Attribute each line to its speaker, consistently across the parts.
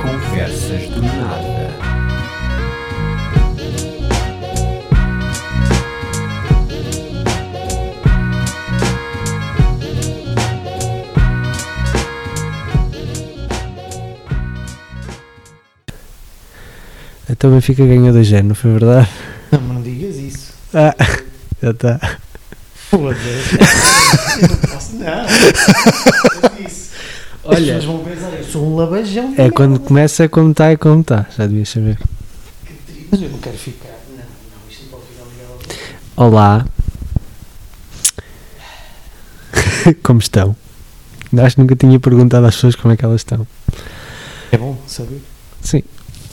Speaker 1: Conversas do Nada.
Speaker 2: Então o Benfica ganhou 2-0, não foi verdade?
Speaker 3: Não, mas não digas isso.
Speaker 2: Ah, já tá. está.
Speaker 3: Foda-se. Eu não posso, não. Eu disse. As
Speaker 2: Olha.
Speaker 3: pessoas vão pensar, eu sou um labajão. de
Speaker 2: É
Speaker 3: merda.
Speaker 2: quando começa, é como está, é como está. Já devias saber.
Speaker 3: Que triste. Mas eu não quero ficar. Não, não, isto não pode ficar ligado ao tempo.
Speaker 2: Olá. Como estão? Acho que nunca tinha perguntado às pessoas como é que elas estão.
Speaker 3: É bom saber.
Speaker 2: Sim.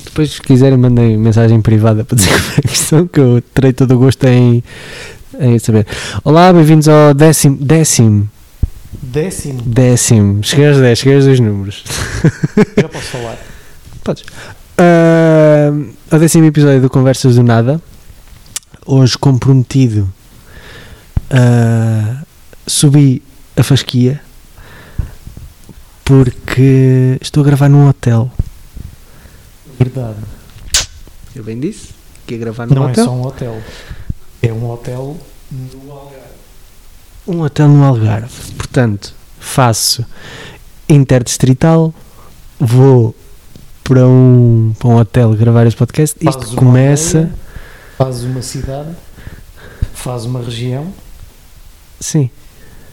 Speaker 2: Depois, se quiserem, mandem mensagem privada para dizer como é que estão, que eu terei todo o gosto em, em saber. Olá, bem-vindos ao décimo, décimo,
Speaker 3: Décimo.
Speaker 2: décimo. Cheguei aos 10, cheguei aos dois números.
Speaker 3: Já posso falar.
Speaker 2: Podes. Ah, ao décimo episódio do Conversas do Nada, hoje comprometido, ah, subi a fasquia porque estou a gravar num hotel.
Speaker 3: Verdade.
Speaker 2: Eu bem disse que ia gravar num
Speaker 3: Não é
Speaker 2: hotel.
Speaker 3: só um hotel. É um hotel no Algarve.
Speaker 2: Um hotel no Algarve. Portanto, faço interdistrital, vou para um, para um hotel gravar este podcast.
Speaker 3: Fazes
Speaker 2: Isto
Speaker 3: uma
Speaker 2: começa.
Speaker 3: aldeia, Fazes uma cidade. Fazes uma região.
Speaker 2: Sim.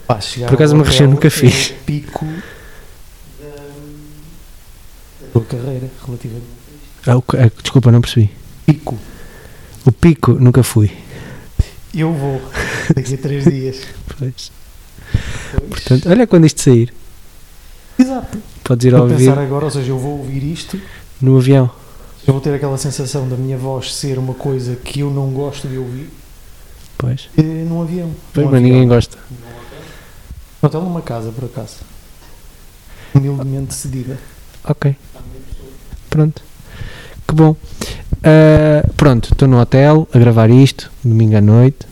Speaker 3: Pá, chegar
Speaker 2: Por acaso
Speaker 3: ao
Speaker 2: uma região
Speaker 3: hotel
Speaker 2: nunca
Speaker 3: é
Speaker 2: fiz.
Speaker 3: o pico da, da tua carreira, relativamente.
Speaker 2: Ah, o que- ah, Desculpa, não percebi.
Speaker 3: Pico.
Speaker 2: O pico nunca fui.
Speaker 3: Eu vou daqui a três dias. Pois.
Speaker 2: Pois. Portanto, olha quando isto sair.
Speaker 3: Exato.
Speaker 2: Podes ir
Speaker 3: Vou
Speaker 2: ao ouvir
Speaker 3: pensar agora, ou seja, eu vou ouvir isto,
Speaker 2: no avião.
Speaker 3: eu vou ter aquela sensação da minha voz ser uma coisa que eu não gosto de ouvir
Speaker 2: Pois.
Speaker 3: eh, num avião.
Speaker 2: Pois,
Speaker 3: num
Speaker 2: mas
Speaker 3: avião.
Speaker 2: ninguém gosta.
Speaker 3: Num hotel numa casa, por acaso. Humildemente cedida.
Speaker 2: Ok. Pronto. Que bom. Ah, pronto, estou no hotel a gravar isto, domingo à noite.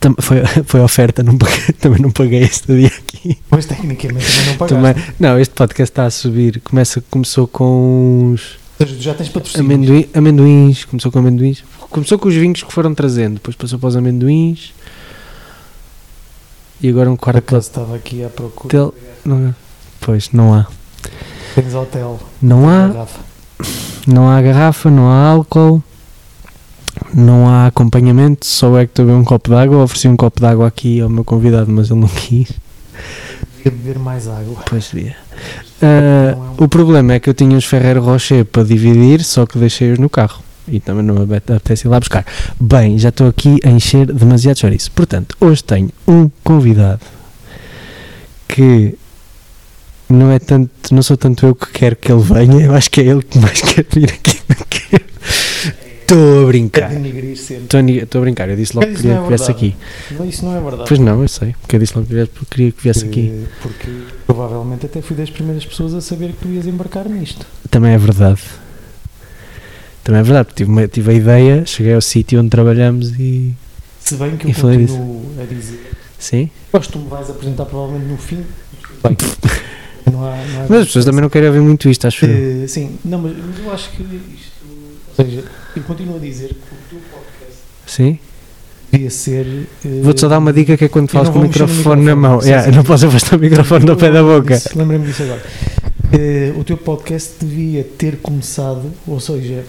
Speaker 2: Tam- foi, foi oferta, não paguei- também não paguei este dia aqui.
Speaker 3: Mas tecnicamente também não pagaste.
Speaker 2: Também, não, este podcast está a subir. Começa, começou com os
Speaker 3: Ou seja, tu já tens patrocínio.
Speaker 2: amendoim- amendoins. Começou com amendoins. Começou com os vinhos que foram trazendo, depois passou para os amendoins. E agora um
Speaker 3: Por
Speaker 2: quarto
Speaker 3: acaso estava aqui à procura.
Speaker 2: hotel. Então, Não, é. pois, não há.
Speaker 3: Tens hotel.
Speaker 2: Não há.
Speaker 3: Garrafa.
Speaker 2: Não há garrafa, não há álcool, não há acompanhamento, só é que tomei um copo de água. Ofereci um copo de água aqui ao meu convidado, mas ele não quis.
Speaker 3: Devia beber mais água.
Speaker 2: Pois dia. o problema é que eu tinha uns Ferreiro Rocher para dividir, só que deixei-os no carro. E também não me apete- apetece ir lá buscar. Bem, já estou aqui a encher demasiado chouriço. Portanto, hoje tenho um convidado que não é tanto, não sou tanto eu que quero que ele venha, eu acho que é ele que mais quer vir aqui do que eu. Estou a
Speaker 3: Quer
Speaker 2: brincar.
Speaker 3: denigrir sempre.
Speaker 2: Estou a ni- Estou a brincar, eu disse logo que
Speaker 3: Isso
Speaker 2: queria
Speaker 3: não
Speaker 2: que
Speaker 3: é
Speaker 2: viesse
Speaker 3: verdade.
Speaker 2: aqui.
Speaker 3: Não, Isso não é verdade.
Speaker 2: Pois não, eu sei, porque eu disse logo que viesse- queria que viesse aqui.
Speaker 3: Eh, Porque provavelmente até fui das primeiras pessoas a saber que tu ias embarcar nisto.
Speaker 2: Também é verdade. Também é verdade, porque tive, uma- tive a ideia, cheguei ao sítio onde trabalhamos e.
Speaker 3: Se bem que eu
Speaker 2: E falei disso.
Speaker 3: continuo a dizer.
Speaker 2: Sim?
Speaker 3: Mas tu me vais apresentar provavelmente no fim. Bem, não há, não há
Speaker 2: Mas as pessoas também não querem ouvir muito isto, acho eu.
Speaker 3: Eh, sim, não, mas, mas eu acho que isto. Ou seja, eu continuo a dizer que o teu podcast
Speaker 2: Sim?
Speaker 3: devia ser. eh,
Speaker 2: Vou-te só dar uma dica que é quando
Speaker 3: eu
Speaker 2: falas
Speaker 3: não
Speaker 2: com o
Speaker 3: vou mexer no
Speaker 2: microfone, na
Speaker 3: microfone,
Speaker 2: mão.
Speaker 3: sim,
Speaker 2: Yeah,
Speaker 3: sim.
Speaker 2: Não posso afastar o microfone do pé da boca.
Speaker 3: Isso, Lembrei-me disso agora. Eh, o teu podcast devia ter começado, ou seja,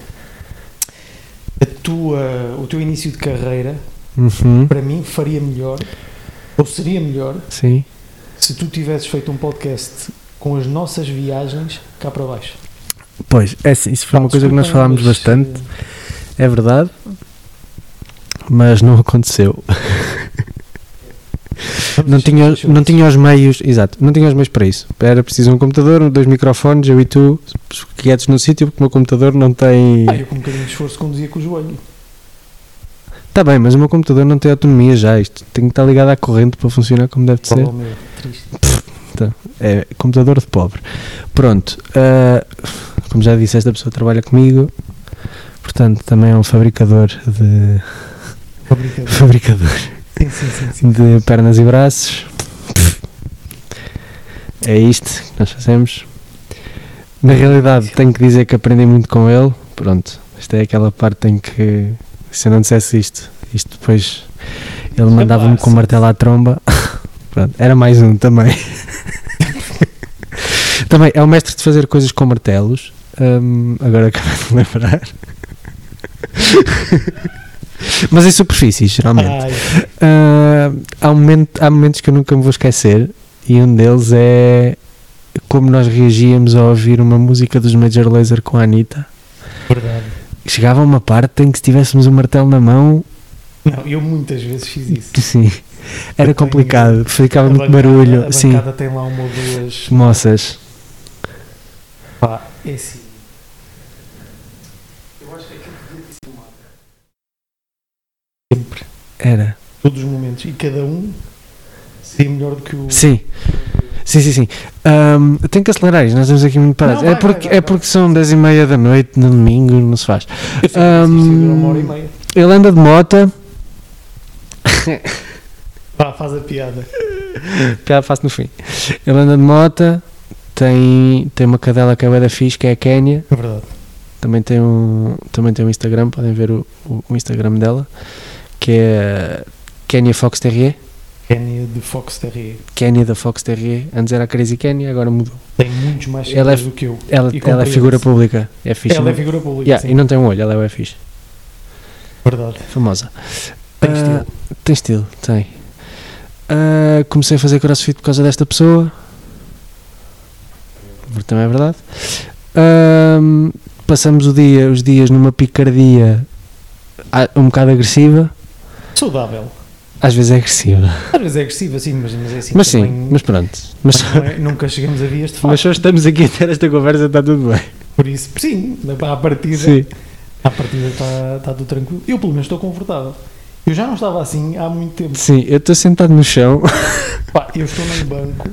Speaker 3: a tua, o teu início de carreira,
Speaker 2: Uhum.
Speaker 3: para mim, faria melhor, ou seria melhor,
Speaker 2: Sim.
Speaker 3: se tu tivesses feito um podcast com as nossas viagens cá para baixo.
Speaker 2: Pois, é sim, isso foi uma
Speaker 3: Pá,
Speaker 2: coisa que nós
Speaker 3: desculpem,
Speaker 2: falámos
Speaker 3: mas,
Speaker 2: bastante,
Speaker 3: eh,
Speaker 2: é verdade, mas não aconteceu.
Speaker 3: vamos
Speaker 2: Não
Speaker 3: deixar-
Speaker 2: tinha,
Speaker 3: deixar
Speaker 2: não
Speaker 3: isso.
Speaker 2: tinha os meios, exato, não tinha os meios para isso. Era preciso um computador, dois microfones, eu e tu, quietos no sítio, porque o meu computador não tem.
Speaker 3: Ah, eu com um bocadinho de esforço conduzia com o joelho.
Speaker 2: Está Tá bem, mas o meu computador não tem autonomia já. Isto tem que estar ligado à corrente para funcionar como deve de ser.
Speaker 3: Paulo Almeida, triste.
Speaker 2: É computador de pobre. Pronto, ah, como já disse, esta pessoa trabalha comigo. Portanto, também é um fabricador de.
Speaker 3: Uma brincadeira.
Speaker 2: fabricador
Speaker 3: Sim, sim, sim. sim.
Speaker 2: assim de pernas e braços. É isto que nós fazemos. Na realidade, tenho que dizer que aprendi muito com ele. Pronto, esta é aquela parte em que se eu não dissesse isto, isto depois ele mandava-me com o martelo à tromba. Pronto, era mais um também. também é o mestre de fazer coisas com martelos. Hum, agora acabo de lembrar. Mas em superfícies, geralmente.
Speaker 3: Ai,
Speaker 2: Ah, há, momento- há momentos que eu nunca me vou esquecer e um deles é como nós reagíamos a ouvir uma música dos Major Laser com a Anitta.
Speaker 3: verdade.
Speaker 2: Chegava uma parte em que se tivéssemos um martelo na mão,
Speaker 3: Não, eu muitas vezes fiz isso.
Speaker 2: sim, era
Speaker 3: Eu tenho-
Speaker 2: complicado, ficava
Speaker 3: A
Speaker 2: muito
Speaker 3: bancada-
Speaker 2: barulho,
Speaker 3: A
Speaker 2: sim,
Speaker 3: bancada tem lá uma ou duas.
Speaker 2: moças.
Speaker 3: Pá, é assim. Sempre.
Speaker 2: Era.
Speaker 3: Todos os momentos. E cada um seria melhor do que o.
Speaker 2: Sim. Sim, sim, sim. Ahm, eu tenho que acelerar isto, nós estamos aqui muito parados.
Speaker 3: Não,
Speaker 2: é,
Speaker 3: vai,
Speaker 2: porque,
Speaker 3: vai, vai,
Speaker 2: é porque são 10 e meia da noite, no domingo, não se faz.
Speaker 3: Eu sei que isto
Speaker 2: Hum.
Speaker 3: dura uma hora e meia.
Speaker 2: Ele anda de mota,
Speaker 3: Pá, faz a piada.
Speaker 2: Piada faço no fim. Ele anda de mota, tem, tem uma cadela que é bué da fixe, que é a Kénia.
Speaker 3: É verdade.
Speaker 2: Também tem um, também tem um Instagram, podem ver o, o- o Instagram dela, que é Kenya Fox Terrier.
Speaker 3: Kenya de Fox Terrier.
Speaker 2: Kenya da Fox Terrier. Antes era a Crazy Kenya, agora mudou.
Speaker 3: Tem muitos mais
Speaker 2: Ela é-
Speaker 3: seguidores do que eu.
Speaker 2: Ela,
Speaker 3: E
Speaker 2: ela é
Speaker 3: compreende-se.
Speaker 2: figura pública. É fixe.
Speaker 3: Ela
Speaker 2: não-
Speaker 3: é figura pública.
Speaker 2: Yeah,
Speaker 3: sim.
Speaker 2: e não tem um olho, ela é bué fixe.
Speaker 3: Verdade.
Speaker 2: Famosa.
Speaker 3: Tem
Speaker 2: Ah,
Speaker 3: estilo.
Speaker 2: Tem estilo, tem. Ah, comecei a fazer crossfit por causa desta pessoa. Porque também é verdade. Ahm, passamos o dia, os dias numa picardia ah, um bocado agressiva.
Speaker 3: Saudável.
Speaker 2: Às vezes é agressiva.
Speaker 3: Às vezes é agressiva, sim, mas, mas é assim.
Speaker 2: mas sim,
Speaker 3: também-
Speaker 2: mas pronto. Mas,
Speaker 3: Mas não é- nunca chegamos a vias de
Speaker 2: mas
Speaker 3: facto.
Speaker 2: só estamos aqui a ter esta conversa, está tudo bem.
Speaker 3: Por isso, sim, à partida,
Speaker 2: Sim.
Speaker 3: à partida está, está tudo tranquilo. Eu, pelo menos, estou confortável. Eu já não estava assim há muito tempo.
Speaker 2: Sim, eu estou sentado no chão.
Speaker 3: Pá, eu estou num banco.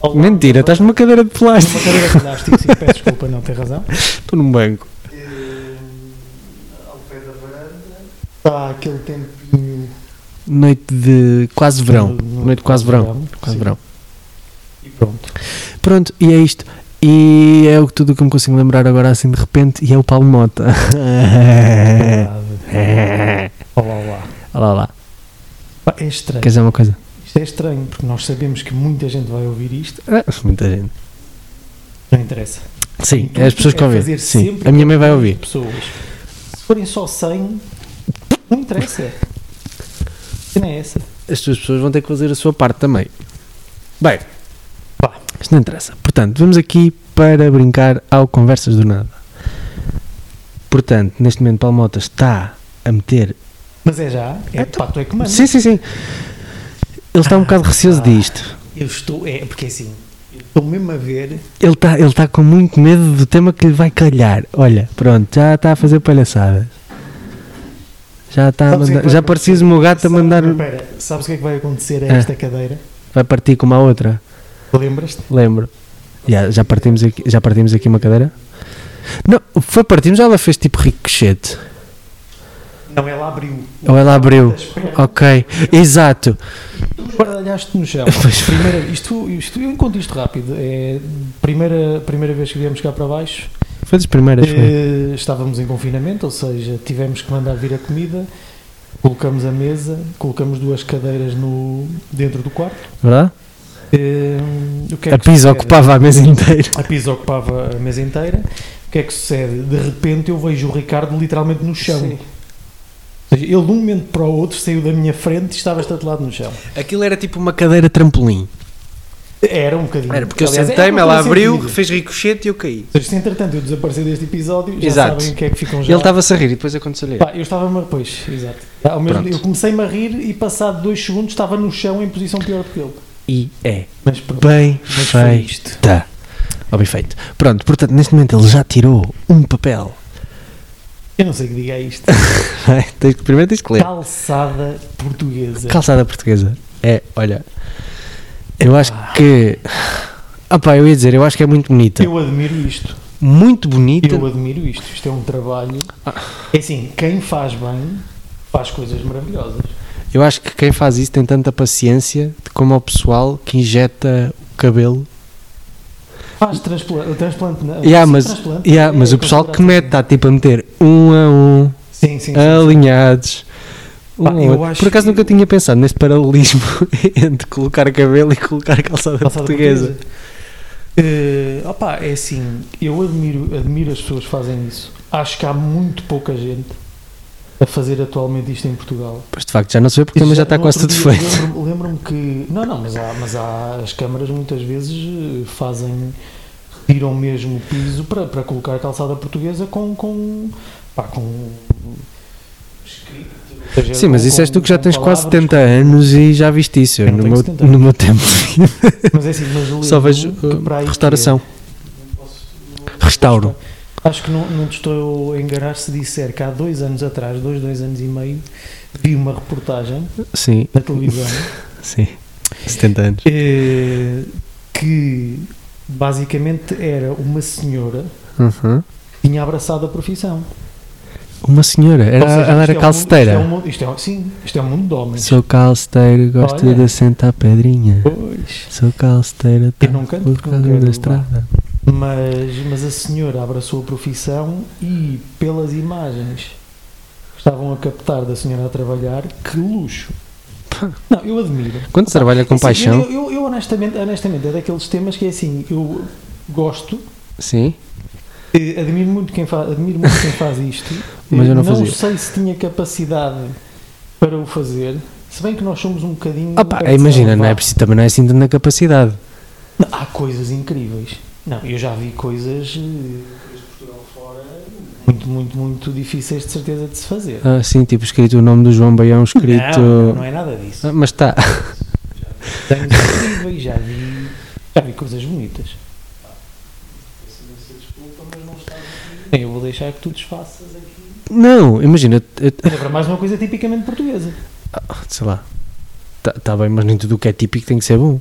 Speaker 3: ao lado
Speaker 2: Mentira,
Speaker 3: da-
Speaker 2: estás numa cadeira de plástico.
Speaker 3: Numa cadeira de plástico, sim, peço desculpa, não tem razão.
Speaker 2: Estou num banco.
Speaker 3: Ao pé da varanda. Está aquele tempinho.
Speaker 2: Noite de quase verão.
Speaker 3: no- no-
Speaker 2: Noite de quase verão. Quase
Speaker 3: sim.
Speaker 2: verão.
Speaker 3: E pronto.
Speaker 2: Pronto, e é isto. E é o que tudo o que eu me consigo lembrar agora assim de repente e é o Paulo Mota.
Speaker 3: Verdade. Olá, olá.
Speaker 2: Olá lá.
Speaker 3: Pá, é estranho.
Speaker 2: Quer dizer uma coisa?
Speaker 3: Isto é estranho, porque nós sabemos que muita gente vai ouvir isto.
Speaker 2: Ah, Muita gente.
Speaker 3: Não interessa.
Speaker 2: Sim, é as pessoas que
Speaker 3: É
Speaker 2: ouvem.
Speaker 3: fazer
Speaker 2: Sim.
Speaker 3: sempre
Speaker 2: A minha mãe vai ouvir.
Speaker 3: pessoas. Se forem só 100, não interessa. A cena é essa.
Speaker 2: As suas pessoas vão ter que fazer a sua parte também. Bem,
Speaker 3: Vá.
Speaker 2: isto não interessa. Portanto, vamos aqui para brincar ao Conversas do Nada. Portanto, neste momento Paulo Mota está a meter
Speaker 3: Mas é já. É pá, tu é que mandas.
Speaker 2: Sim, sim, sim. Ele está um bocado receoso
Speaker 3: Ah.
Speaker 2: disto.
Speaker 3: Eu estou, é, porque assim, eu estou mesmo a ver.
Speaker 2: Ele está ele tá com muito medo do tema que lhe vai calhar. Olha, pronto, já está a fazer palhaçadas. Já está a
Speaker 3: Sabes o que é
Speaker 2: mandar.
Speaker 3: que vai
Speaker 2: Já parecia me o gato a
Speaker 3: Sabe-
Speaker 2: mandar.
Speaker 3: Espera, sabes o que é que vai acontecer a
Speaker 2: Ah.
Speaker 3: esta cadeira?
Speaker 2: Vai partir como a outra,
Speaker 3: Lembras-te?
Speaker 2: lembro. Já, já, partimos aqui, já partimos aqui uma cadeira? Não, foi partimos ou ela fez tipo ricochete?
Speaker 3: Não, ela abriu.
Speaker 2: Ou ela abriu? Ok, exato.
Speaker 3: Tu esbaralhaste no chão.
Speaker 2: Pois.
Speaker 3: Primeira, isto, isto, eu encontro isto rápido. É primeira, primeira vez que viemos cá para baixo.
Speaker 2: Foi das primeiras, foi.
Speaker 3: Eh, estávamos em confinamento, ou seja, tivemos que mandar vir a comida, colocamos a mesa, colocamos duas cadeiras no, dentro do quarto.
Speaker 2: Verdade?
Speaker 3: Eh, o que é
Speaker 2: A
Speaker 3: que
Speaker 2: pisa
Speaker 3: sucede?
Speaker 2: ocupava a mesa inteira.
Speaker 3: A pizza ocupava a mesa inteira. O que é que sucede? De repente eu vejo o Ricardo literalmente no chão.
Speaker 2: Sim.
Speaker 3: Ou seja, ele de um momento para o outro saiu da minha frente e estava estatelado no chão.
Speaker 2: Aquilo era tipo uma cadeira trampolim.
Speaker 3: Era um bocadinho.
Speaker 2: Era porque eu
Speaker 3: Aliás, é
Speaker 2: sentei-me,
Speaker 3: o que eu
Speaker 2: ela
Speaker 3: tenho
Speaker 2: abriu,
Speaker 3: sentido.
Speaker 2: fez ricochete e eu caí.
Speaker 3: Ou seja, se entretanto eu desaparecer deste episódio, já
Speaker 2: Exato.
Speaker 3: sabem o que é que ficam já.
Speaker 2: Ele estava-se a rir e depois aconteceu-lhe.
Speaker 3: Pá, eu estava-me a- Pois, exato. Tá, Ao mesmo,
Speaker 2: Pronto.
Speaker 3: eu comecei-me a rir e passado dois segundos estava no chão em posição pior do que ele.
Speaker 2: E é
Speaker 3: Mas pronto.
Speaker 2: bem
Speaker 3: Mas foi
Speaker 2: feita.
Speaker 3: isto.
Speaker 2: Ó, bem feito. Pronto, portanto, neste momento ele já tirou um papel.
Speaker 3: Eu não sei que diga isto.
Speaker 2: Tens que- Primeiro tens que ler.
Speaker 3: Calçada portuguesa.
Speaker 2: Calçada portuguesa. É, olha. Eu acho que. Ah, pá, eu ia dizer, eu acho que é muito bonita.
Speaker 3: Eu admiro isto.
Speaker 2: Muito bonita.
Speaker 3: Eu admiro isto. Isto é um trabalho.
Speaker 2: Ah.
Speaker 3: É assim, quem faz bem faz coisas maravilhosas.
Speaker 2: Eu acho que quem faz isso tem tanta paciência de como o pessoal que injeta o cabelo.
Speaker 3: Faz transplante, transplante na-
Speaker 2: Yeah,
Speaker 3: sim,
Speaker 2: mas,
Speaker 3: transplante
Speaker 2: yeah,
Speaker 3: é
Speaker 2: mas o pessoal que
Speaker 3: considerado
Speaker 2: mete está tipo a meter um a um,
Speaker 3: Sim, sim, sim, sim.
Speaker 2: alinhados. um
Speaker 3: Pá,
Speaker 2: ao
Speaker 3: eu
Speaker 2: outro.
Speaker 3: acho
Speaker 2: Por acaso
Speaker 3: que-
Speaker 2: nunca tinha pensado nesse paralelismo entre colocar cabelo e colocar calçada,
Speaker 3: Calçada
Speaker 2: portuguesa.
Speaker 3: portuguesa. Eh, opá, é assim, eu admiro, admiro as pessoas que fazem isso. Acho que há muito pouca gente a fazer atualmente isto em Portugal.
Speaker 2: Pois de facto já não se vê porque
Speaker 3: Isso
Speaker 2: também já
Speaker 3: já-
Speaker 2: está
Speaker 3: no
Speaker 2: quase tudo
Speaker 3: outro dia,
Speaker 2: feito.
Speaker 3: lembro-me- Lembro-me que. Não, não, mas há, mas há- as câmaras muitas vezes eh, fazem. tiram mesmo o piso para, para colocar a calçada portuguesa com. com pá, com. escrito, ou seja,
Speaker 2: Sim, mas
Speaker 3: com-
Speaker 2: isso és tu
Speaker 3: com-
Speaker 2: que já
Speaker 3: com
Speaker 2: tens quase
Speaker 3: palavras,
Speaker 2: 70 anos e já viste isso. Eu,
Speaker 3: Eu não
Speaker 2: no,
Speaker 3: tenho
Speaker 2: meu,
Speaker 3: 70
Speaker 2: no meu tempo
Speaker 3: Mas é assim, mas eu
Speaker 2: só
Speaker 3: lembro-me
Speaker 2: vejo
Speaker 3: que
Speaker 2: uh,
Speaker 3: para aí que é-
Speaker 2: restauração. Restauro.
Speaker 3: Acho que não, não te estou a enganar se disser que há dois anos atrás, dois, dois anos e meio, vi uma reportagem
Speaker 2: Sim,
Speaker 3: na televisão
Speaker 2: sim. 70 anos.
Speaker 3: eh, que basicamente era uma senhora
Speaker 2: Uhum.
Speaker 3: que tinha abraçado a profissão.
Speaker 2: Uma senhora, era,
Speaker 3: Ou seja,
Speaker 2: ela
Speaker 3: isto
Speaker 2: era
Speaker 3: é um
Speaker 2: calceteira.
Speaker 3: mundo- Isto é um mundo- isto é um- sim, isto é um mundo de homens.
Speaker 2: Sou calceteiro, gosto
Speaker 3: Olha.
Speaker 2: de sentar pedrinha.
Speaker 3: Pois.
Speaker 2: Sou calceteiro, tá
Speaker 3: Eu não canto
Speaker 2: por
Speaker 3: porque não
Speaker 2: causa
Speaker 3: quero,
Speaker 2: da estrada.
Speaker 3: Mas, mas a senhora abraçou a profissão e, pelas imagens que estavam a captar da senhora a trabalhar, que luxo! Não, eu admiro.
Speaker 2: Quando se trabalha com
Speaker 3: Assim,
Speaker 2: paixão,
Speaker 3: Eu, eu- eu honestamente, honestamente, é daqueles temas que é assim, eu gosto,
Speaker 2: sim,
Speaker 3: eh, admiro muito quem faz, admiro muito quem faz isto,
Speaker 2: Mas eu não
Speaker 3: Eh,
Speaker 2: fazia.
Speaker 3: sei se tinha capacidade para o fazer, se bem que nós somos um bocadinho.
Speaker 2: Opa,
Speaker 3: é que
Speaker 2: imagina,
Speaker 3: são,
Speaker 2: não é
Speaker 3: vá.
Speaker 2: preciso, também não é assim tanta capacidade.
Speaker 3: Não, Há coisas incríveis. Não, eu já vi coisas eh, de Portugal fora muito, muito, muito difíceis de certeza de se fazer.
Speaker 2: Ah, sim, tipo escrito o nome do João Baião, escrito.
Speaker 3: Não, não, não é nada disso.
Speaker 2: Ah, mas está.
Speaker 3: Tenho incríveis, já vi, já vi coisas bonitas. Bem, eu vou deixar que tu desfaças aqui.
Speaker 2: Não, imagina, eu- ah,
Speaker 3: Olha, para mais uma coisa tipicamente portuguesa.
Speaker 2: sei lá. Está bem, mas nem tudo o que é típico tem que ser bom.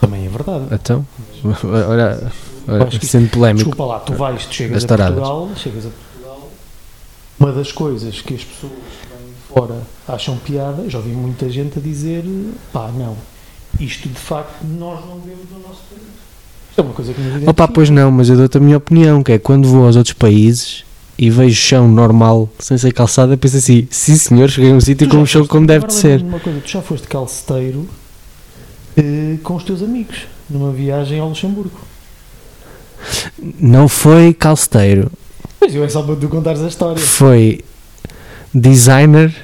Speaker 3: Também é verdade.
Speaker 2: Então, olha, olha,
Speaker 3: Acho que isso-
Speaker 2: sendo polémico.
Speaker 3: Desculpa lá, tu vais, tu chegas
Speaker 2: As
Speaker 3: a
Speaker 2: taradas.
Speaker 3: Portugal, chegas a Portugal. Uma das coisas que as pessoas que vêm de fora acham piada, já ouvi muita gente a dizer, pá, não, isto de facto nós não vemos no nosso país. Isto é uma coisa que nos identifica.
Speaker 2: Opa, pois não, mas eu dou-te a minha opinião, que é quando vou aos outros países e vejo chão normal, sem ser calçada, penso assim, sim senhor, cheguei a um
Speaker 3: Tu
Speaker 2: sítio
Speaker 3: já
Speaker 2: com um chão
Speaker 3: foste-
Speaker 2: como deve de
Speaker 3: agora
Speaker 2: ser.
Speaker 3: lembro-me de Uma coisa, tu já foste calceteiro eh, com os teus amigos numa viagem ao Luxemburgo.
Speaker 2: Não foi calceteiro,
Speaker 3: Mas eu é só para tu contares a história.
Speaker 2: foi designer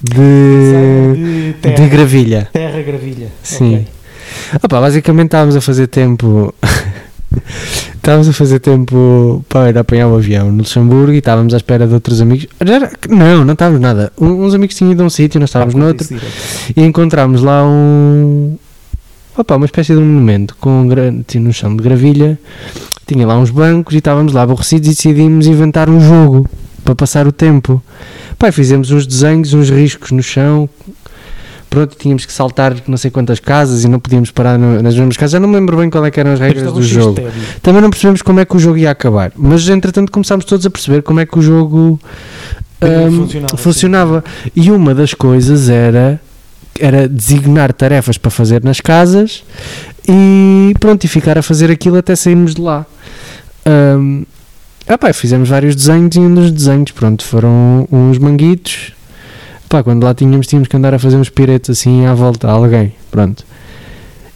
Speaker 2: Eh,
Speaker 3: Saia de
Speaker 2: de,
Speaker 3: terra,
Speaker 2: de gravilha.
Speaker 3: terra gravilha.
Speaker 2: Sim.
Speaker 3: ok.
Speaker 2: Opa, basicamente estávamos a fazer tempo. estávamos a fazer tempo para ir apanhar o avião no Luxemburgo e estávamos à espera de outros amigos. Já era- Não, não estávamos nada. Um- uns amigos tinham ido a um sítio, nós estávamos
Speaker 3: Ah,
Speaker 2: noutro.
Speaker 3: conta isso direto.
Speaker 2: e encontramos lá um opa, uma espécie de um monumento com um grande tinha um chão de gravilha tinha lá uns bancos e estávamos lá aborrecidos e decidimos inventar um jogo para passar o tempo Pá, e fizemos uns desenhos, uns riscos no chão pronto, tínhamos que saltar não sei quantas casas e não podíamos parar no- nas mesmas casas, já não me lembro bem qual é que eram as regras
Speaker 3: Estava
Speaker 2: do
Speaker 3: cheio de
Speaker 2: jogo
Speaker 3: tédio.
Speaker 2: também não percebemos como é que o jogo ia acabar, mas entretanto começámos todos a perceber como é que o jogo ahm,
Speaker 3: é Funcionava, sim.
Speaker 2: funcionava. E uma das coisas era, era designar tarefas para fazer nas casas e pronto, e ficar a fazer aquilo até sairmos de lá. Ahm, ah pá, fizemos vários desenhos e um dos desenhos, pronto, foram uns manguitos. Pá, quando lá tínhamos, tínhamos que andar a fazer uns piretos assim à volta a alguém, pronto.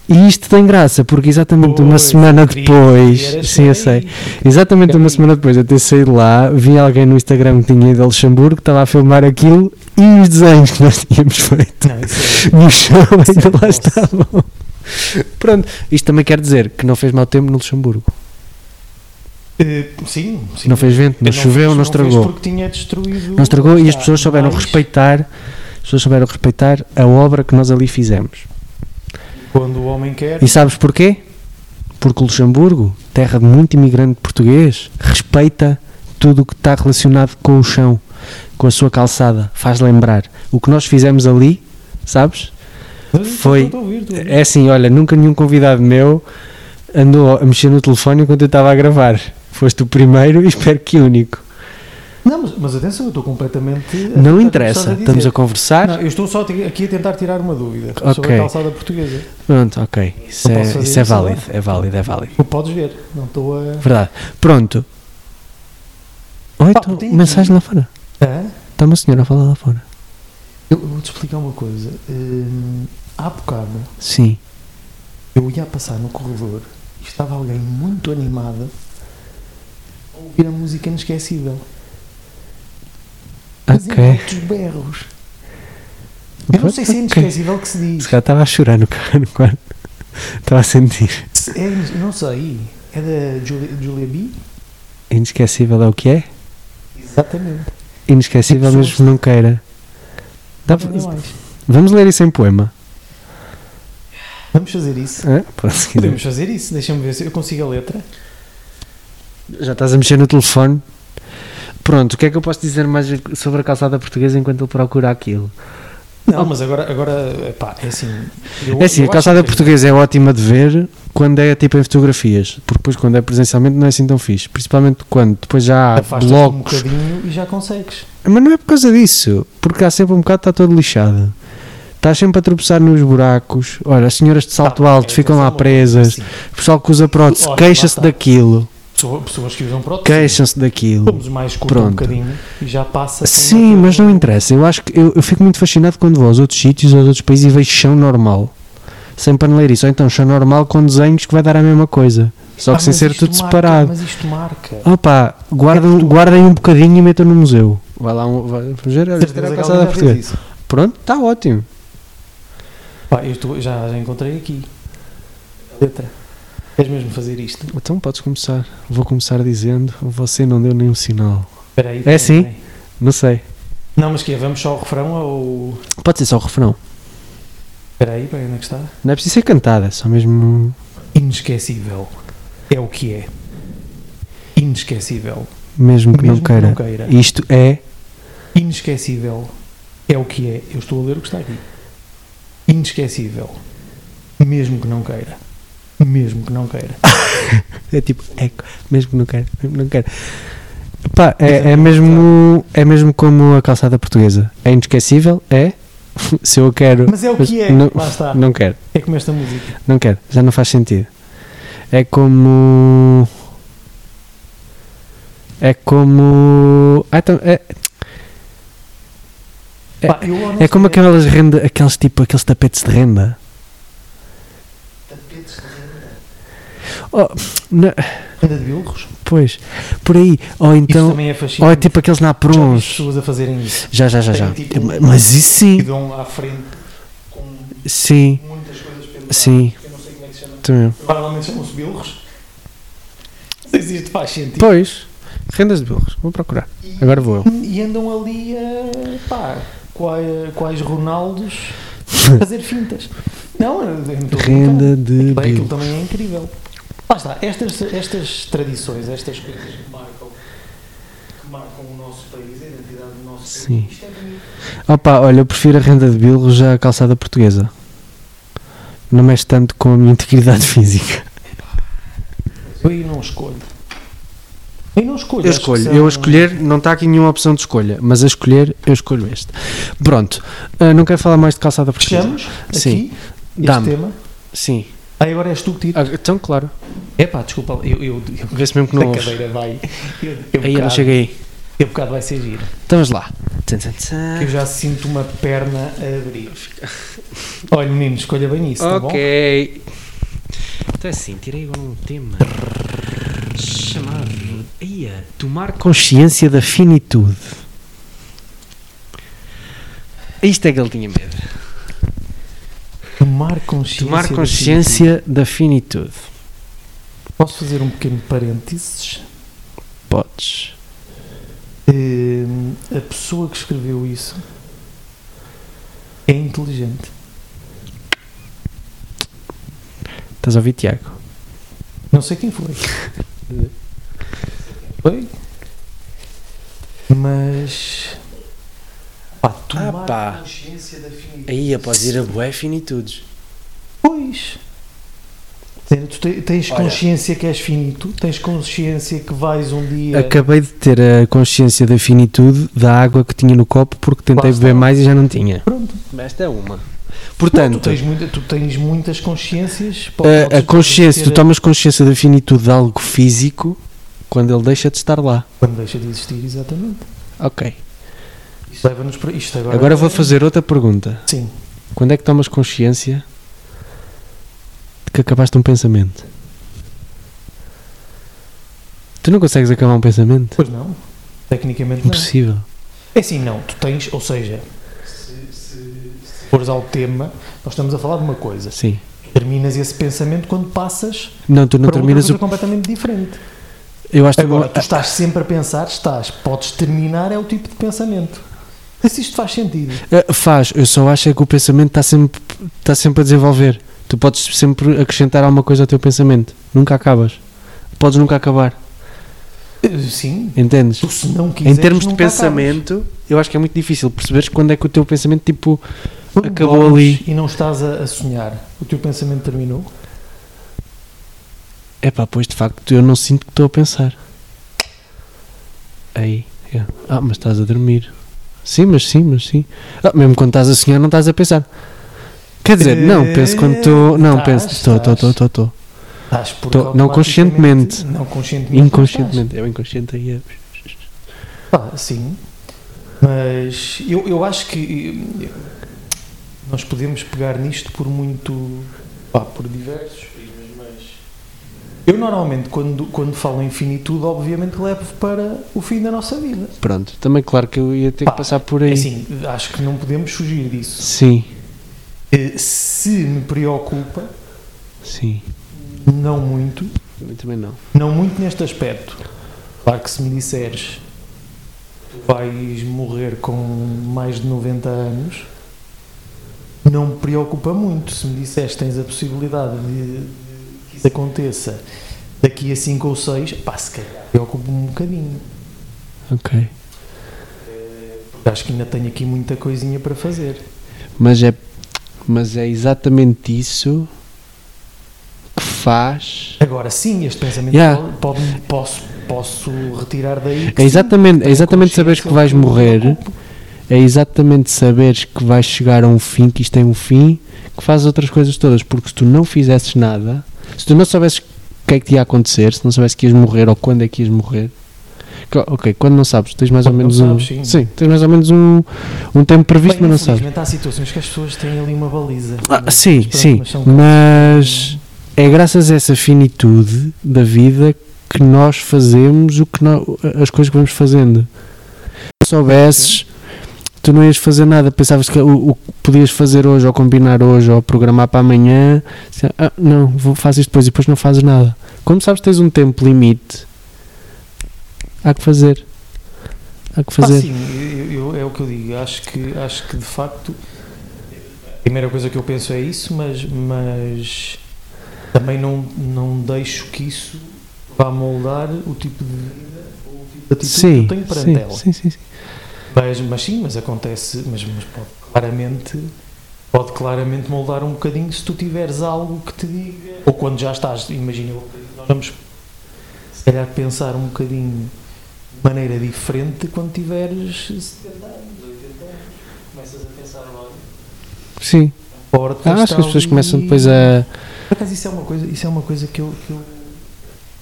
Speaker 2: E isto tem graça, porque exatamente uma
Speaker 3: Pois,
Speaker 2: semana
Speaker 3: eu queria dizer, era
Speaker 2: depois, sim, eu
Speaker 3: só
Speaker 2: sei,
Speaker 3: aí.
Speaker 2: exatamente uma
Speaker 3: Caminho.
Speaker 2: semana depois de eu ter saído lá, vi alguém no Instagram que tinha ido a Luxemburgo, que estava a filmar aquilo e os desenhos que nós tínhamos feito
Speaker 3: Não, isso
Speaker 2: no chão ainda
Speaker 3: Nossa.
Speaker 2: lá estavam. Pronto, isto também quer dizer que não fez mau tempo no Luxemburgo.
Speaker 3: é- eh, sim, sim.
Speaker 2: Não fez vento, não, choveu, não,
Speaker 3: fez- fez
Speaker 2: estragou.
Speaker 3: porque tinha destruído.
Speaker 2: Não estragou e as
Speaker 3: Ah,
Speaker 2: pessoas souberam
Speaker 3: mas
Speaker 2: respeitar, as pessoas souberam respeitar a obra que nós ali fizemos.
Speaker 3: Quando o homem quer.
Speaker 2: E sabes porquê? Porque o Luxemburgo, terra de muito imigrante português, respeita tudo o que está relacionado com o chão, com a sua calçada, faz lembrar. O que nós fizemos ali, sabes? foi-
Speaker 3: Estou a ouvir, estou a ouvir.
Speaker 2: É assim, olha, nunca nenhum convidado meu andou a mexer no telefone enquanto eu estava a gravar. Foste o primeiro e espero que único.
Speaker 3: Não, mas, mas atenção, eu estou completamente. a-
Speaker 2: Não
Speaker 3: a-
Speaker 2: interessa,
Speaker 3: a-
Speaker 2: estamos a conversar.
Speaker 3: Não, eu estou só te- aqui a tentar tirar uma dúvida sobre
Speaker 2: Ok.
Speaker 3: a calçada portuguesa.
Speaker 2: Pronto, ok. Isso,
Speaker 3: Não
Speaker 2: é,
Speaker 3: posso fazer
Speaker 2: isso é
Speaker 3: isso
Speaker 2: válido, é válido, é válido.
Speaker 3: Não podes ver, não estou a.
Speaker 2: Verdade. Pronto. Oi,
Speaker 3: Pá,
Speaker 2: então,
Speaker 3: tem aqui.
Speaker 2: mensagem lá fora.
Speaker 3: Hã?
Speaker 2: Está uma senhora a falar lá fora.
Speaker 3: Eu eu vou-te explicar uma coisa. Hum, há bocado
Speaker 2: Sim.
Speaker 3: eu ia passar no corredor e estava alguém muito animado a ouvir a música inesquecível. Mas em
Speaker 2: Ok.
Speaker 3: altos berros. Eu não sei se é
Speaker 2: Ok.
Speaker 3: inesquecível que se diz.
Speaker 2: Se calhar estava a chorar no carro, no quarto. Estava a sentir.
Speaker 3: Se É, ines- não sei. É da Julia, Julia B?
Speaker 2: Inesquecível é o que é?
Speaker 3: Exatamente.
Speaker 2: Inesquecível
Speaker 3: Pessoas-
Speaker 2: mesmo que não queira. Dá pra-
Speaker 3: Ainda é mais.
Speaker 2: Vamos ler isso em poema.
Speaker 3: Vamos fazer isso.
Speaker 2: Hã? Pô, se quiser.
Speaker 3: Podemos fazer isso. Deixa-me ver se eu consigo a letra.
Speaker 2: Já estás a mexer no telefone. Pronto, o que é que eu posso dizer mais sobre a calçada portuguesa enquanto ele procura aquilo?
Speaker 3: Não, mas agora, agora pá, é assim. eu-
Speaker 2: É assim,
Speaker 3: eu
Speaker 2: a calçada
Speaker 3: acho que-
Speaker 2: portuguesa é ótima de ver quando é tipo em fotografias, porque depois quando é presencialmente não é assim tão fixe, principalmente quando depois já há
Speaker 3: Afastas-te um
Speaker 2: blocos.
Speaker 3: bocadinho e já consegues.
Speaker 2: Mas não é por causa disso, porque há sempre um bocado que está todo lixado. Estás sempre a tropeçar nos buracos. Olha, as senhoras de salto
Speaker 3: Tá,
Speaker 2: alto
Speaker 3: é,
Speaker 2: ficam
Speaker 3: atenção,
Speaker 2: lá
Speaker 3: uma coisa
Speaker 2: presas.
Speaker 3: assim.
Speaker 2: O pessoal que usa prótese
Speaker 3: Olha,
Speaker 2: queixa-se
Speaker 3: lá está.
Speaker 2: daquilo.
Speaker 3: Pessoa- Pessoas que usam prótese.
Speaker 2: Queixam-se daquilo.
Speaker 3: Vamos mais curto um
Speaker 2: Pronto.
Speaker 3: bocadinho e já passa. sem
Speaker 2: Sim,
Speaker 3: aquele-
Speaker 2: mas não interessa. Eu acho que eu, eu fico muito fascinado quando vou aos outros sítios, aos outros países e vejo chão normal. Sem paneleirice. Ou então chão normal com desenhos que vai dar a mesma coisa. Só
Speaker 3: Ah,
Speaker 2: que sem
Speaker 3: mas
Speaker 2: ser
Speaker 3: isto
Speaker 2: tudo
Speaker 3: marca, É
Speaker 2: separado. Ah,
Speaker 3: Mas isto marca.
Speaker 2: Opa, guardem, guardem um bocadinho e metam no museu. Vai lá um. Vai, vamos ver, olha,
Speaker 3: Certeza
Speaker 2: era a
Speaker 3: que alguém
Speaker 2: calçada
Speaker 3: já fez
Speaker 2: portuguesa.
Speaker 3: isso.
Speaker 2: Pronto, está ótimo.
Speaker 3: Pá, eu estou- já, já encontrei aqui. A letra. Queres mesmo fazer isto?
Speaker 2: Então podes começar. Vou começar dizendo: você não deu nenhum sinal.
Speaker 3: Espera aí.
Speaker 2: É assim?
Speaker 3: peraí.
Speaker 2: Não sei.
Speaker 3: Não, mas que é? Vamos só ao refrão ou.
Speaker 2: Pode ser só o refrão.
Speaker 3: Espera aí, peraí, onde é que está?
Speaker 2: Não é preciso ser cantada, é só mesmo.
Speaker 3: Inesquecível. É o que é. Inesquecível.
Speaker 2: Mesmo que
Speaker 3: Mesmo
Speaker 2: não queira.
Speaker 3: Que não queira.
Speaker 2: Isto é.
Speaker 3: Inesquecível é o que é. Eu estou a ler o que está aqui. Inesquecível. Mesmo que não queira. Mesmo que não queira.
Speaker 2: É tipo eco. Mesmo que não queira. Mesmo que não queira. Pá, é, é mesmo. É mesmo como a calçada portuguesa. É inesquecível? É. Se eu quero.
Speaker 3: Mas é o que é.
Speaker 2: Não,
Speaker 3: Lá está.
Speaker 2: não quero.
Speaker 3: É como esta música.
Speaker 2: Não quero, já não faz sentido. É como. É como. Ah, então, é, É-
Speaker 3: Pá, eu honestamente-
Speaker 2: é como aquelas renda, aqueles tipo, aqueles tapetes de renda. Oh, na-
Speaker 3: Renda de bilros.
Speaker 2: pois, por aí. Ou
Speaker 3: Isso
Speaker 2: então.
Speaker 3: também é fascinante.
Speaker 2: Ou é tipo aqueles
Speaker 3: Já vi as
Speaker 2: naprons.
Speaker 3: pessoas a fazerem isso.
Speaker 2: Já, já, já, já.
Speaker 3: Tem tipo um-
Speaker 2: Mas isso
Speaker 3: E
Speaker 2: sim.
Speaker 3: dão à frente com
Speaker 2: Sim,
Speaker 3: muitas coisas penduradas.
Speaker 2: sim.
Speaker 3: Eu não sei como é que se chama.
Speaker 2: também.
Speaker 3: Normalmente chamam-se bilros. Não sei se isto faz sentido.
Speaker 2: Pois, rendas de burros. Vou procurar. Agora vou eu.
Speaker 3: E andam ali a. pá, quais, quais Ronaldos fazer fintas. Não, eu não estou a brincar.
Speaker 2: Renda de
Speaker 3: Bem, aquilo
Speaker 2: burros.
Speaker 3: também é incrível. Lá está, estas, estas tradições, estas coisas que marcam, que marcam o nosso país, a identidade do nosso
Speaker 2: Sim.
Speaker 3: país, isto é bonito.
Speaker 2: Opa, olha, eu prefiro a renda de bilros à calçada portuguesa. Não mexe tanto com a minha integridade física.
Speaker 3: Eu aí não escolho. Eu não escolho.
Speaker 2: Eu
Speaker 3: acho que
Speaker 2: escolho.
Speaker 3: são-
Speaker 2: Eu a escolher, não está aqui nenhuma opção de escolha, mas a escolher, eu escolho este. Pronto, ah, não quero falar mais de calçada portuguesa.
Speaker 3: Fechamos
Speaker 2: Sim.
Speaker 3: aqui este
Speaker 2: Dá-me.
Speaker 3: tema.
Speaker 2: Sim.
Speaker 3: Aí agora és tu que tira.
Speaker 2: Ah, então, claro.
Speaker 3: Epá, desculpa, eu. eu, eu
Speaker 2: Vê-se mesmo que
Speaker 3: a
Speaker 2: não ouves.
Speaker 3: cadeira vai. Eu, eu
Speaker 2: Aí eu não
Speaker 3: bocado-
Speaker 2: cheguei aí.
Speaker 3: eu bocado vai ser giro.
Speaker 2: Estamos lá. Tum, tum, tum.
Speaker 3: Eu já sinto uma perna a abrir. Olha, menino, escolha bem isso, tá bom?
Speaker 2: ok. Então é assim, tirei agora um tema chamado Ia, tomar consciência da finitude. Isto é que ele tinha medo.
Speaker 3: Tomar consciência.
Speaker 2: Tomar
Speaker 3: da
Speaker 2: consciência da finitude.
Speaker 3: finitude. Posso fazer um pequeno parênteses?
Speaker 2: Podes.
Speaker 3: Hum, a pessoa que escreveu isso é inteligente.
Speaker 2: Estás a ouvir, Tiago?
Speaker 3: Não sei quem foi. Foi? Mas. Ah, Pá, tomar
Speaker 2: Ah, pá.
Speaker 3: consciência da finitude.
Speaker 2: Ia, podes ir a bué finitudes.
Speaker 3: Pois. Quer dizer, Tu te- tens consciência que és finito, tens consciência que vais um dia.
Speaker 2: Acabei de ter a consciência da finitude da água que tinha no copo porque tentei
Speaker 3: Lá está.
Speaker 2: beber mais e já não tinha.
Speaker 3: Pronto.
Speaker 2: Esta é uma.
Speaker 3: Tu
Speaker 2: Portanto,
Speaker 3: tens, muita- tu tens muitas consciências. po-
Speaker 2: Então. a, a
Speaker 3: podes
Speaker 2: consciência, tu
Speaker 3: ter-
Speaker 2: tomas consciência da finitude de algo físico quando ele deixa de estar lá.
Speaker 3: Quando deixa de existir, exatamente.
Speaker 2: Ok.
Speaker 3: Isto leva-nos para. Isto agora. é-
Speaker 2: Agora vou fazer outra pergunta.
Speaker 3: Sim.
Speaker 2: Quando é que tomas consciência de que acabaste um pensamento? Tu não consegues acabar um pensamento?
Speaker 3: Pois não. Tecnicamente não.
Speaker 2: Impossível.
Speaker 3: É assim, não. Tu tens, ou seja, se, se fores ao tema, nós estamos a falar de uma coisa.
Speaker 2: Sim.
Speaker 3: Terminas esse pensamento quando passas
Speaker 2: Não, tu não
Speaker 3: para
Speaker 2: terminas
Speaker 3: outra coisa
Speaker 2: o.
Speaker 3: completamente diferente.
Speaker 2: Eu acho que
Speaker 3: Agora, tu
Speaker 2: tu
Speaker 3: estás sempre a pensar, estás, podes terminar, é o tipo de pensamento. Vê Se isto faz sentido.
Speaker 2: Eh, Faz, eu só acho é que o pensamento está sempre, está sempre a desenvolver. Tu podes sempre acrescentar alguma coisa ao teu pensamento. Nunca acabas. Podes nunca acabar.
Speaker 3: Eh, Sim,
Speaker 2: Entendes?
Speaker 3: tu se não
Speaker 2: Em
Speaker 3: quiseres.
Speaker 2: termos de
Speaker 3: nunca
Speaker 2: pensamento, eu acho que é muito difícil perceberes quando é que o teu pensamento, tipo,
Speaker 3: acabas. Quando
Speaker 2: acabou
Speaker 3: dormes E não estás a, a sonhar, o teu pensamento terminou.
Speaker 2: é pá, pois de facto eu não sinto que estou a pensar. Aí, é. ah, mas estás a dormir. Sim, mas sim, mas sim. Ah, mesmo quando estás a sonhar, não estás a pensar. Quer dizer, não, penso quando estou. Não,
Speaker 3: É, Estás,
Speaker 2: penso, estou, estou, estou, estou, estou.
Speaker 3: Estás por
Speaker 2: Tô- não conscientemente.
Speaker 3: Não conscientemente.
Speaker 2: Inconscientemente, é o inconsciente aí. É.
Speaker 3: Pá, Ah, sim. Mas eu, eu acho que eh, nós podemos pegar nisto por muito. pá, por diversos prismas, mas. Eu normalmente, quando, quando falo em finitude, obviamente levo para o fim da nossa vida.
Speaker 2: Pronto, também claro que eu ia ter
Speaker 3: Pá,
Speaker 2: que passar por
Speaker 3: É
Speaker 2: aí.
Speaker 3: assim, acho que não podemos fugir disso.
Speaker 2: Sim,
Speaker 3: Eh, Se me preocupa,
Speaker 2: sim.
Speaker 3: não muito,
Speaker 2: Eu também não.
Speaker 3: não muito neste aspecto. Claro que se me disseres tu vais morrer com mais de 90 anos, não me preocupa muito. Se me disseres tens a possibilidade de, de que isso aconteça daqui a 5 ou 6, pá, se calhar preocupa-me um bocadinho.
Speaker 2: Ok.
Speaker 3: Porque acho que ainda tenho aqui muita coisinha para fazer.
Speaker 2: Mas é, mas é exatamente isso que faz.
Speaker 3: Agora sim, este pensamento
Speaker 2: Yeah.
Speaker 3: pode, pode- posso, posso retirar daí. que
Speaker 2: É exatamente,
Speaker 3: sim,
Speaker 2: é exatamente saberes que vais morrer, é exatamente saberes que vais chegar a um fim, que isto tem um fim, que fazes outras coisas todas. Porque se tu não fizesses nada, se tu não soubesses o que é que te ia acontecer, se não soubesses que ias morrer ou quando é que ias morrer. que- Ok, quando não sabes, tens mais ou
Speaker 3: Quando não
Speaker 2: menos
Speaker 3: sabes,
Speaker 2: um.
Speaker 3: sim.
Speaker 2: tens mais ou menos um, um tempo previsto,
Speaker 3: Bem,
Speaker 2: mas não sabes.
Speaker 3: infelizmente há situações que as pessoas têm ali uma baliza. é?
Speaker 2: Ah,
Speaker 3: Mas
Speaker 2: sim,
Speaker 3: pronto,
Speaker 2: sim,
Speaker 3: mas são
Speaker 2: mas é graças a essa finitude da vida que nós fazemos o que nó- as coisas que vamos fazendo. Se soubesses, tu não ias fazer nada, pensavas que o, o que podias fazer hoje, ou combinar hoje, ou programar para amanhã, se- ah, não, vou, faço isto depois e depois não fazes nada. Como sabes que tens um tempo limite, há que fazer. Há que
Speaker 3: Ah,
Speaker 2: fazer.
Speaker 3: sim, eu- eu- é o que eu digo. Acho que, acho que de facto a primeira coisa que eu penso é isso, mas, mas também não, não deixo que isso vá moldar o tipo de vida ou o tipo de atitude
Speaker 2: sim,
Speaker 3: que eu tenho perante
Speaker 2: sim,
Speaker 3: ela.
Speaker 2: sim, sim, sim.
Speaker 3: Mas, mas sim, mas acontece, mas, mas pode claramente pode claramente moldar um bocadinho se tu tiveres algo que te diga, ou quando já estás, imagina, eu acredito que nós vamos se calhar pensar um bocadinho de maneira diferente quando tiveres 70 anos, 80 anos, começas a pensar olha,
Speaker 2: sim.
Speaker 3: a horta
Speaker 2: Ah, acho
Speaker 3: está
Speaker 2: que as pessoas
Speaker 3: ali.
Speaker 2: começam depois a.
Speaker 3: Por acaso isso é uma coisa, isso é uma coisa que eu, que eu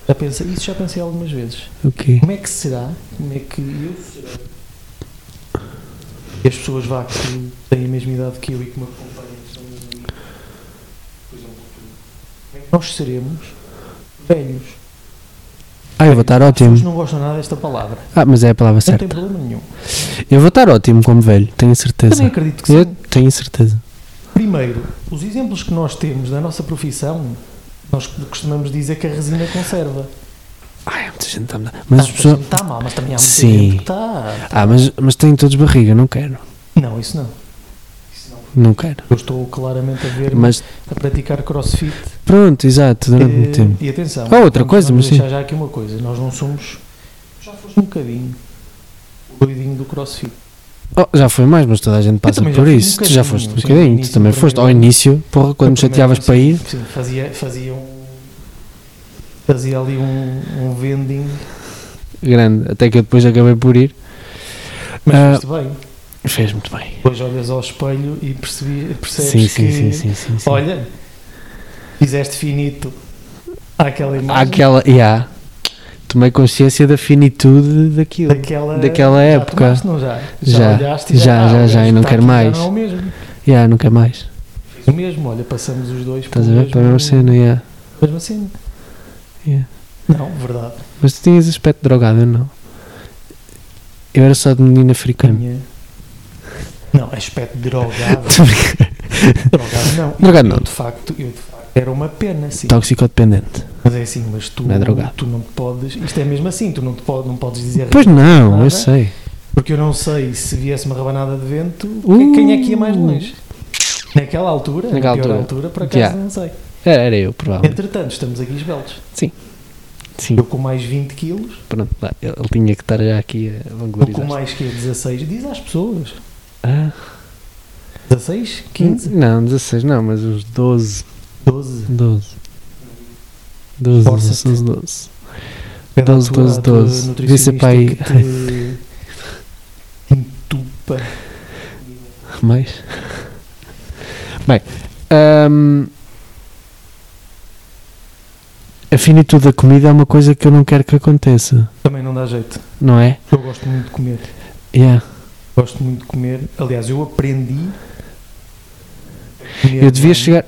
Speaker 3: já pensei, isso já pensei algumas vezes.
Speaker 2: Ok.
Speaker 3: Como é que será? Como é que eu será? E as pessoas vá que têm a mesma idade que eu e que me acompanham, que são meus amigos, por exemplo, tu. Como é que nós seremos velhos?
Speaker 2: Ah, eu vou estar
Speaker 3: As
Speaker 2: ótimo.
Speaker 3: pessoas não gostam nada desta palavra.
Speaker 2: Ah, mas é a palavra
Speaker 3: Não tem
Speaker 2: certa.
Speaker 3: problema nenhum.
Speaker 2: Eu vou estar ótimo como velho, tenho certeza.
Speaker 3: Também acredito que
Speaker 2: Eu
Speaker 3: sim.
Speaker 2: tenho certeza.
Speaker 3: Primeiro, os exemplos que nós temos da nossa profissão, nós costumamos dizer que a resina conserva.
Speaker 2: Ai, há muita gente está Mas
Speaker 3: Ah,
Speaker 2: as pessoas.
Speaker 3: Está mal, mas também há muita
Speaker 2: Sim.
Speaker 3: gente que está.
Speaker 2: Ah, mas, mas têm todos barriga, não quero.
Speaker 3: Não, isso não.
Speaker 2: Não quero.
Speaker 3: Eu estou claramente a ver
Speaker 2: Mas
Speaker 3: a praticar crossfit
Speaker 2: pronto, exato, durante
Speaker 3: Eh,
Speaker 2: muito tempo.
Speaker 3: E atenção.
Speaker 2: Ah, outra
Speaker 3: vamos-
Speaker 2: coisa,
Speaker 3: vamos
Speaker 2: mas
Speaker 3: deixar já aqui uma coisa. Nós não somos. Já foste um bocadinho. O doidinho do crossfit.
Speaker 2: Oh, já foi mais, mas toda a gente passa
Speaker 3: também já
Speaker 2: por
Speaker 3: fui um
Speaker 2: isso. tu já
Speaker 3: bocadinho,
Speaker 2: foste um
Speaker 3: sim,
Speaker 2: bocadinho,
Speaker 3: no
Speaker 2: tu também
Speaker 3: início,
Speaker 2: foste. Ao
Speaker 3: primeiro-
Speaker 2: início, porra, quando me
Speaker 3: Eu também
Speaker 2: chateavas
Speaker 3: pensei-
Speaker 2: para ir.
Speaker 3: Sim, fazia, fazia um. fazia ali um, um vending,
Speaker 2: Grande. Até que eu depois acabei por ir.
Speaker 3: mas
Speaker 2: Ah.
Speaker 3: fez bem.
Speaker 2: Fez muito bem.
Speaker 3: Depois olhas ao espelho e percebi, percebes
Speaker 2: Sim,
Speaker 3: que,
Speaker 2: sim, sim, sim, sim, sim.
Speaker 3: olha, fizeste finito àquela
Speaker 2: Há
Speaker 3: imagem,
Speaker 2: aquela. Yeah. Tomei consciência da finitude daquilo.
Speaker 3: daquela,
Speaker 2: daquela
Speaker 3: já
Speaker 2: época.
Speaker 3: tomaste, não já?
Speaker 2: Já,
Speaker 3: olhaste e
Speaker 2: já,
Speaker 3: ah,
Speaker 2: já,
Speaker 3: o
Speaker 2: já,
Speaker 3: gajo
Speaker 2: e não
Speaker 3: está
Speaker 2: quero
Speaker 3: aqui,
Speaker 2: mais.
Speaker 3: Já não é o mesmo.
Speaker 2: Yeah, nunca mais.
Speaker 3: Fiz o mesmo, olha, passamos os dois
Speaker 2: Estás a ver? Para a mesma cena, yeah.
Speaker 3: Mesmo assim.
Speaker 2: Yeah.
Speaker 3: Não, verdade.
Speaker 2: Mas tu tinhas aspecto drogado, eu não. Eu era só de menino africano.
Speaker 3: Tinha- Não, é aspecto drogado.
Speaker 2: Tô brincando.
Speaker 3: drogado não.
Speaker 2: Drogado
Speaker 3: Eu,
Speaker 2: não.
Speaker 3: de facto, eu de facto era uma pena, sim.
Speaker 2: Toxicodependente.
Speaker 3: Mas é assim, mas tu
Speaker 2: Então, Não é drogado.
Speaker 3: tu não te podes. Isto é mesmo assim, tu não te podes, não podes dizer.
Speaker 2: Pois não,
Speaker 3: Nada.
Speaker 2: eu sei.
Speaker 3: Porque eu não sei se viesse uma rabanada de vento,
Speaker 2: Uh!
Speaker 3: quem é que ia mais longe? Naquela altura,
Speaker 2: Naquela
Speaker 3: na pior
Speaker 2: altura.
Speaker 3: altura, por acaso
Speaker 2: Já.
Speaker 3: não sei.
Speaker 2: Era, era eu, provavelmente.
Speaker 3: Entretanto, estamos aqui esbeltos.
Speaker 2: Sim,
Speaker 3: Eu com mais 20 quilos,
Speaker 2: pronto. lá, Ele ele tinha que estar já aqui a
Speaker 3: tu com
Speaker 2: vanglorizar.
Speaker 3: mais que 16, diz às pessoas.
Speaker 2: Ah,
Speaker 3: 16, 15,
Speaker 2: Não, 16 não, mas uns 12.
Speaker 3: 12.
Speaker 2: 12. 12,
Speaker 3: Força-te.
Speaker 2: 12, 12.
Speaker 3: Pela
Speaker 2: 12,
Speaker 3: tua-
Speaker 2: 12,
Speaker 3: a tua
Speaker 2: 12. Devia ser
Speaker 3: é
Speaker 2: para aí-
Speaker 3: nutricionista que te Entupa.
Speaker 2: Mais? Bem, hum, ahm, a finitude da comida é uma coisa que eu não quero que aconteça,
Speaker 3: Também não dá jeito.
Speaker 2: não é?
Speaker 3: Eu gosto muito de comer.
Speaker 2: Yeah.
Speaker 3: Gosto muito de comer. Aliás, eu aprendi. a comer
Speaker 2: Eu
Speaker 3: bem.
Speaker 2: devia chegar.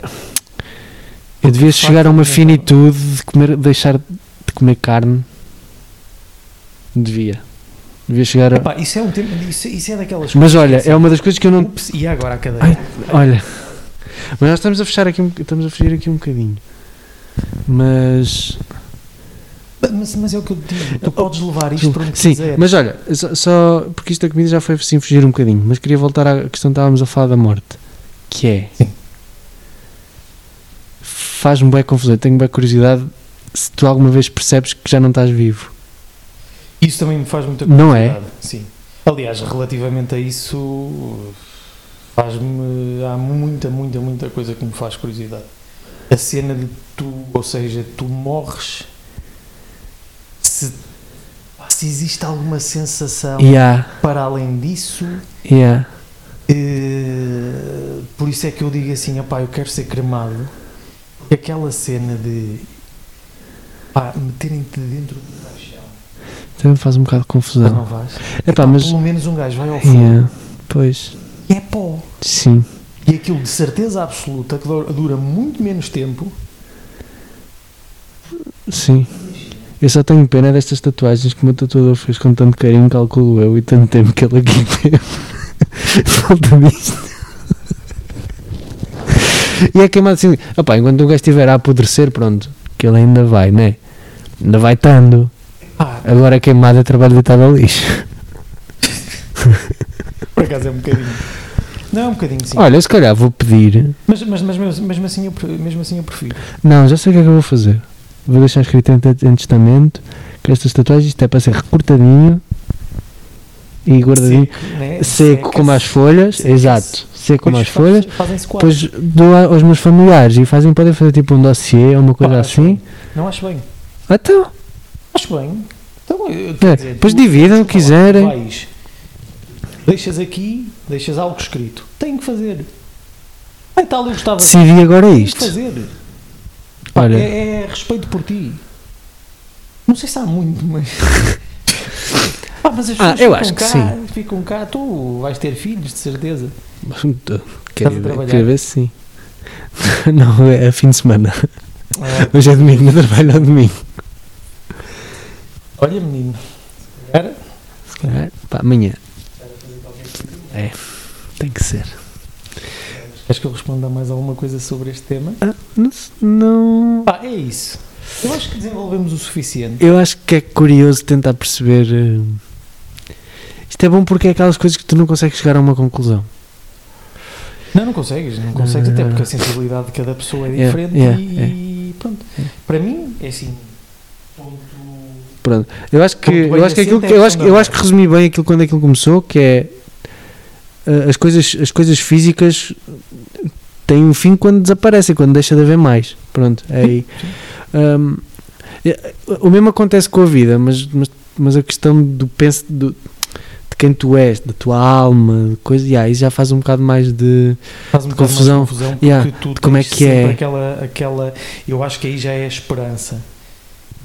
Speaker 2: Eu devia
Speaker 3: facto, é
Speaker 2: chegar a uma
Speaker 3: não-
Speaker 2: finitude de comer, deixar de comer carne. Devia. Devia chegar a.
Speaker 3: Epá, isso é um tempo. Isso, isso é daquelas
Speaker 2: Mas
Speaker 3: coisas
Speaker 2: olha,
Speaker 3: que
Speaker 2: é uma das coisas que eu não.
Speaker 3: Ups, e agora a cadeira?
Speaker 2: Ai, olha. Mas nós estamos a fechar aqui, um- estamos a fugir aqui um bocadinho. Mas.
Speaker 3: Mas, mas é o que eu te digo, tu podes levar isto um para onde
Speaker 2: Sim,
Speaker 3: quiseres.
Speaker 2: mas olha, só, só- porque isto da comida já foi assim fugir um bocadinho, mas queria voltar à questão que estávamos a falar da morte, que é
Speaker 3: Sim.
Speaker 2: faz-me bem confusão, tenho bem curiosidade se tu alguma vez percebes que já não estás vivo.
Speaker 3: Isso também me faz muita
Speaker 2: Não é?
Speaker 3: curiosidade, Sim. Aliás, relativamente a isso, faz-me. Há muita, muita, muita coisa que me faz curiosidade. A cena de tu, ou seja, tu morres. Se, se existe alguma sensação
Speaker 2: Yeah,
Speaker 3: para além disso.
Speaker 2: yeah,
Speaker 3: Eh, por isso é que eu digo assim, opá, eu quero ser cremado. Porque aquela cena de pá, meterem-te dentro do caixão,
Speaker 2: também faz um bocado de
Speaker 3: mas
Speaker 2: confusão.
Speaker 3: não vais.
Speaker 2: Epá, mas. é.
Speaker 3: Pelo menos um gajo vai ao fundo
Speaker 2: Yeah, pois,
Speaker 3: e é pó.
Speaker 2: sim,
Speaker 3: E aquilo de certeza absoluta que dura- dura muito menos tempo.
Speaker 2: sim. Eu só tenho pena destas tatuagens que o meu tatuador fez com tanto carinho, calculo eu, e tanto tempo que ele aqui teve. Falta-me isto. E é queimado assim. Opá, enquanto o gajo estiver a apodrecer, pronto, que ele ainda vai, né? Ainda vai estando.
Speaker 3: Ah,
Speaker 2: Agora é queimado é trabalho deitado ao lixo.
Speaker 3: por acaso é um bocadinho. Não, é um bocadinho sim.
Speaker 2: Olha, se calhar vou pedir.
Speaker 3: Mas, mas, mas mesmo, mesmo assim eu, pre- mesmo assim eu prefiro.
Speaker 2: Não, já sei o que é que eu vou fazer. Vou deixar escrito em, te- em testamento que estas tatuagens isto é para ser recortadinho e guardadinho.
Speaker 3: Seco, né?
Speaker 2: Seco, como as folhas,
Speaker 3: Seca-se.
Speaker 2: exato, seco como as
Speaker 3: Depois faz-
Speaker 2: folhas,
Speaker 3: tipo Fazem-se quadros.
Speaker 2: depois dou a- aos meus familiares e fazem, podem fazer tipo um dossiê ou uma coisa
Speaker 3: Pá, Ah, acho
Speaker 2: assim.
Speaker 3: bem. Não acho bem.
Speaker 2: Então,
Speaker 3: Acho bem. Então, eu,
Speaker 2: é,
Speaker 3: quer dizer,
Speaker 2: depois
Speaker 3: tu-
Speaker 2: dividam o que quiserem.
Speaker 3: Vais, deixas aqui, deixas algo escrito. Tenho que fazer. Ah, tal, eu gostava de
Speaker 2: Decidi agora é
Speaker 3: Tenho que
Speaker 2: isto.
Speaker 3: fazer.
Speaker 2: Olha,
Speaker 3: É, é respeito por ti. Não sei se há muito, mas. Ah, mas as pessoas
Speaker 2: Ah, eu
Speaker 3: ficam
Speaker 2: acho que
Speaker 3: cá,
Speaker 2: sim.
Speaker 3: ficam cá, tu vais ter filhos, de certeza.
Speaker 2: quer
Speaker 3: Estás a
Speaker 2: ver,
Speaker 3: trabalhar?
Speaker 2: quer ver se sim. Não, é fim de semana.
Speaker 3: Ah,
Speaker 2: Hoje é domingo, não trabalho ao domingo.
Speaker 3: olha, menino. Era?
Speaker 2: Se calhar, pá, amanhã. É, tem que ser.
Speaker 3: Acho que eu respondo a mais alguma coisa sobre este tema.
Speaker 2: Ah, não se- não.
Speaker 3: Pá, é isso. Eu acho que desenvolvemos o suficiente.
Speaker 2: Eu acho que é curioso tentar perceber. eh, Isto é bom porque é aquelas coisas que tu não consegues chegar a uma conclusão.
Speaker 3: Não, não consegues, não consegues, até porque a sensibilidade de cada pessoa é
Speaker 2: Yeah,
Speaker 3: diferente
Speaker 2: yeah,
Speaker 3: e
Speaker 2: é.
Speaker 3: pronto. Para mim, é assim. ponto-
Speaker 2: Pronto. Eu acho que,
Speaker 3: Muito bem
Speaker 2: eu acho que,
Speaker 3: assim,
Speaker 2: aquilo
Speaker 3: tem
Speaker 2: que- eu
Speaker 3: a
Speaker 2: acho,
Speaker 3: questão
Speaker 2: eu
Speaker 3: da
Speaker 2: acho que resumi bem aquilo quando aquilo começou, que é eh, as coisas, as coisas físicas têm um fim quando desaparecem, quando deixa de haver mais. Pronto, é aí. Ahm, É, O mesmo acontece com a vida, mas, mas, mas a questão do penso do, de quem tu és, da tua alma, de coisa, yeah, isso já faz um bocado mais de.
Speaker 3: Faz um
Speaker 2: De
Speaker 3: bocado mais
Speaker 2: confusão.
Speaker 3: confusão porque
Speaker 2: Yeah,
Speaker 3: tu
Speaker 2: de como é
Speaker 3: tens
Speaker 2: que é.
Speaker 3: sempre Aquela, aquela, eu acho que aí já é a esperança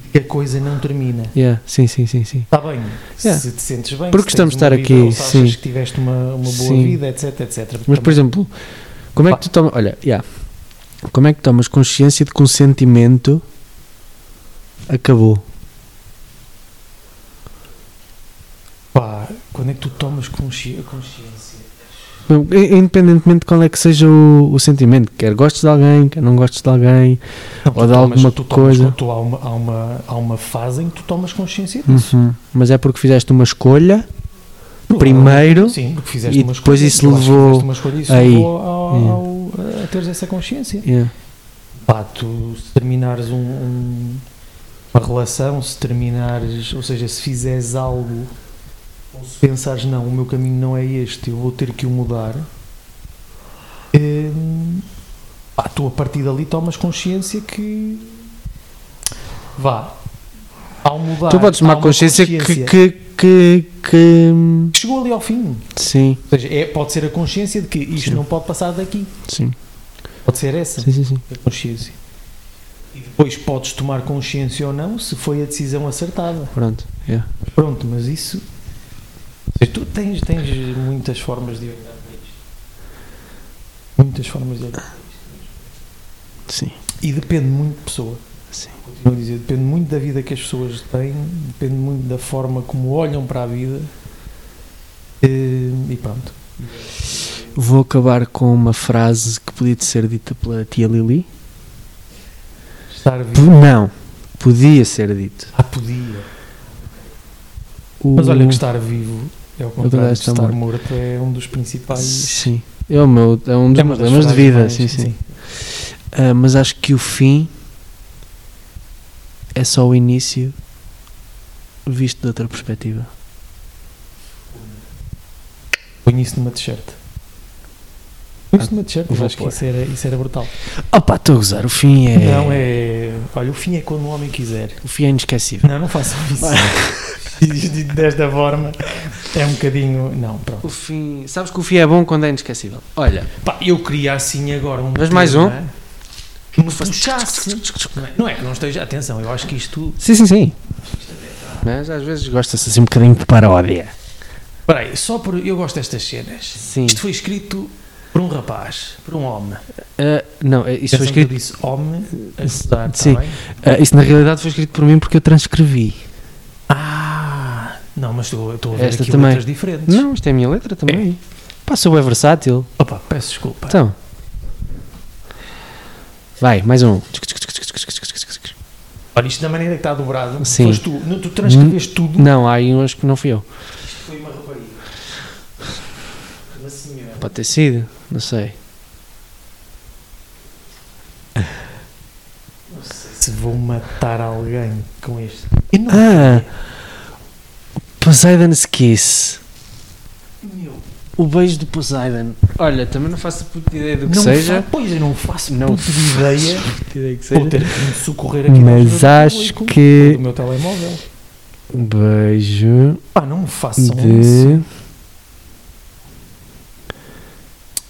Speaker 3: de que a coisa não termina.
Speaker 2: Yeah, sim, sim, sim, sim.
Speaker 3: Está bem,
Speaker 2: Yeah.
Speaker 3: se te sentes bem,
Speaker 2: Porque
Speaker 3: se tens
Speaker 2: estamos a estar
Speaker 3: uma vida,
Speaker 2: aqui,
Speaker 3: ou se achas
Speaker 2: sim.
Speaker 3: que tiveste uma, uma boa
Speaker 2: Sim.
Speaker 3: vida, etc, etc.
Speaker 2: Mas, por
Speaker 3: Também-
Speaker 2: exemplo, como é que tu tomas. Olha, yeah, como é que tomas consciência de que um sentimento acabou?
Speaker 3: Pá, quando é que tu tomas consci- consciência?
Speaker 2: Bom, i- Independentemente de qual é que seja o, o sentimento, quer gostes de alguém, quer não gostes de alguém.
Speaker 3: Não,
Speaker 2: Ou de alguma
Speaker 3: tu
Speaker 2: coisa.
Speaker 3: Tu, há, uma, há, uma, há uma fase em que tu tomas consciência disso.
Speaker 2: Uhum. Mas é porque fizeste uma escolha primeiro.
Speaker 3: Sim, porque fizeste
Speaker 2: E
Speaker 3: uma escolha.
Speaker 2: depois isso
Speaker 3: eu acho que
Speaker 2: levou
Speaker 3: fizeste uma escolha e isso
Speaker 2: aí. Hum.
Speaker 3: levou ao, ao- a teres essa consciência.
Speaker 2: Yeah.
Speaker 3: Pá, tu se terminares um- um- uma relação, se terminares, ou seja, se fizeres algo, ou se pensares, não, o meu caminho não é este, eu vou ter que o mudar, hum, pá, tu a partir dali tomas consciência que vá. Ao mudar,
Speaker 2: Tu podes
Speaker 3: há
Speaker 2: tomar
Speaker 3: uma
Speaker 2: consciência,
Speaker 3: consciência
Speaker 2: Que, que, que, que-
Speaker 3: que chegou ali ao fim.
Speaker 2: Sim,
Speaker 3: Ou seja, é- pode ser a consciência de que isto
Speaker 2: Sim.
Speaker 3: não pode passar daqui.
Speaker 2: sim.
Speaker 3: Pode ser essa.
Speaker 2: Sim, sim, sim.
Speaker 3: a consciência. E depois podes tomar consciência ou não se foi a decisão acertada.
Speaker 2: Pronto. yeah.
Speaker 3: Pronto, mas isso. ou seja, Tu tens, tens muitas formas de olhar para isto. Muitas formas de olhar.
Speaker 2: Sim.
Speaker 3: E depende muito de pessoa.
Speaker 2: Sim.
Speaker 3: Continuo a dizer, depende muito da vida que as pessoas têm, depende muito da forma como olham para a vida. Eh, E pronto.
Speaker 2: Vou acabar com uma frase que podia ser dita pela tia Lili.
Speaker 3: Estar
Speaker 2: P-
Speaker 3: vivo.
Speaker 2: Não, podia ser dito.
Speaker 3: Ah, podia.
Speaker 2: O-
Speaker 3: Mas olha que estar vivo é o contrário de
Speaker 2: estar
Speaker 3: estar morto.
Speaker 2: morto.
Speaker 3: É um dos principais.
Speaker 2: Sim. É, o meu, é um dos
Speaker 3: É uma das
Speaker 2: meus problemas de
Speaker 3: frases
Speaker 2: vida.
Speaker 3: mais-
Speaker 2: sim, sim. Ah, mas acho que o fim é só o início visto de outra perspectiva.
Speaker 3: Ponho isso numa t-shirt. Ah, Ponho isso numa t-shirt, mas
Speaker 2: vou
Speaker 3: acho que
Speaker 2: pôr.
Speaker 3: isso era, isso era brutal.
Speaker 2: Opa, estou a gozar. O fim é.
Speaker 3: Não é. Olha, o fim é quando o homem quiser.
Speaker 2: O fim é inesquecível.
Speaker 3: Não, não façam isso. Dito Desta forma, é um bocadinho. Não, pronto.
Speaker 2: O fim. Sabes que o fim é bom quando é inesquecível. Olha,
Speaker 3: Pá, eu queria assim agora um.
Speaker 2: Mas mais
Speaker 3: tema
Speaker 2: um?
Speaker 3: Que me puxasse. Não é que não esteja. Atenção, eu acho que isto.
Speaker 2: Sim, sim, sim. Mas às vezes gosta-se assim um bocadinho de paródia.
Speaker 3: Espera aí, só por. Eu gosto destas cenas.
Speaker 2: Sim.
Speaker 3: Isto foi escrito por um rapaz, por um homem.
Speaker 2: Ah, não, é- isso
Speaker 3: Atenção
Speaker 2: foi
Speaker 3: que
Speaker 2: escrito.
Speaker 3: Eu disse homem, ajudar,
Speaker 2: Sim.
Speaker 3: está bem?
Speaker 2: ah, isso na realidade foi escrito por mim porque eu transcrevi.
Speaker 3: Ah, não, mas estou estou a ver
Speaker 2: Esta
Speaker 3: aqui
Speaker 2: também.
Speaker 3: letras diferentes.
Speaker 2: Não, isto é a minha letra também. Pá, sou é versátil.
Speaker 3: Opa, peço desculpa.
Speaker 2: Então. Vai, mais um.
Speaker 3: Olha, isto da maneira que está dobrado,
Speaker 2: Sim. Hum.
Speaker 3: foste tu, não, tu transcreveste tudo.
Speaker 2: Não, há aí uns que não fui eu.
Speaker 3: Isto foi uma rapariga. Uma senhora.
Speaker 2: Pode ter sido, não sei.
Speaker 3: Não sei se vou matar alguém com este. Eu não-
Speaker 2: Ah! Poseidon's Kiss.
Speaker 3: Meu,
Speaker 2: O beijo de Poseidon. Olha, também não faço puta ideia do que
Speaker 3: não
Speaker 2: seja.
Speaker 3: fa- pois eu não faço
Speaker 2: Não
Speaker 3: não puta de ideia. Vou ter que me socorrer aqui.
Speaker 2: Mas
Speaker 3: aos meus
Speaker 2: acho
Speaker 3: público,
Speaker 2: que-
Speaker 3: ou Do meu telemóvel.
Speaker 2: Beijo
Speaker 3: Pá, não me
Speaker 2: um
Speaker 3: façam isso.
Speaker 2: de.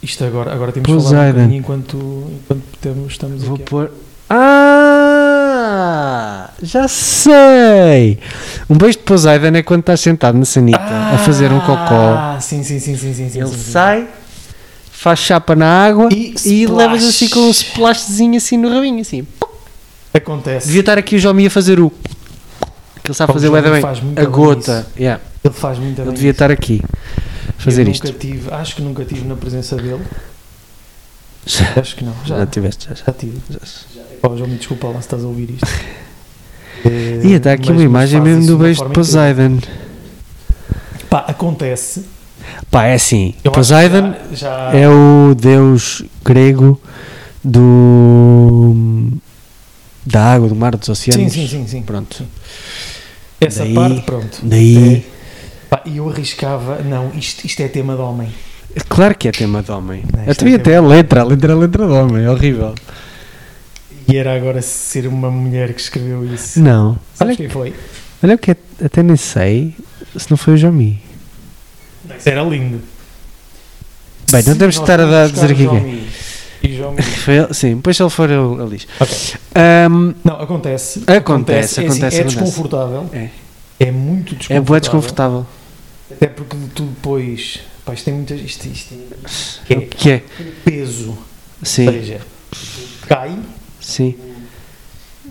Speaker 3: Isto agora, agora temos
Speaker 2: Pois
Speaker 3: que falar um
Speaker 2: é, Dan.
Speaker 3: bocadinho enquanto, enquanto temos, estamos
Speaker 2: Vou
Speaker 3: aqui.
Speaker 2: pôr. Ah! Já sei! Um beijo de Poseidon é quando estás sentado na sanita a fazer um cocó.
Speaker 3: Ah, sim, sim, sim, sim, sim. sim,
Speaker 2: Ele
Speaker 3: sim, sim.
Speaker 2: sai, faz chapa na água
Speaker 3: E
Speaker 2: e,
Speaker 3: splash.
Speaker 2: levas assim com um splashzinho assim no rabinho, assim.
Speaker 3: Acontece.
Speaker 2: Devia estar aqui o Jomie a fazer o. Que ele sabe
Speaker 3: Pá, o
Speaker 2: fazer o é
Speaker 3: Jomie
Speaker 2: bem.
Speaker 3: faz muito
Speaker 2: A
Speaker 3: bem
Speaker 2: gota. Yeah.
Speaker 3: Ele faz muito
Speaker 2: Ele
Speaker 3: bem.
Speaker 2: devia
Speaker 3: isso.
Speaker 2: estar aqui a fazer
Speaker 3: eu
Speaker 2: isto.
Speaker 3: Nunca tive, acho que nunca tive na presença dele.
Speaker 2: Já,
Speaker 3: Acho que não. Já,
Speaker 2: já
Speaker 3: já,
Speaker 2: tiveste, já, já.
Speaker 3: tive.
Speaker 2: já.
Speaker 3: Pá, já me desculpa lá se estás a ouvir isto. Eh,
Speaker 2: Ia estar aqui
Speaker 3: mas-
Speaker 2: uma
Speaker 3: mas
Speaker 2: imagem
Speaker 3: faz
Speaker 2: mesmo
Speaker 3: isso
Speaker 2: do
Speaker 3: uma
Speaker 2: beijo de
Speaker 3: forma incrível.
Speaker 2: Poseidon.
Speaker 3: Pá, acontece.
Speaker 2: Pá, é assim.
Speaker 3: Eu acho
Speaker 2: Poseidon
Speaker 3: que já, já-
Speaker 2: é o deus grego do. da água, do mar, dos
Speaker 3: Sim,
Speaker 2: oceanos.
Speaker 3: sim, sim, sim.
Speaker 2: Pronto.
Speaker 3: Essa
Speaker 2: Daí-
Speaker 3: parte, pronto. É.
Speaker 2: Daí.
Speaker 3: Pá, E eu arriscava. Não, isto, isto é tema de homem.
Speaker 2: Claro que é tema de homem.
Speaker 3: Não, isto
Speaker 2: Eu
Speaker 3: é
Speaker 2: tenho até a letra, a letra, a letra de homem, é horrível.
Speaker 3: E E era agora ser uma mulher que escreveu isso.
Speaker 2: Não.
Speaker 3: Sabes
Speaker 2: Olha,
Speaker 3: quem foi?
Speaker 2: olha o que é- até nem sei se não foi o Jomi.
Speaker 3: Não, Isso era lindo.
Speaker 2: Bem, não
Speaker 3: Se
Speaker 2: temos
Speaker 3: nós
Speaker 2: de estar a
Speaker 3: formos
Speaker 2: dar-
Speaker 3: buscar
Speaker 2: dizer aqui
Speaker 3: o
Speaker 2: quem.
Speaker 3: Jomi E João Miguel.
Speaker 2: Foi ele- sim, depois se ele for ele, ele diz.
Speaker 3: Ok.
Speaker 2: Ahm,
Speaker 3: Não, acontece.
Speaker 2: Acontece,
Speaker 3: É, assim,
Speaker 2: acontece,
Speaker 3: é
Speaker 2: acontece.
Speaker 3: desconfortável.
Speaker 2: É.
Speaker 3: É muito desconfortável.
Speaker 2: é bué desconfortável.
Speaker 3: Até porque tu depois. Pá, isto tem muitas. Isto, isto
Speaker 2: O
Speaker 3: tem
Speaker 2: que é?
Speaker 3: peso. Ou
Speaker 2: Sim,
Speaker 3: seja, cai
Speaker 2: sim,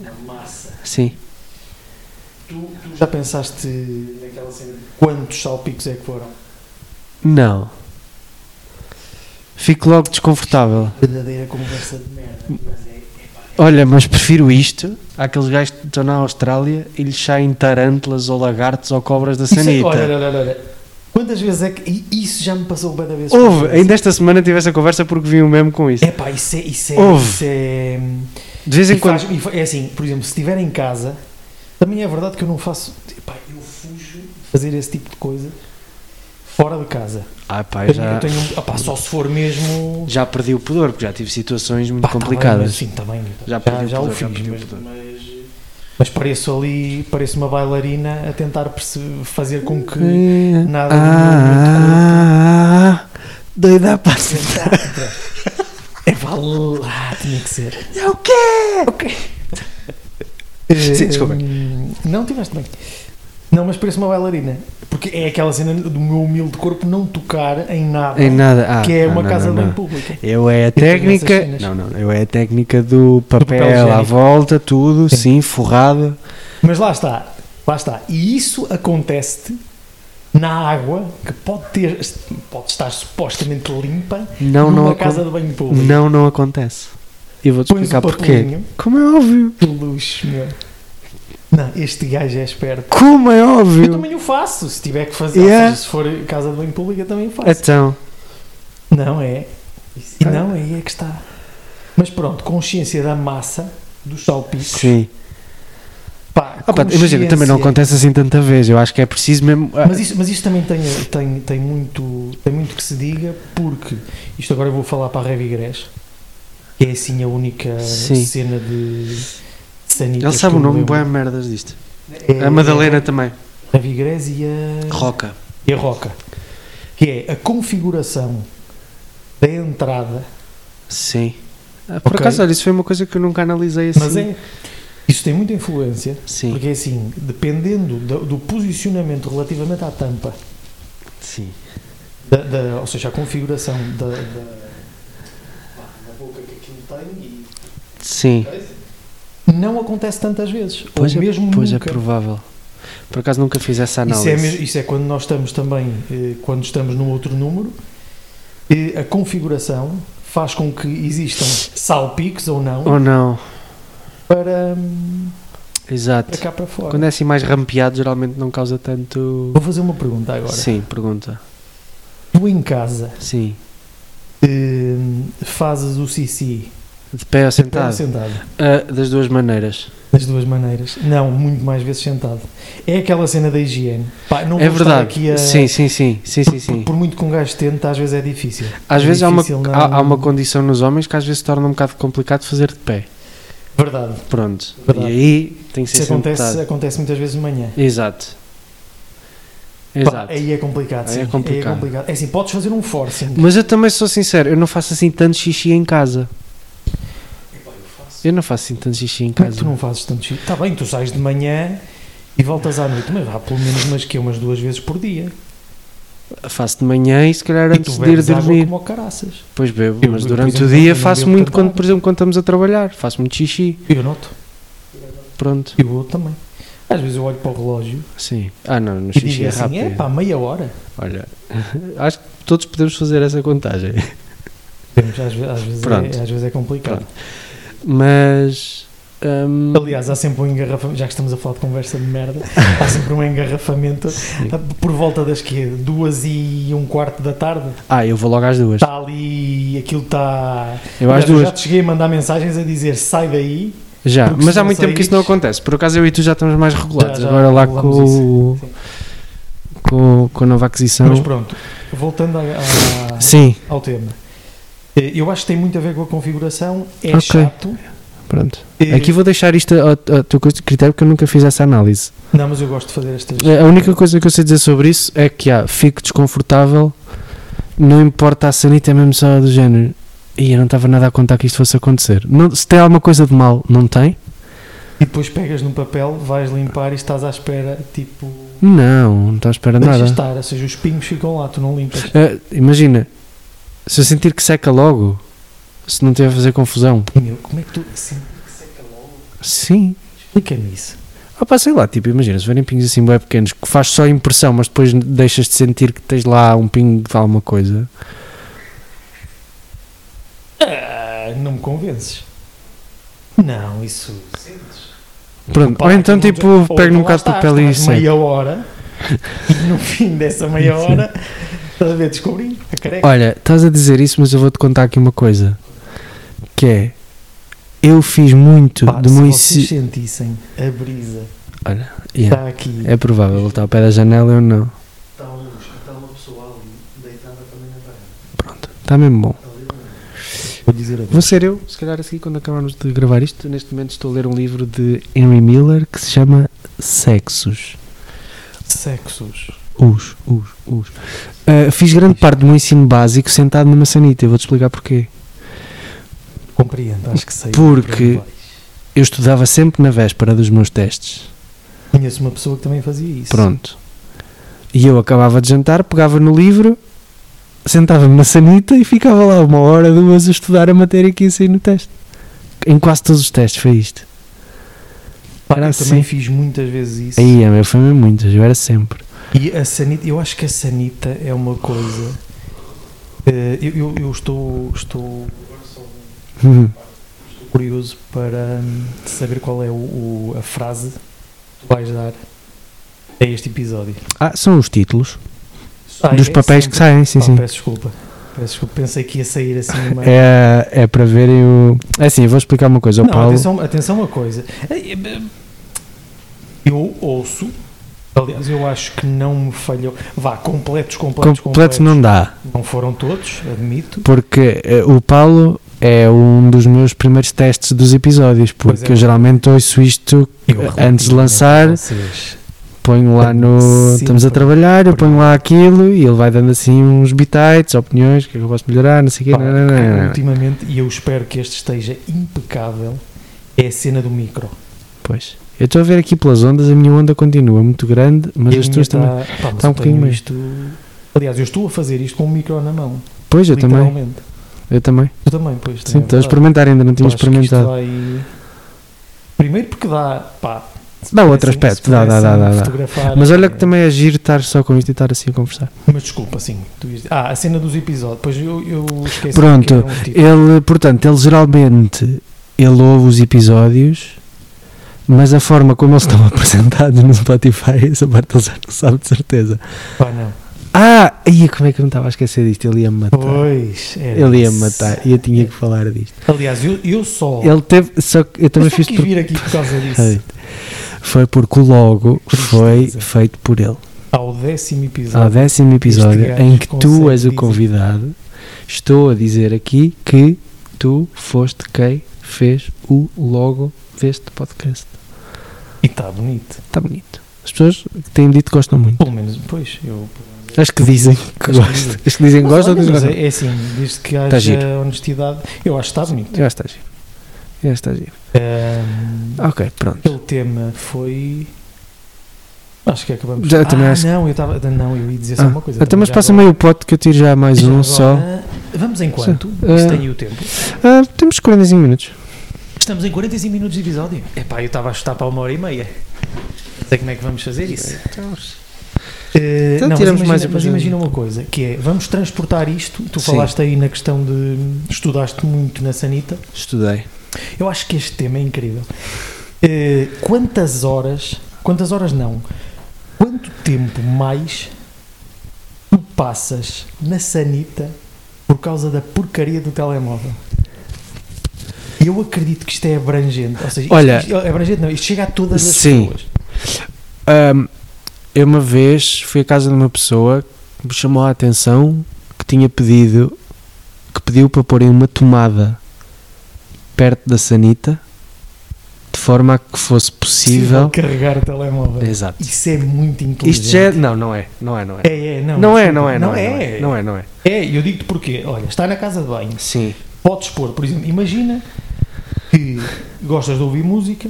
Speaker 3: na massa.
Speaker 2: sim.
Speaker 3: Tu, tu já pensaste naquela cena de quantos salpicos é que foram?
Speaker 2: Não. Fico logo desconfortável.
Speaker 3: Verdadeira conversa de merda. Mas é, é pá,
Speaker 2: Olha, mas prefiro isto àqueles gajos que estão na Austrália e lhes saem tarântulas ou lagartos ou cobras da
Speaker 3: Isso é-
Speaker 2: sanita.
Speaker 3: olha, olha, olha, olha. Quantas vezes é que. e Isso é já me passou bem da vez.
Speaker 2: Houve, ainda esta semana tive essa conversa porque vi um mesmo com isso.
Speaker 3: É pá, isso é. Isso é,
Speaker 2: Houve.
Speaker 3: isso é
Speaker 2: De vez em
Speaker 3: e
Speaker 2: quando.
Speaker 3: faz- e fa- é assim, por exemplo, se estiver em casa, também é verdade que eu não faço. Pá, eu fujo de fazer esse tipo de coisa fora de casa.
Speaker 2: Ah, pá,
Speaker 3: Eu
Speaker 2: já,
Speaker 3: tenho, eu tenho- opá, só se for mesmo.
Speaker 2: já perdi o pudor, porque já tive situações muito
Speaker 3: Pá, tá bem, mas
Speaker 2: complicadas.
Speaker 3: sim, está bem. tá-
Speaker 2: Já
Speaker 3: Já,
Speaker 2: perdi o
Speaker 3: já o
Speaker 2: pudor, já
Speaker 3: fiz,
Speaker 2: perdi o
Speaker 3: mas,
Speaker 2: pudor.
Speaker 3: mas, mas pareço ali, pareço uma bailarina a tentar perce- fazer com que.
Speaker 2: É.
Speaker 3: nada do
Speaker 2: ah, ah, ah, doida para
Speaker 3: É vá lá, tinha que ser.
Speaker 2: É o quê? O quê? Sim,
Speaker 3: Eh,
Speaker 2: desculpa.
Speaker 3: hum, Não, tiveste bem. Não, mas parece uma bailarina. Porque é aquela cena do meu humilde corpo não tocar em nada.
Speaker 2: Em nada. Ah,
Speaker 3: Que é
Speaker 2: não,
Speaker 3: uma
Speaker 2: não,
Speaker 3: casa
Speaker 2: não,
Speaker 3: bem
Speaker 2: não.
Speaker 3: pública.
Speaker 2: Eu é a
Speaker 3: tenho essas
Speaker 2: técnica.
Speaker 3: cenas.
Speaker 2: Não, não, eu é a técnica do papel,
Speaker 3: papel
Speaker 2: à
Speaker 3: higiênico.
Speaker 2: volta, tudo,
Speaker 3: Sim.
Speaker 2: sim, forrado.
Speaker 3: Mas lá está. Lá está. E isso acontece-te na água que pode, ter, pode estar supostamente limpa
Speaker 2: Não,
Speaker 3: numa
Speaker 2: não, acon-
Speaker 3: casa de banho pública.
Speaker 2: não, não acontece. E vou-te
Speaker 3: Pões o
Speaker 2: explicar porquê.
Speaker 3: papelinho.
Speaker 2: Como é óbvio.
Speaker 3: Que luxo, meu. Não, este gajo é esperto.
Speaker 2: Como é
Speaker 3: Eu
Speaker 2: óbvio.
Speaker 3: também o faço, se tiver que fazer.
Speaker 2: Yeah.
Speaker 3: Ou seja, se for casa de banho pública, também o faço.
Speaker 2: Então,
Speaker 3: Não é. E não, aí é que está. Mas pronto, consciência da massa, dos salpicos.
Speaker 2: sim.
Speaker 3: Pá,
Speaker 2: Ah, pá, imagina,
Speaker 3: consciência.
Speaker 2: também não acontece assim tanta vez. Eu acho que é preciso mesmo. ah,
Speaker 3: Mas isso, mas isso também tem, tem, tem, muito, tem muito que se diga, porque isto agora eu vou falar para a Revigrés, que é assim a única
Speaker 2: Sim.
Speaker 3: cena de sanitas.
Speaker 2: ele sabe
Speaker 3: que
Speaker 2: o
Speaker 3: eu me
Speaker 2: nome,
Speaker 3: lembro.
Speaker 2: boé merdas disto.
Speaker 3: um- É
Speaker 2: A Madalena também.
Speaker 3: Revigrés e a.
Speaker 2: Roca.
Speaker 3: e a Roca, que é a configuração da entrada,
Speaker 2: Sim. Ah, Por
Speaker 3: Ok.
Speaker 2: acaso, olha, isso foi uma coisa que eu nunca analisei assim.
Speaker 3: mas é isso tem muita influência,
Speaker 2: Sim,
Speaker 3: porque é assim, dependendo do, do posicionamento relativamente à tampa,
Speaker 2: sim.
Speaker 3: da, da- ou seja, a configuração da, da, da boca que aquilo tem e
Speaker 2: Sim.
Speaker 3: não acontece tantas vezes,
Speaker 2: Pois,
Speaker 3: ou mesmo
Speaker 2: é, pois é
Speaker 3: nunca.
Speaker 2: provável. Por acaso nunca fiz essa
Speaker 3: Isso
Speaker 2: análise.
Speaker 3: é, mesmo- isso é quando nós estamos também, eh, quando estamos num outro número, eh, a configuração faz com que existam salpicos ou não
Speaker 2: Ou não?
Speaker 3: para, hum, para
Speaker 2: Exato.
Speaker 3: cá para fora.
Speaker 2: Quando é assim mais rampeado, geralmente não causa tanto.
Speaker 3: Vou fazer uma pergunta agora.
Speaker 2: Sim, pergunta.
Speaker 3: Tu em casa
Speaker 2: Sim.
Speaker 3: hum, fazes o CC
Speaker 2: De pé ou
Speaker 3: sentado.
Speaker 2: sentado?
Speaker 3: sentado?
Speaker 2: Ah, das duas maneiras.
Speaker 3: Das duas maneiras. Não, muito mais vezes sentado. É aquela cena da higiene. Pá, não
Speaker 2: é
Speaker 3: vou estar
Speaker 2: verdade.
Speaker 3: Aqui a,
Speaker 2: Sim, sim, sim. sim, sim,
Speaker 3: por-
Speaker 2: sim.
Speaker 3: Por muito que um gajo tente, às vezes é difícil.
Speaker 2: Às
Speaker 3: é
Speaker 2: vezes há uma,
Speaker 3: difícil não-
Speaker 2: há, há uma condição nos homens que às vezes torna um bocado complicado fazer de pé.
Speaker 3: Verdade.
Speaker 2: Pronto.
Speaker 3: Verdade.
Speaker 2: E aí tem que ser
Speaker 3: Isso acontece,
Speaker 2: sentado.
Speaker 3: acontece muitas vezes de manhã.
Speaker 2: Exato.
Speaker 3: Pá,
Speaker 2: Exato.
Speaker 3: aí é complicado,
Speaker 2: Aí
Speaker 3: sim.
Speaker 2: é complicado.
Speaker 3: Aí é complicado. É assim, podes fazer um forcing.
Speaker 2: Mas eu também sou sincero, eu não faço assim tanto xixi em casa. Eu não faço assim tanto xixi em
Speaker 3: Como é que
Speaker 2: casa.
Speaker 3: tu não fazes tanto xixi? Está bem, tu sais de manhã e voltas à noite, mas há pelo menos umas, que, é umas duas vezes por dia.
Speaker 2: Faço de manhã e se calhar
Speaker 3: e
Speaker 2: antes
Speaker 3: tu
Speaker 2: de ir
Speaker 3: bebes água
Speaker 2: dormir.
Speaker 3: como ao caraças.
Speaker 2: Pois bebo,
Speaker 3: Eu,
Speaker 2: mas
Speaker 3: por
Speaker 2: durante o
Speaker 3: exemplo,
Speaker 2: dia
Speaker 3: eu não
Speaker 2: faço
Speaker 3: bebo
Speaker 2: muito
Speaker 3: tanta
Speaker 2: quando,
Speaker 3: água.
Speaker 2: por exemplo, quando estamos a trabalhar, faço muito xixi.
Speaker 3: Eu noto.
Speaker 2: Pronto.
Speaker 3: Eu vou também. Às vezes eu olho para o relógio
Speaker 2: Sim. Ah, não, no
Speaker 3: e
Speaker 2: xixi
Speaker 3: digo
Speaker 2: é
Speaker 3: assim,
Speaker 2: rápido.
Speaker 3: é pá, meia hora.
Speaker 2: Olha, acho que todos podemos fazer essa contagem.
Speaker 3: Vemos, Às, ve- às vezes
Speaker 2: Pronto.
Speaker 3: é, às vezes é complicado.
Speaker 2: Mas. hum,
Speaker 3: Aliás, há sempre um engarrafamento, já que estamos a falar de conversa de merda, há sempre um engarrafamento
Speaker 2: sim.
Speaker 3: a- por volta das quê? Duas e um quarto da tarde.
Speaker 2: Ah, eu vou logo às duas.
Speaker 3: Está ali, aquilo está...
Speaker 2: Eu às
Speaker 3: Aliás, eu
Speaker 2: duas.
Speaker 3: Tá. já te cheguei a mandar mensagens a dizer, sai daí,
Speaker 2: Já,
Speaker 3: Porque
Speaker 2: mas
Speaker 3: se
Speaker 2: há
Speaker 3: não
Speaker 2: muito tempo que isso não
Speaker 3: saís-
Speaker 2: acontece. Por acaso eu e tu já estamos mais regulados.
Speaker 3: Já, já
Speaker 2: Agora lá com,
Speaker 3: regulamos
Speaker 2: o-
Speaker 3: Sim.
Speaker 2: com, com a nova aquisição.
Speaker 3: Mas pronto, voltando a- a-
Speaker 2: Então- Sim,
Speaker 3: ao tema. Eh, Eu acho que tem muito a ver com a configuração, é
Speaker 2: Ok. É
Speaker 3: chato,
Speaker 2: Pronto.
Speaker 3: E-
Speaker 2: Aqui vou deixar isto ao, ao teu cu- critério porque eu nunca fiz essa análise.
Speaker 3: Eh, Não, mas eu gosto de fazer estas.
Speaker 2: A única coisa que eu sei dizer sobre isso é que ah, fico desconfortável, não importa a sanita, é mesmo só do género. E eu não estava nada a contar que isto fosse acontecer. Não- se tem alguma coisa de mal, não tem?
Speaker 3: E depois pegas num papel, vais limpar e estás à espera, tipo.
Speaker 2: Não, não estou a esperar
Speaker 3: Deixa
Speaker 2: nada.
Speaker 3: estar, ou seja, os pinhos ficam lá, tu não limpas.
Speaker 2: Ah, imagina, se eu sentir que seca logo, se não tiver a fazer confusão,
Speaker 3: Meu, como é que tu. assim, seca logo?
Speaker 2: sim.
Speaker 3: Explica-me isso.
Speaker 2: Ah, pá, sei lá, tipo, imagina, se forem pinhos assim bem pequenos que faz só impressão, mas depois deixas de sentir que tens lá um pingo de alguma coisa.
Speaker 3: Ah, não me convences. Não, isso.
Speaker 2: Pronto,
Speaker 3: Pá,
Speaker 2: ou então,
Speaker 3: aquilo
Speaker 2: tipo,
Speaker 3: não- ou
Speaker 2: pego
Speaker 3: então
Speaker 2: num
Speaker 3: lá
Speaker 2: bocado de
Speaker 3: estás,
Speaker 2: papel e
Speaker 3: estás
Speaker 2: seco.
Speaker 3: meia hora, e no fim dessa meia hora, estás a ver, descobri a careca.
Speaker 2: Olha, estás a dizer isso, mas eu vou-te contar aqui uma coisa. Que é. Eu fiz muito
Speaker 3: Pá,
Speaker 2: do
Speaker 3: se
Speaker 2: meu
Speaker 3: vocês
Speaker 2: ensino.
Speaker 3: sentissem a brisa,
Speaker 2: Yeah,
Speaker 3: está aqui,
Speaker 2: É provável, ele está ao pé da janela eu não.
Speaker 4: Está a luz, está uma pessoa ali, deitada também na varanda.
Speaker 2: Está tá mesmo bom.
Speaker 4: é.
Speaker 3: vou dizer a
Speaker 2: Vou ser eu, se calhar a seguir, quando acabarmos de gravar isto. Neste momento estou a ler um livro de Henry Miller que se chama Sexos.
Speaker 3: Sexos.
Speaker 2: Us, us, us. Ah, fiz grande parte do meu ensino básico sentado numa sanita. Eu vou-te explicar porquê.
Speaker 3: Compreendo, acho que sei.
Speaker 2: Porque- Eu estudava sempre na véspera dos meus testes.
Speaker 3: Conheço uma pessoa que também fazia isso.
Speaker 2: Pronto. E eu acabava de jantar, pegava no livro, sentava-me na sanita e ficava lá uma hora, duas a estudar a matéria que ia sair no teste. Em quase todos os testes foi isto.
Speaker 3: Pá,
Speaker 2: Era
Speaker 3: eu
Speaker 2: assim.
Speaker 3: também fiz muitas vezes isso.
Speaker 2: Aí, meu, foi mesmo muitas, eu era sempre.
Speaker 3: E a sanita, eu acho que a sanita é uma coisa. eh, eu, eu- eu estou, estou
Speaker 2: Uhum.
Speaker 3: curioso para hum, saber qual é o, o- a frase que tu vais dar a este episódio.
Speaker 2: Ah, são os títulos
Speaker 3: Ah,
Speaker 2: dos
Speaker 3: é
Speaker 2: papéis que
Speaker 3: sempre-
Speaker 2: saem, sim,
Speaker 3: Pá,
Speaker 2: sim.
Speaker 3: Peço desculpa. Peço desculpa. Pensei que ia sair assim uma.
Speaker 2: É, é para verem o. É assim, eu vou explicar uma coisa. O
Speaker 3: Não,
Speaker 2: Paulo.
Speaker 3: atenção, atenção uma coisa. É, Eu ouço, aliás, eu acho que não me falhou. Vá, completos, completos, completos.
Speaker 2: completo não dá.
Speaker 3: Não foram todos, admito.
Speaker 2: Porque eh, o Paulo é um dos meus primeiros testes dos episódios.
Speaker 3: Pois
Speaker 2: Porque
Speaker 3: é.
Speaker 2: eu geralmente ouço isto
Speaker 3: Eu
Speaker 2: antes
Speaker 3: relativamente
Speaker 2: de lançar.
Speaker 3: vocês.
Speaker 2: ponho lá no.
Speaker 3: Sempre.
Speaker 2: Estamos a trabalhar, eu ponho lá aquilo e ele vai dando assim uns bitites, opiniões, o que é que eu posso melhorar, não sei o quê.
Speaker 3: Pá,
Speaker 2: não, não, não, não, não.
Speaker 3: Ultimamente, e eu espero que este esteja impecável, é a cena do micro.
Speaker 2: Pois. Eu estou a ver aqui pelas ondas, a minha onda continua muito grande, mas
Speaker 3: E a
Speaker 2: as
Speaker 3: minha
Speaker 2: tuas
Speaker 3: tá-
Speaker 2: também.
Speaker 3: pá, mas
Speaker 2: tá um
Speaker 3: eu tenho
Speaker 2: bocadinho meio.
Speaker 3: isto. Aliás, eu estou a fazer isto com o micro na mão.
Speaker 2: Pois, eu também.
Speaker 3: literalmente. Também.
Speaker 2: Eu também.
Speaker 3: Eu também, pois. também é
Speaker 2: Sim, estou
Speaker 3: verdade.
Speaker 2: a Então, experimentar, ainda não tinha
Speaker 3: Acho que isto
Speaker 2: experimentado.
Speaker 3: vai- Primeiro porque dá, pá, se
Speaker 2: Dá outro
Speaker 3: pudessem-
Speaker 2: aspecto,
Speaker 3: se
Speaker 2: dá, dá, dá,
Speaker 3: pudessem
Speaker 2: dá, dá.
Speaker 3: fotografar-
Speaker 2: Mas olha que também é giro estar só com isto e estar assim a conversar.
Speaker 3: Mas desculpa, sim. tu ias- Ah, a cena dos episódios. Pois eu, eu esqueci.
Speaker 2: Pronto,
Speaker 3: que era um título.
Speaker 2: Ele, portanto, ele geralmente ele ouve os episódios, mas a forma como eles estão apresentados no Spotify, essa parte ele já não sabe de certeza.
Speaker 3: Pá, não.
Speaker 2: Ah, ia, como é que eu não estava a esquecer disto? Ele ia me matar.
Speaker 3: Pois. era
Speaker 2: Ele ia me
Speaker 3: isso.
Speaker 2: matar e eu tinha que falar disto.
Speaker 3: Aliás, eu, eu só.
Speaker 2: Ele teve, só que eu também
Speaker 3: eu só
Speaker 2: fiz
Speaker 3: quis
Speaker 2: por-
Speaker 3: vir aqui por causa disso.
Speaker 2: Foi porque o logo foi
Speaker 3: Tristeza.
Speaker 2: feito por ele.
Speaker 3: Ao décimo episódio.
Speaker 2: Ao décimo episódio
Speaker 3: gajo
Speaker 2: em que tu
Speaker 3: consegue
Speaker 2: és o
Speaker 3: dizer.
Speaker 2: convidado, estou a dizer aqui que tu foste quem fez o logo deste podcast.
Speaker 3: E está bonito.
Speaker 2: Está bonito. As pessoas que têm dito que gostam muito.
Speaker 3: Pelo menos, pois, eu.
Speaker 2: As que dizem que
Speaker 3: As que
Speaker 2: gostam.
Speaker 3: dizem.
Speaker 2: As que dizem que
Speaker 3: Mas
Speaker 2: gostam
Speaker 3: olha,
Speaker 2: ou que
Speaker 3: mas
Speaker 2: gostam.
Speaker 3: é, é assim, desde que
Speaker 2: Tá
Speaker 3: haja
Speaker 2: giro.
Speaker 3: honestidade, eu acho que está bonito.
Speaker 2: Já está giro. Já está giro.
Speaker 3: Ahm,
Speaker 2: Ok, pronto.
Speaker 3: Aquele tema foi. Acho que acabamos.
Speaker 2: Já, eu também
Speaker 3: ah,
Speaker 2: acho que-
Speaker 3: não, eu estava. Não, eu ia dizer só
Speaker 2: Ah,
Speaker 3: uma coisa.
Speaker 2: Então,
Speaker 3: também
Speaker 2: mas
Speaker 3: já
Speaker 2: passa
Speaker 3: agora-
Speaker 2: meio pote que eu tiro já mais
Speaker 3: já
Speaker 2: um
Speaker 3: agora- né?
Speaker 2: só.
Speaker 3: Vamos em quanto?
Speaker 2: Sim.
Speaker 3: Isto
Speaker 2: Ah.
Speaker 3: tem o tempo.
Speaker 2: Ah, temos 45 minutos.
Speaker 3: Estamos em 45 minutos de episódio. Epá, eu estava a chutar para uma hora e meia. Não sei como é que vamos fazer isso. Eh, não,
Speaker 2: Então
Speaker 3: mas
Speaker 2: tiramos
Speaker 3: imagina,
Speaker 2: mais um
Speaker 3: mas
Speaker 2: episódio.
Speaker 3: imagina uma coisa, que é, vamos transportar isto, tu
Speaker 2: Sim.
Speaker 3: falaste aí na questão de estudaste muito na Sanita,
Speaker 2: Estudei.
Speaker 3: eu acho que este tema é incrível. Eh, quantas horas, quantas horas não, quanto tempo mais tu passas na sanita por causa da porcaria do telemóvel? Eu acredito que isto é abrangente. Ou seja, isto-
Speaker 2: Olha-
Speaker 3: isto- é abrangente não, isto chega a todas as
Speaker 2: Sim.
Speaker 3: pessoas.
Speaker 2: eu uma vez fui à casa de uma pessoa que me chamou a atenção que tinha pedido que pediu para porem uma tomada perto da sanita forma a que fosse possível.
Speaker 3: carregar o telemóvel.
Speaker 2: Exato.
Speaker 3: Isso é muito inteligente.
Speaker 2: Isto já é. Não, não é. Não é, não é.
Speaker 3: É, é, não.
Speaker 2: Não é,
Speaker 3: desculpa.
Speaker 2: não é, não é. Não é, não é.
Speaker 3: É, eu digo-te porquê. Olha, está na casa de banho.
Speaker 2: Sim.
Speaker 3: Podes pôr, por exemplo, imagina que gostas de ouvir música,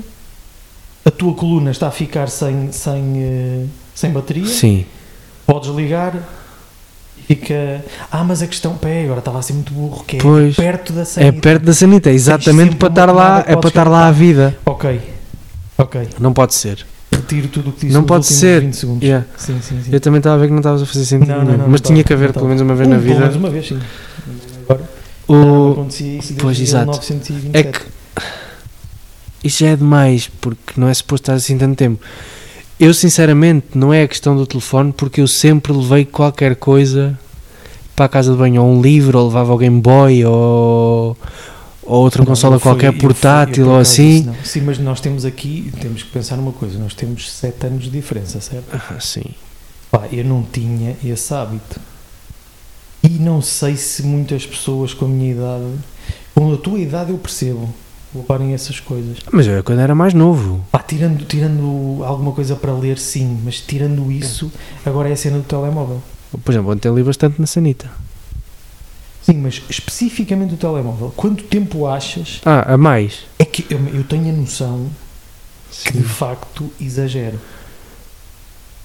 Speaker 3: a tua coluna está a ficar sem, sem, eh, sem bateria,
Speaker 2: Sim.
Speaker 3: podes ligar e fica. Ah, mas a questão. Pé, agora estava a ser muito burro, que é
Speaker 2: Pois.
Speaker 3: perto da saída.
Speaker 2: É perto da sanita, exatamente
Speaker 3: sempre
Speaker 2: para
Speaker 3: uma
Speaker 2: estar lá,
Speaker 3: tomada que
Speaker 2: é para
Speaker 3: podes
Speaker 2: estar lá a vida.
Speaker 3: Ok. Ok.
Speaker 2: Não pode ser.
Speaker 3: Retiro tudo o que disse
Speaker 2: Não
Speaker 3: nos
Speaker 2: pode
Speaker 3: últimos
Speaker 2: ser.
Speaker 3: 20 segundos.
Speaker 2: Yeah.
Speaker 3: Sim, sim, sim.
Speaker 2: Eu também estava a ver que não estavas a fazer sentido,
Speaker 3: Não, não,
Speaker 2: nenhum,
Speaker 3: não,
Speaker 2: mas
Speaker 3: não
Speaker 2: tinha
Speaker 3: estava,
Speaker 2: que haver
Speaker 3: não
Speaker 2: pelo menos uma vez
Speaker 3: Um,
Speaker 2: na
Speaker 3: Pelo menos
Speaker 2: vida.
Speaker 3: uma vez, sim. Agora, não
Speaker 2: O
Speaker 3: acontecia isso desde
Speaker 2: pois, exato.
Speaker 3: 1927.
Speaker 2: é que isso já é demais porque não é suposto estar assim tanto tempo. Eu sinceramente não é a questão do telefone porque eu sempre levei qualquer coisa para a casa de banho, ou um livro, ou levava o Game Boy, ou, ou outra
Speaker 3: Não,
Speaker 2: consola
Speaker 3: eu fui-
Speaker 2: qualquer
Speaker 3: eu fui- eu
Speaker 2: portátil
Speaker 3: é por
Speaker 2: ou
Speaker 3: acaso
Speaker 2: assim.
Speaker 3: disse não. Sim, mas nós temos aqui, temos que pensar numa coisa, nós temos 7 anos de diferença, certo?
Speaker 2: Ah, sim.
Speaker 3: Pá, eu não tinha esse hábito. E não sei se muitas pessoas com a minha idade, com a tua idade eu percebo, levarem essas coisas.
Speaker 2: Mas eu quando era mais novo.
Speaker 3: Pá, tirando, tirando alguma coisa para ler, sim, mas tirando isso, agora é a cena do telemóvel.
Speaker 2: Por exemplo, ontem li bastante na Sanita.
Speaker 3: Sim, mas especificamente do telemóvel. Quanto tempo achas?
Speaker 2: Ah, a mais.
Speaker 3: É que eu, eu tenho a noção que de facto exagero.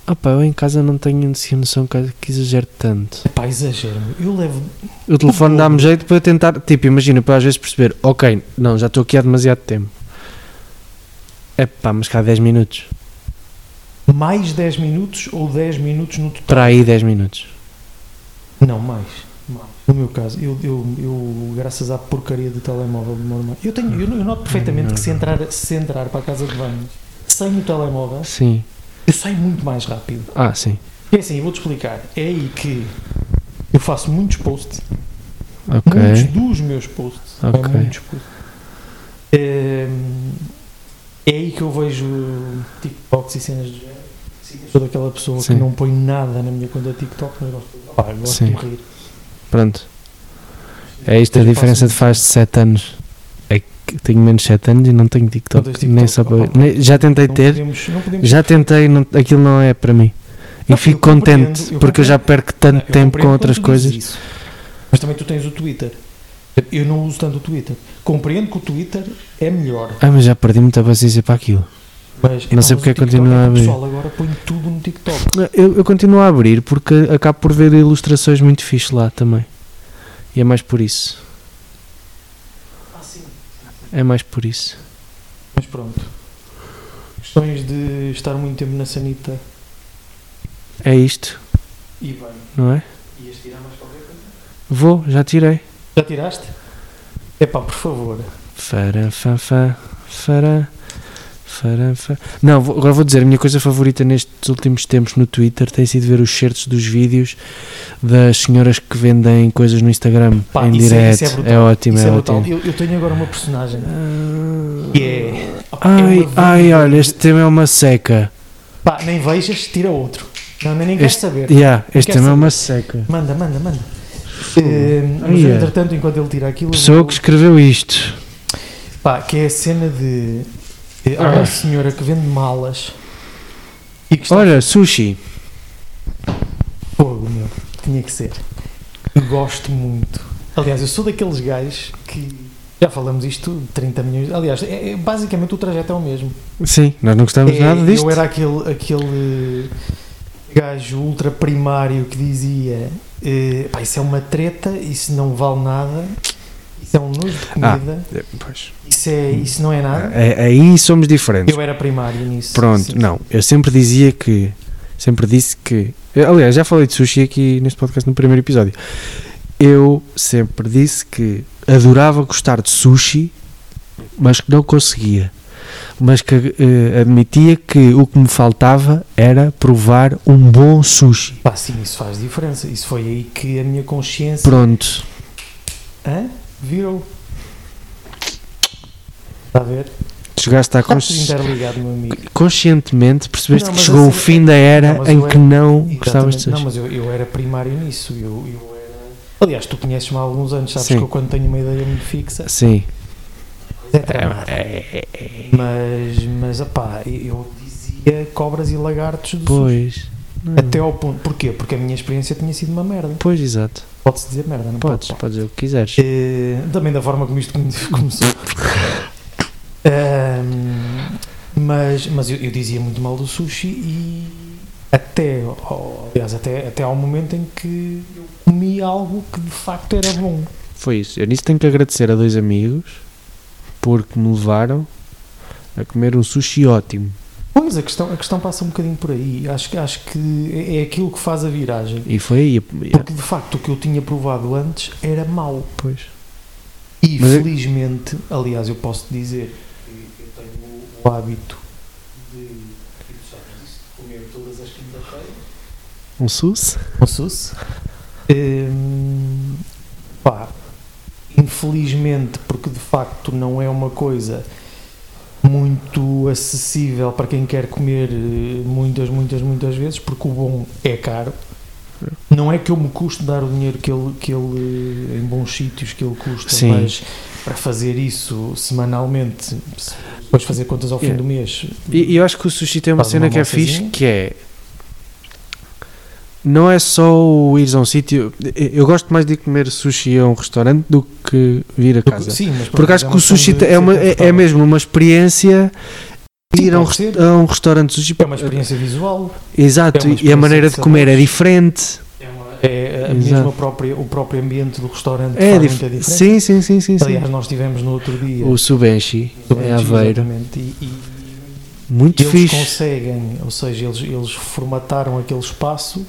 Speaker 2: Ah pá, eu em casa não tenho assim noção que que exagero tanto.
Speaker 3: Pá, exagero. Eu levo
Speaker 2: O
Speaker 3: Tá
Speaker 2: telefone dá-me jeito para eu tentar, tipo, imagina, para às vezes perceber, ok, não, já estou aqui há demasiado tempo. É pá, mas cá 10 minutos.
Speaker 3: mais 10 minutos ou 10 minutos no total.
Speaker 2: Para aí 10 minutos.
Speaker 3: Não, mais. mais. No meu caso, eu, eu, eu, graças à porcaria do telemóvel do meu irmão, eu, tenho, eu, eu noto perfeitamente que se entrar, se entrar para a casa de banho sem o telemóvel,
Speaker 2: Sim.
Speaker 3: eu saio muito mais rápido.
Speaker 2: Ah, sim.
Speaker 3: É assim, eu vou-te explicar. É aí que eu faço muitos posts,
Speaker 2: Ok.
Speaker 3: muitos dos meus posts. não é
Speaker 2: Ok.
Speaker 3: muitos posts. Ehm, É, aí que eu vejo TikToks e cenas do género. Sou daquela pessoa
Speaker 2: Sim.
Speaker 3: que não põe nada na minha conta TikTok, mas gosto, pá, eu gosto
Speaker 2: Sim.
Speaker 3: de me rir.
Speaker 2: Pronto. É isto a
Speaker 3: Depois
Speaker 2: diferença de
Speaker 3: faço-
Speaker 2: faz de 7 anos. É que tenho menos 7 anos e não tenho TikTok.
Speaker 3: Não tens
Speaker 2: nem
Speaker 3: TikTok,
Speaker 2: só para...
Speaker 3: opa.
Speaker 2: nem- já tentei
Speaker 3: Não
Speaker 2: ter,
Speaker 3: podemos, não podemos
Speaker 2: já tentei, não- aquilo não é para mim. E
Speaker 3: Não,
Speaker 2: fico
Speaker 3: eu compreendo,
Speaker 2: contente
Speaker 3: eu
Speaker 2: porque eu já perco
Speaker 3: Não,
Speaker 2: tanto
Speaker 3: eu
Speaker 2: tempo
Speaker 3: compreendo
Speaker 2: com outras
Speaker 3: quando tu dizes
Speaker 2: coisas.
Speaker 3: isso. Mas também tu tens o Twitter. Eu não uso tanto o Twitter. Compreendo que o Twitter é melhor.
Speaker 2: Ah, mas já perdi muita paciência para aquilo.
Speaker 3: Mas,
Speaker 2: Não sei
Speaker 3: epá, mas
Speaker 2: porque
Speaker 3: o TikTok é
Speaker 2: continua
Speaker 3: que
Speaker 2: a
Speaker 3: O
Speaker 2: ver.
Speaker 3: pessoal agora põe tudo no TikTok.
Speaker 2: Eu, eu continuo a abrir porque acabo por ver ilustrações muito fixe lá também. E é mais por isso. É mais por isso.
Speaker 3: Mas pronto. Questões de estar muito tempo na sanita
Speaker 2: É isto,
Speaker 3: e bem.
Speaker 2: não é?
Speaker 4: Ias tirar mais qualquer coisa?
Speaker 2: Vou, já tirei.
Speaker 3: Já tiraste? Epá, por favor.
Speaker 2: Fará, fá, fá, fará, fará, fá. Não, vou- agora vou dizer, a minha coisa favorita nestes últimos tempos no Twitter tem sido ver os certos dos vídeos das senhoras que vendem coisas no Instagram
Speaker 3: Pá,
Speaker 2: em
Speaker 3: isso é-
Speaker 2: direto.
Speaker 3: isso é brutal.
Speaker 2: ótimo,
Speaker 3: Isso
Speaker 2: é,
Speaker 3: é brutal.
Speaker 2: ótimo.
Speaker 3: Eu, eu tenho agora uma personagem que é. opá, é
Speaker 2: Ai,
Speaker 3: uma
Speaker 2: ai,
Speaker 3: vida-
Speaker 2: olha, este tema é uma seca.
Speaker 3: Pá, nem vejas, tira outro. Não, nem, nem queres saber.
Speaker 2: Yeah, este
Speaker 3: Quer
Speaker 2: tema é
Speaker 3: saber?
Speaker 2: uma seca.
Speaker 3: Manda, manda, manda. Eh, mas
Speaker 2: Ai, é.
Speaker 3: entretanto, enquanto ele tira aquilo. eu
Speaker 2: Pessoa
Speaker 3: vou-
Speaker 2: que escreveu isto.
Speaker 3: Pá, que é a cena de. eh, Há
Speaker 2: Ah.
Speaker 3: uma senhora que vende malas e que está
Speaker 2: Olha, sushi.
Speaker 3: fogo, meu. Tinha que ser. Eu Gosto muito. Aliás, eu sou daqueles gajos que. Já falamos isto 30 milhões. Aliás, é, é- basicamente o trajeto é o mesmo.
Speaker 2: Sim, nós não gostamos
Speaker 3: É,
Speaker 2: nada disto.
Speaker 3: Eu era aquele, aquele gajo ultra primário que dizia: eh, pá, Isso é uma treta, isso não vale nada, isso é um nojo de
Speaker 2: Ah,
Speaker 3: comida.
Speaker 2: É, pois.
Speaker 3: Isso, é, isso não é nada?
Speaker 2: É- aí somos diferentes.
Speaker 3: Eu era primário nisso.
Speaker 2: Pronto,
Speaker 3: sim.
Speaker 2: não. Eu sempre dizia que. Sempre disse que. eu, aliás, já falei de sushi aqui neste podcast no primeiro episódio. Eu sempre disse que adorava gostar de sushi, mas que não conseguia. Mas que eh, admitia que o que me faltava era provar um bom sushi.
Speaker 3: Pá, sim, isso faz diferença. Isso foi aí que a minha consciência
Speaker 2: Pronto.
Speaker 3: Hã? virou. Está a ver?
Speaker 2: Chegaste à
Speaker 3: Está
Speaker 2: cons...
Speaker 3: tudo interligado, meu amigo.
Speaker 2: conscientemente percebeste
Speaker 3: Não,
Speaker 2: que
Speaker 3: mas
Speaker 2: chegou
Speaker 3: assim,
Speaker 2: o fim da era
Speaker 3: não, mas
Speaker 2: em
Speaker 3: eu
Speaker 2: que
Speaker 3: era-
Speaker 2: não gostavas de
Speaker 3: Exatamente. Não,
Speaker 2: sushi.
Speaker 3: mas eu, eu era primário nisso. Eu, eu era... Aliás, tu conheces-me há alguns anos, sabes
Speaker 2: Sim.
Speaker 3: que eu quando tenho uma ideia muito fixa,
Speaker 2: Sim,
Speaker 3: É tramado.
Speaker 2: é,
Speaker 3: Mas, mas opá, eu dizia cobras e lagartos do sul.
Speaker 2: Pois. Não.
Speaker 3: Até ao ponto. Porquê? Porque a minha experiência tinha sido uma merda.
Speaker 2: Pois, exato.
Speaker 3: Pode-se dizer merda, não
Speaker 2: Podes,
Speaker 3: pode?
Speaker 2: podes dizer o que quiseres.
Speaker 3: Eh, também da forma como isto come- começou. Ahm, mas mas eu, eu dizia muito mal do sushi e até, ao- aliás, até, até ao momento em que eu comi algo que de facto era bom.
Speaker 2: Foi isso. Eu nisso tenho que agradecer a dois amigos porque me levaram a comer um sushi ótimo.
Speaker 3: Pois, a questão, a questão passa um bocadinho por aí. Acho, que- acho que é é aquilo que faz a viragem.
Speaker 2: E foi aí. yeah,
Speaker 3: Porque de facto o que eu tinha provado antes era mau.
Speaker 2: Pois.
Speaker 3: E
Speaker 2: Mas é-
Speaker 3: felizmente, aliás, eu posso dizer que eu tenho o hábito
Speaker 4: de, e tu sabes disso, de comer todas as quinta-feiras.
Speaker 2: Um sus?
Speaker 3: O SUS. Hum, pá, infelizmente, porque de facto não é uma coisa muito acessível para quem quer comer eh, muitas, muitas, muitas vezes, porque o bom é caro. Não é que eu me custe dar o dinheiro que ele, que ele eh, em bons sítios que ele custa,
Speaker 2: Sim.
Speaker 3: mas para fazer isso semanalmente, se depois fazer contas ao fim
Speaker 2: Yeah.
Speaker 3: do mês.
Speaker 2: E e eu acho que o sushi tem uma
Speaker 3: Faz uma
Speaker 2: cena que é
Speaker 3: bolsazinha.
Speaker 2: fixe que é. Não é só o ir a um sítio. Eu gosto mais de ir comer sushi a um restaurante do que vir a casa.
Speaker 3: Sim, mas
Speaker 2: Porque acho que o sushi é, uma, é, é mesmo uma experiência.
Speaker 3: Sim,
Speaker 2: ir a um,
Speaker 3: pode
Speaker 2: rest-
Speaker 3: ser.
Speaker 2: a um restaurante de sushi.
Speaker 3: É uma experiência visual.
Speaker 2: Exato,
Speaker 3: é uma
Speaker 2: e a
Speaker 3: experiência
Speaker 2: maneira
Speaker 3: de
Speaker 2: de comer é diferente.
Speaker 4: É uma,
Speaker 3: É a
Speaker 2: Exato.
Speaker 3: mesma própria, o próprio ambiente do restaurante
Speaker 2: É
Speaker 3: faz
Speaker 2: dif-
Speaker 3: muita diferença.
Speaker 2: Sim, sim, sim, sim. sim.
Speaker 3: Aliás, nós tivemos no outro dia
Speaker 2: O Subenchi
Speaker 3: sobre
Speaker 2: é
Speaker 3: isso,
Speaker 2: Aveiro.
Speaker 3: exatamente, e, e
Speaker 2: Muito
Speaker 3: eles
Speaker 2: fixe.
Speaker 3: conseguem, ou seja, eles, eles formataram aquele espaço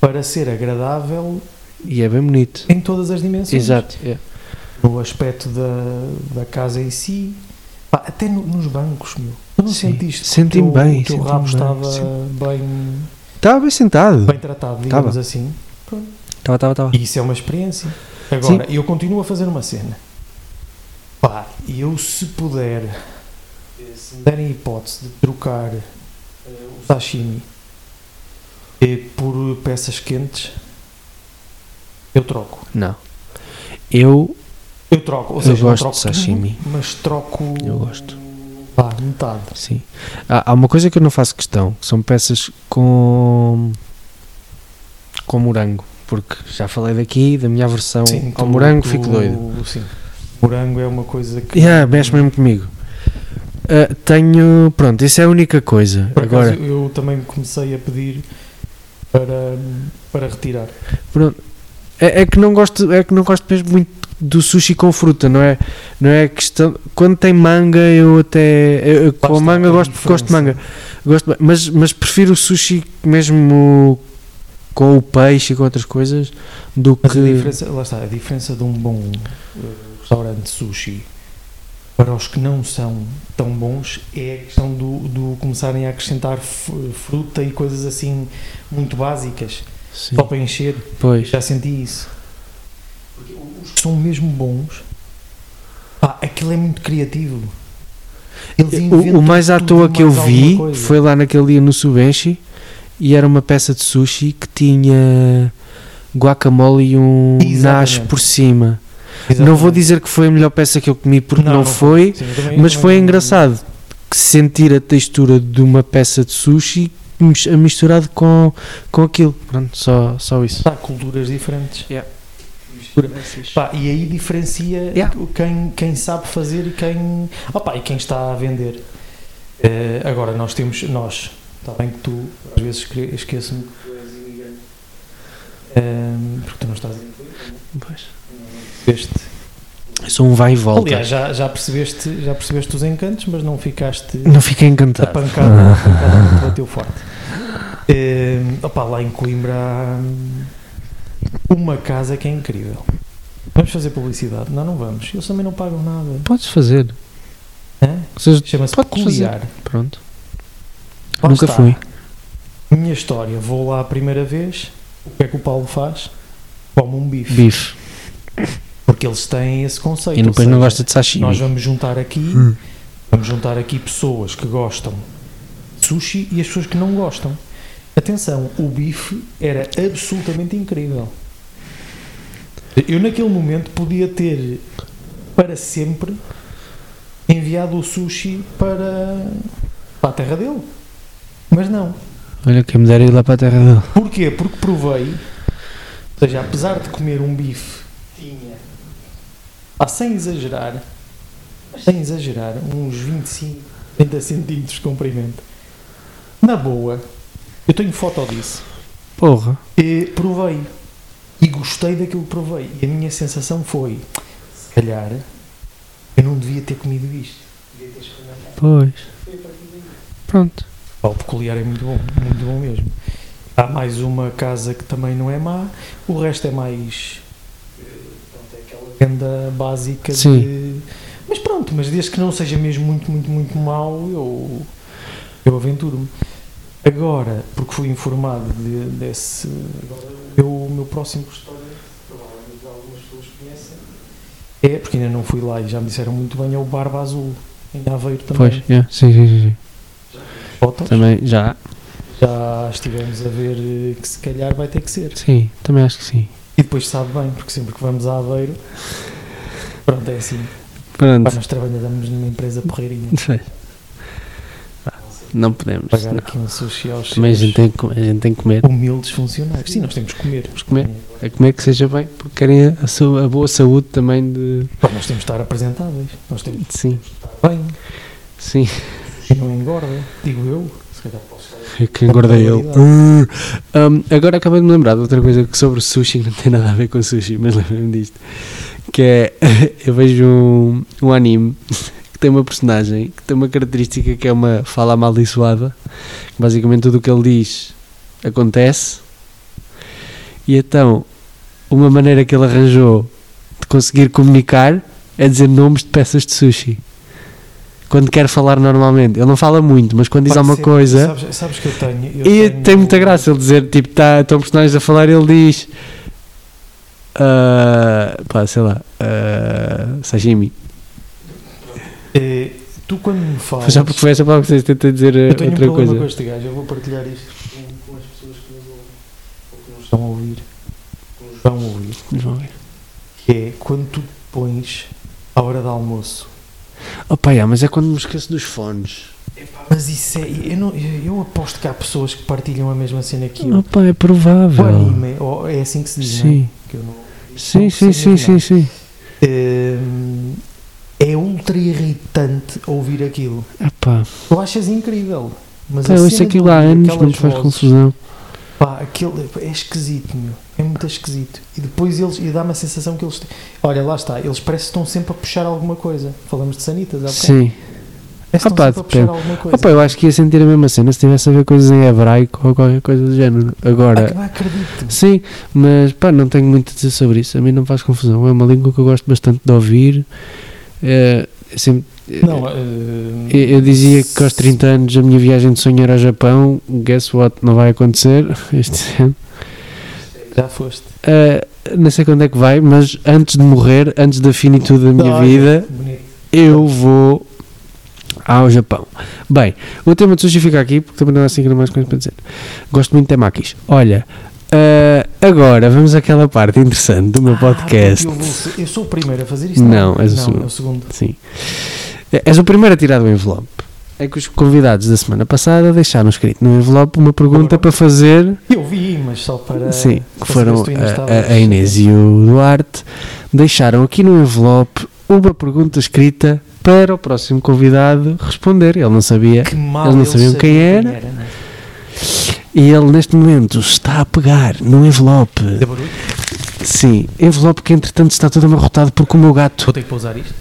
Speaker 3: para ser agradável
Speaker 2: E é bem bonito.
Speaker 3: em todas as dimensões.
Speaker 2: Exato. é.
Speaker 3: No aspecto da, da casa em si, pá, até no- nos bancos, meu. Tu não
Speaker 2: Sim.
Speaker 3: sentiste
Speaker 2: Senti-me
Speaker 3: que o teu-
Speaker 2: bem,
Speaker 3: o teu
Speaker 2: senti-me
Speaker 3: rabo
Speaker 2: bem,
Speaker 3: estava
Speaker 2: sim.
Speaker 3: bem,
Speaker 2: Estava bem sentado.
Speaker 3: bem tratado, digamos
Speaker 2: Estava.
Speaker 3: assim.
Speaker 2: Estava, estava, estava.
Speaker 3: E isso é uma experiência. Agora, eu continuo a fazer uma cena. Pá, eu se puder, eh, se me derem a hipótese de trocar eh, o sashimi eh, por peças quentes, eu troco.
Speaker 2: Não. Eu,
Speaker 3: Eu troco. Ou
Speaker 2: Eu
Speaker 3: seja, não
Speaker 2: gosto
Speaker 3: troco
Speaker 2: de
Speaker 3: tudo,
Speaker 2: sashimi.
Speaker 3: mas troco.
Speaker 2: Eu gosto.
Speaker 3: Pá, metade.
Speaker 2: sim. Há, há uma coisa que eu não faço questão, que são peças com. com morango. Porque já falei daqui da minha aversão ao
Speaker 3: tu-
Speaker 2: morango,
Speaker 3: tu-
Speaker 2: fico doido.
Speaker 3: Sim. Morango é uma coisa que.
Speaker 2: Yeah, mexe mesmo comigo. Ah, tenho. Pronto, isso é a única coisa.
Speaker 3: Por acaso,
Speaker 2: Agora,
Speaker 3: eu também comecei a pedir para, para retirar.
Speaker 2: pronto. É, é que não gosto, é que não gosto mesmo muito do sushi com fruta, não é? Não é questão. Quando tem manga, eu até. eu- eu com a
Speaker 3: Basta
Speaker 2: manga
Speaker 3: a
Speaker 2: gosto, gosto
Speaker 3: diferença.
Speaker 2: de manga. Gosto, de- mas, mas prefiro o sushi mesmo com o peixe e com outras coisas do
Speaker 3: Mas a
Speaker 2: que.
Speaker 3: diferença, lá está, a diferença de um bom eh, restaurante de sushi para os que não são tão bons é a questão do, do começarem a acrescentar f- fruta e coisas assim muito básicas,
Speaker 2: Sim,
Speaker 3: só para encher.
Speaker 2: pois.
Speaker 3: Já senti isso. Porque os que são mesmo bons, pá, aquilo é muito criativo. Eles
Speaker 2: O,
Speaker 3: inventam
Speaker 2: o mais à
Speaker 3: tudo
Speaker 2: toa que eu
Speaker 3: mais alguma
Speaker 2: vi
Speaker 3: coisa.
Speaker 2: foi lá naquele dia no Subenchi e era uma peça de sushi que tinha guacamole e um
Speaker 3: Exatamente.
Speaker 2: nash por cima. Não vou dizer que foi a melhor peça que eu comi porque não,
Speaker 3: Não, não
Speaker 2: foi, um-
Speaker 3: Sim, eu também- é-
Speaker 2: mas
Speaker 3: eu
Speaker 2: foi
Speaker 3: também-
Speaker 2: engraçado que sentir a textura de uma peça de sushi mis- misturado com, com aquilo. Pronto, só, só isso.
Speaker 3: Há culturas diferentes. Pá, e aí diferencia
Speaker 2: Yeah.
Speaker 3: o quem, quem sabe fazer e quem, opá, e quem está a vender. Eh, agora, nós temos, nós, está bem que tu às vezes esque- esqueço-me,
Speaker 4: Tu és imigrante.
Speaker 3: ehm, porque tu não estás
Speaker 2: Pois.
Speaker 3: percebeste.
Speaker 2: Eu sou um vai e volta.
Speaker 3: Aliás, já, já, percebeste, já percebeste os encantos, mas não ficaste
Speaker 2: não fiquei
Speaker 3: a
Speaker 2: encantado.
Speaker 3: pancada, a pancada que te bateu forte. Ehm, opá, lá em Coimbra há hum, uma casa que é incrível. Vamos fazer publicidade? Não, não vamos. Eles também não pagam nada.
Speaker 2: Podes fazer.
Speaker 3: Hã?
Speaker 2: Vocês-
Speaker 3: Chama-se
Speaker 2: Podes
Speaker 3: Peculiar.
Speaker 2: Pronto.
Speaker 3: Lá
Speaker 2: Nunca
Speaker 3: está.
Speaker 2: fui.
Speaker 3: Minha história, vou lá a primeira vez, o que é que o Paulo faz? Come um bife.
Speaker 2: Bife.
Speaker 3: Porque eles têm esse conceito.
Speaker 2: E
Speaker 3: ou
Speaker 2: depois não
Speaker 3: seja,
Speaker 2: gosta de sashimi.
Speaker 3: Nós vamos juntar aqui,
Speaker 2: Hum.
Speaker 3: vamos juntar aqui pessoas que gostam de sushi e as pessoas que não gostam. Atenção, o bife era absolutamente incrível. Eu naquele momento podia ter para sempre enviado o sushi para, para a terra dele. Mas não.
Speaker 2: Olha, quem me dera ir lá para a terra dele.
Speaker 3: Porquê? Porque provei, ou seja, apesar de comer um bife, tinha, pá, sem exagerar, sem exagerar, uns 25, 30 centímetros de comprimento. Na boa, eu tenho foto disso.
Speaker 2: Porra.
Speaker 3: E provei. E gostei daquilo que provei. E a minha sensação foi: se calhar, eu não devia ter comido isto. Devia ter experimentado.
Speaker 2: Pois. Pronto.
Speaker 3: Pá, O peculiar é muito bom, muito bom mesmo. Há mais uma casa que também não é má, o resto é mais. eh, Pronto, é aquela venda básica de.
Speaker 2: Sim.
Speaker 3: Mas pronto, mas desde que não seja mesmo muito, muito, muito mau, eu, eu aventuro-me. Agora, porque fui informado de- desse. Eu, o meu próximo restaurante, provavelmente algumas pessoas conhecem, é, porque ainda não fui lá e já me disseram muito bem, é o Barba Azul, em Aveiro também.
Speaker 2: Pois, yeah. sim, sim, sim, sim.
Speaker 3: Fotos.
Speaker 2: Também já.
Speaker 3: Já estivemos a ver eh, que se calhar vai ter que ser.
Speaker 2: Sim, também acho que sim.
Speaker 3: E depois sabe bem, porque sempre que vamos a Aveiro, pronto, é assim. Pá,
Speaker 2: Pronto.
Speaker 3: nós trabalhamos numa empresa porreirinha.
Speaker 2: Não podemos.
Speaker 3: Pagar
Speaker 2: não.
Speaker 3: aqui um sushi aos
Speaker 2: Também a gente,
Speaker 3: seus
Speaker 2: tem que, comer- a gente tem que comer.
Speaker 3: humildes funcionários. Sim, nós temos que comer.
Speaker 2: Vamos comer. A comer que seja bem, porque querem a, a su- a boa saúde também de.
Speaker 3: Pá, nós temos de estar apresentáveis. Nós temos de
Speaker 2: Sim,
Speaker 3: estar bem.
Speaker 2: sim.
Speaker 3: Sushi não engorda, digo eu. Se calhar posso estar.
Speaker 2: É que engordei eu. Uh, um, agora acabei de me lembrar de outra coisa que sobre sushi que não tem nada a ver com sushi, mas lembrei-me disto. Que é, eu vejo um, um anime que tem uma personagem que tem uma característica que é uma fala amaldiçoada. que Basicamente tudo o que ele diz acontece. E então, uma maneira que ele arranjou de conseguir comunicar é dizer nomes de peças de sushi. Quando quer falar normalmente, ele não fala muito, mas quando diz
Speaker 3: Pá,
Speaker 2: alguma
Speaker 3: sim,
Speaker 2: coisa,
Speaker 3: Sabes, sabes que eu tenho. eu
Speaker 2: e
Speaker 3: tenho- um-
Speaker 2: tem muita graça ele dizer, tipo, tá, estão personagens a falar e ele diz. ah, pá, sei lá. ah, sashimi.
Speaker 3: Eh, tu quando me falas.
Speaker 2: Foi já porque foi essa palavra que vocês tentam dizer
Speaker 3: Eu
Speaker 2: ah,
Speaker 3: tenho um
Speaker 2: outra
Speaker 3: problema
Speaker 2: coisa.
Speaker 3: com este gajo, eu vou partilhar isto com, com as pessoas que nos ouvem, ou que nos estão a ouvir, que nos vão ouvir,
Speaker 2: Vamos ver.
Speaker 3: que é quando tu te pões à hora de almoço.
Speaker 2: Oh, pá, yeah, mas é quando me esqueço dos fones.
Speaker 3: Mas isso é. Eu, não- eu- eu aposto que há pessoas que partilham a mesma cena que
Speaker 2: Oh,
Speaker 3: eu.
Speaker 2: pá, é provável.
Speaker 3: O anime, ou é assim que se diz, não
Speaker 2: Sim.
Speaker 3: é? Que eu não-
Speaker 2: Sim,
Speaker 3: não é
Speaker 2: sim, sim,
Speaker 3: percebo
Speaker 2: sim, sim.
Speaker 3: nada. Eh, É ultra irritante ouvir aquilo.
Speaker 2: Ah, pá,
Speaker 3: Tu achas incrível. Mas a
Speaker 2: pá,
Speaker 3: cena
Speaker 2: eu
Speaker 3: é
Speaker 2: ouço
Speaker 3: de
Speaker 2: aquilo há
Speaker 3: ouvir
Speaker 2: anos, não
Speaker 3: aquelas
Speaker 2: me faz
Speaker 3: vozes,
Speaker 2: confusão.
Speaker 3: Pá, aquele é esquisito, meu. É muito esquisito. E depois eles. E dá-me a sensação que eles. têm- Olha, lá está. Eles parecem que estão sempre a puxar alguma coisa. Falamos de sanitas, há bocado.
Speaker 2: Sim.
Speaker 3: Parece que
Speaker 2: Ah,
Speaker 3: estão sempre
Speaker 2: pá,
Speaker 3: a puxar
Speaker 2: depende.
Speaker 3: alguma
Speaker 2: Oh, pá,
Speaker 3: coisa.
Speaker 2: eu acho que ia sentir a mesma cena se tivesse a ver coisas em hebraico ou qualquer coisa do género. Agora.
Speaker 3: Ah, acredito.
Speaker 2: Sim, mas pá, não tenho muito a dizer sobre isso. A mim não faz confusão. É uma língua que eu gosto bastante de ouvir. É, é sempre,
Speaker 3: Não,
Speaker 2: eu,
Speaker 3: eh,
Speaker 2: eu dizia que aos 30 anos a minha viagem de sonho era ao Japão. Guess what? Não vai acontecer este ano.
Speaker 3: Já foste.
Speaker 2: É, não sei quando é que vai, mas antes de morrer, antes da finitude da minha
Speaker 3: Olha,
Speaker 2: vida,
Speaker 3: Bonito.
Speaker 2: eu vou ao Japão. Bem, o tema de sushi fica aqui, porque também não há assim grande mais coisa para dizer. Gosto muito de temakis. Olha, ah, agora vamos àquela parte interessante do meu
Speaker 3: Ah,
Speaker 2: podcast.
Speaker 3: porque Eu, vou ser- eu sou o primeiro a fazer isto?
Speaker 2: Não, és o
Speaker 3: não,
Speaker 2: segundo.
Speaker 3: é o segundo.
Speaker 2: Sim. É- És o primeiro a tirar do envelope. É que os convidados da semana passada deixaram escrito no envelope uma pergunta
Speaker 3: Foram?
Speaker 2: para fazer.
Speaker 3: Eu vi, mas só para.
Speaker 2: sim,
Speaker 3: para
Speaker 2: que foram
Speaker 3: saber se tu ainda estavas-
Speaker 2: a- a, a Inês e o Duarte. Deixaram aqui no envelope uma pergunta escrita para o próximo convidado responder. Ele não sabia.
Speaker 3: Que mal
Speaker 2: Eles não
Speaker 3: eu
Speaker 2: sabiam
Speaker 3: sabia
Speaker 2: quem era.
Speaker 3: não é?
Speaker 2: E ele, neste momento, está a pegar no envelope.
Speaker 3: Deu barulho?
Speaker 2: Sim, envelope que, entretanto, está todo amarrotado porque o meu gato
Speaker 3: Vou ter que pousar isto.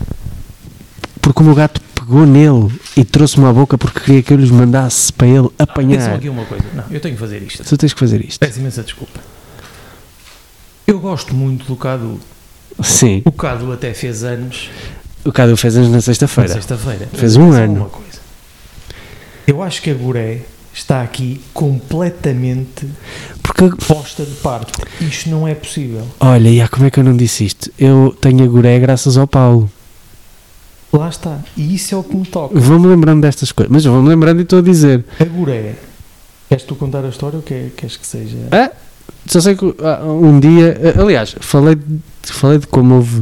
Speaker 2: porque o meu gato pegou nele e trouxe-me à boca porque queria que eu lhes mandasse para ele
Speaker 3: Atenção
Speaker 2: apanhar.
Speaker 3: aqui uma coisa. Não, eu tenho que fazer isto.
Speaker 2: Tu tens que fazer isto.
Speaker 3: Peço imensa desculpa. Eu gosto muito do Cadu.
Speaker 2: Sim,
Speaker 3: O Cadu até fez anos
Speaker 2: o Cadu fez anos na
Speaker 3: na
Speaker 2: sexta-feira.
Speaker 3: sexta-feira.
Speaker 2: Fez um
Speaker 3: Mas há
Speaker 2: ano.
Speaker 3: uma coisa. Eu acho que a Goré está aqui completamente
Speaker 2: Porque,
Speaker 3: posta de parte. Isto não é possível.
Speaker 2: olha, já, como é que eu não disse isto? Eu tenho a goré graças ao Paulo.
Speaker 3: Lá está. E isso é o que me toca.
Speaker 2: Vou-me lembrando destas coisas, mas eu vou-me lembrando e estou a dizer.
Speaker 3: A Goré. Queres tu contar a história ou que- queres que seja?
Speaker 2: Ah, Só sei que ah, um dia, ah, aliás, falei, de- falei de como houve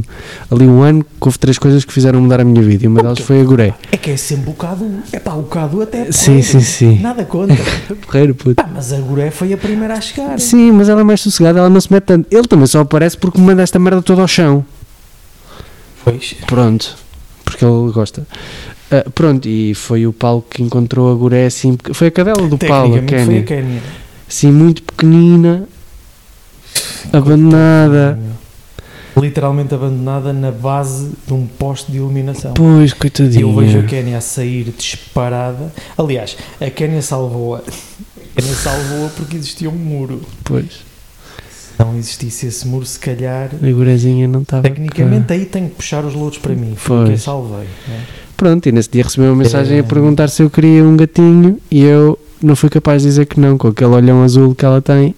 Speaker 2: ali um ano que houve três coisas que fizeram mudar a minha vida e uma delas foi a Goré.
Speaker 3: É que é sempre o Cadu. É pá, o Cadu até. é
Speaker 2: Sim,
Speaker 3: porreiro.
Speaker 2: sim, sim.
Speaker 3: Nada contra.
Speaker 2: Porreiro, puto.
Speaker 3: Pá, mas a Guré foi a primeira a chegar.
Speaker 2: Sim, mas ela é mais sossegada, ela não se mete tanto. Ele também só aparece porque me manda esta merda toda ao chão.
Speaker 3: Pois.
Speaker 2: Pronto, porque ele gosta. Ah, pronto, e foi o Paulo que encontrou a Goré assim. porque- Foi a cadela do Paulo, a
Speaker 3: Tecnicamente foi a
Speaker 2: Kenny.
Speaker 3: Kénia.
Speaker 2: Assim, muito pequenina, abandonada.
Speaker 3: Literalmente abandonada na base de um poste de iluminação.
Speaker 2: Pois,
Speaker 3: E eu vejo a
Speaker 2: coitadinha.
Speaker 3: Kénia a sair disparada. Aliás, a Kénia salvou-a. A Kénia salvou-a porque existia um muro.
Speaker 2: Pois,
Speaker 3: Se não existisse esse muro, se calhar.
Speaker 2: a gorezinha não estava.
Speaker 3: Tecnicamente aí tenho que puxar os louros para mim. Foi o que eu
Speaker 2: Pois.
Speaker 3: salvei. né?
Speaker 2: Pronto, e nesse dia recebi uma mensagem
Speaker 3: É.
Speaker 2: a perguntar se eu queria um gatinho e eu não fui capaz de dizer que não, com aquele olhão azul que ela tem.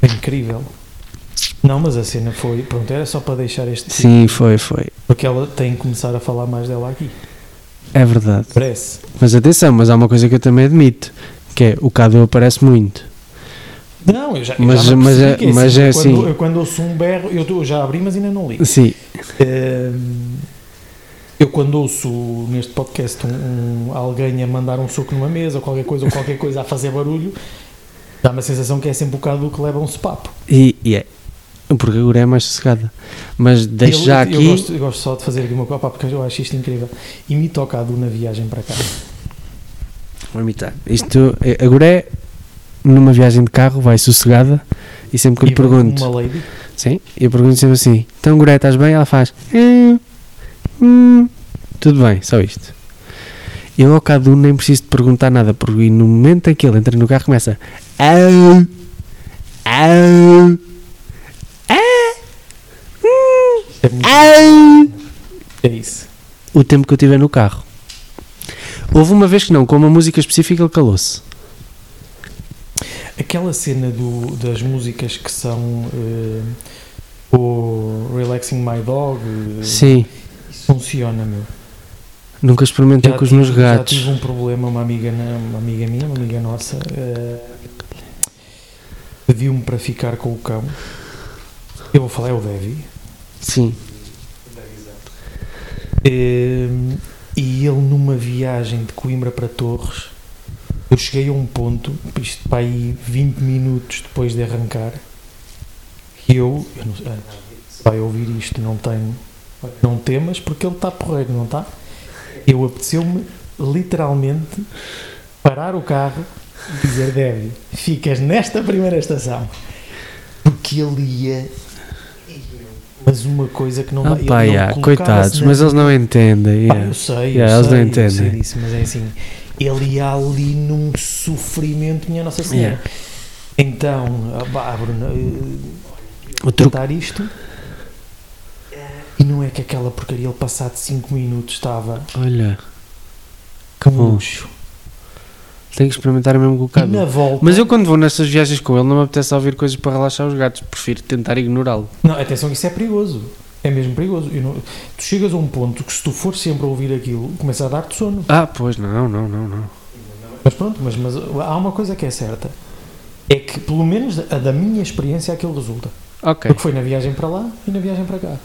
Speaker 3: Foi Incrível. Não, mas a cena foi. Pronto, era só para deixar este. tipo,
Speaker 2: Sim, foi, foi.
Speaker 3: Porque ela tem que começar a falar mais dela aqui.
Speaker 2: É verdade.
Speaker 3: Parece.
Speaker 2: Mas atenção, mas há uma coisa que eu também admito, que é o Cadu aparece muito.
Speaker 3: Não, eu já. eu
Speaker 2: Mas-
Speaker 3: já me
Speaker 2: mas é-
Speaker 3: percebi que
Speaker 2: mas é
Speaker 3: quando,
Speaker 2: assim.
Speaker 3: Eu, quando ouço um berro, eu, tô- eu já abri, mas ainda não li.
Speaker 2: Sim,
Speaker 3: Ehm, eu quando ouço neste podcast um- um- alguém a mandar um soco numa mesa, ou qualquer coisa, ou qualquer coisa a fazer barulho, dá-me a sensação que é sempre o Cadu que leva um sopapo.
Speaker 2: e, e é. Porque a Guré é mais sossegada. Mas deixo
Speaker 3: Eu-
Speaker 2: já
Speaker 3: eu
Speaker 2: aqui.
Speaker 3: gosto- Eu gosto, só de fazer aqui uma copa porque eu acho isto incrível. Imita o Cadu na viagem para cá.
Speaker 2: Vou imitar. Isto, eh, a Guré, numa viagem de carro, vai sossegada e sempre que
Speaker 3: E
Speaker 2: lhe
Speaker 3: vem
Speaker 2: pergunto.
Speaker 3: Uma lady.
Speaker 2: Sim, e eu pergunto sempre assim: Então, Goré, estás bem? Ela faz: "Hum, hum, Tudo bem, só isto. Eu ao Cadu nem preciso de perguntar nada, porque no momento em que ele entra no carro, começa: Au, au,
Speaker 3: É, muito-
Speaker 2: Ah! au.
Speaker 3: é isso.
Speaker 2: O tempo que eu estiver no carro. Houve uma vez que não, com uma música específica, ele calou-se.
Speaker 3: Aquela cena do- das músicas que são eh, o Relaxing My Dog, eh,
Speaker 2: Sim,
Speaker 3: isso funciona, meu.
Speaker 2: nunca experimentei com os meus
Speaker 3: tive, já
Speaker 2: gatos.
Speaker 3: tive um problema, uma amiga, na- uma amiga minha, uma amiga nossa, eh, pediu-me para ficar com o cão. Eu vou falar, é o Devi.
Speaker 2: Sim,
Speaker 3: Ehm, e ele numa viagem de Coimbra para Torres, eu cheguei a um ponto, isto para aí 20 minutos depois de arrancar, que eu, eu não sei, ah, se vai ouvir isto, não tenho, não temas, porque ele está porreiro, não está? Eu apeteceu-me literalmente parar o carro e dizer, Debbie, ficas nesta primeira estação, porque ele ia... Mas uma coisa que não
Speaker 2: ah,
Speaker 3: vai- ele-
Speaker 2: pá,
Speaker 3: ele
Speaker 2: yeah,
Speaker 3: colocava-se
Speaker 2: coitados,
Speaker 3: na-
Speaker 2: mas eles não entendem.
Speaker 3: Pá,
Speaker 2: yeah.
Speaker 3: eu sei,
Speaker 2: Yeah,
Speaker 3: eu, sei,
Speaker 2: eles não
Speaker 3: eu sei
Speaker 2: entendem.
Speaker 3: disso, mas é assim, ele ia ali num sofrimento, minha Nossa Senhora.
Speaker 2: Yeah.
Speaker 3: Então, ah, pá, Bruno, eh,
Speaker 2: O truque
Speaker 3: tratar isto, e não é que aquela porcaria, ele passado 5 minutos estava
Speaker 2: Olha,
Speaker 3: com
Speaker 2: bom.
Speaker 3: luxo.
Speaker 2: tenho que experimentar mesmo com o
Speaker 3: E
Speaker 2: Cadu.
Speaker 3: na volta,
Speaker 2: Mas eu quando vou nessas viagens com ele não me apetece ouvir coisas para relaxar os gatos, prefiro tentar ignorá-lo.
Speaker 3: não, atenção, isso é perigoso. É mesmo perigoso. Eu não- tu chegas a um ponto que se tu for sempre a ouvir aquilo, começa a dar-te sono.
Speaker 2: Ah, pois não, não, não, não.
Speaker 3: Mas pronto, mas, mas há uma coisa que é certa. É que, pelo menos a da minha experiência, aquilo resulta.
Speaker 2: Ok.
Speaker 3: Porque foi na viagem para lá e na viagem para cá.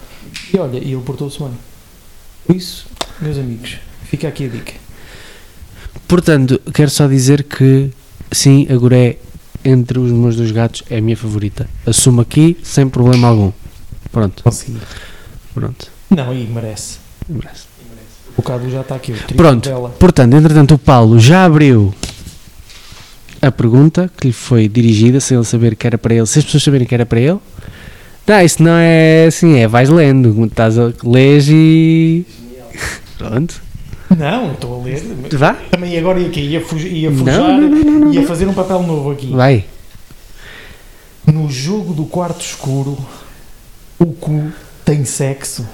Speaker 3: E olha, e ele portou-se bem. Por isso, meus amigos, fica aqui a dica.
Speaker 2: Portanto, quero só dizer que sim, a Goré entre os meus dois gatos é a minha favorita. Assumo aqui sem problema algum. Pronto,
Speaker 3: Consegui.
Speaker 2: pronto. Um
Speaker 3: Não, e merece.
Speaker 2: Abraço.
Speaker 3: O Cadu já está aqui, o trio
Speaker 2: Pronto.
Speaker 3: dela.
Speaker 2: Portanto, entretanto, o Paulo já abriu a pergunta que lhe foi dirigida, sem ele saber que era para ele, se as pessoas saberem que era para ele. Não, isso não é assim, é vais lendo, estás a lês e. Pronto.
Speaker 3: Não, estou a ler.
Speaker 2: Vá,
Speaker 3: Também agora ia aqui, ia, fuj- ia
Speaker 2: Não,
Speaker 3: fujar,
Speaker 2: não, não, não, não,
Speaker 3: ia
Speaker 2: não.
Speaker 3: fazer um papel novo aqui.
Speaker 2: vai.
Speaker 3: No jogo do quarto escuro, o cu tem sexo.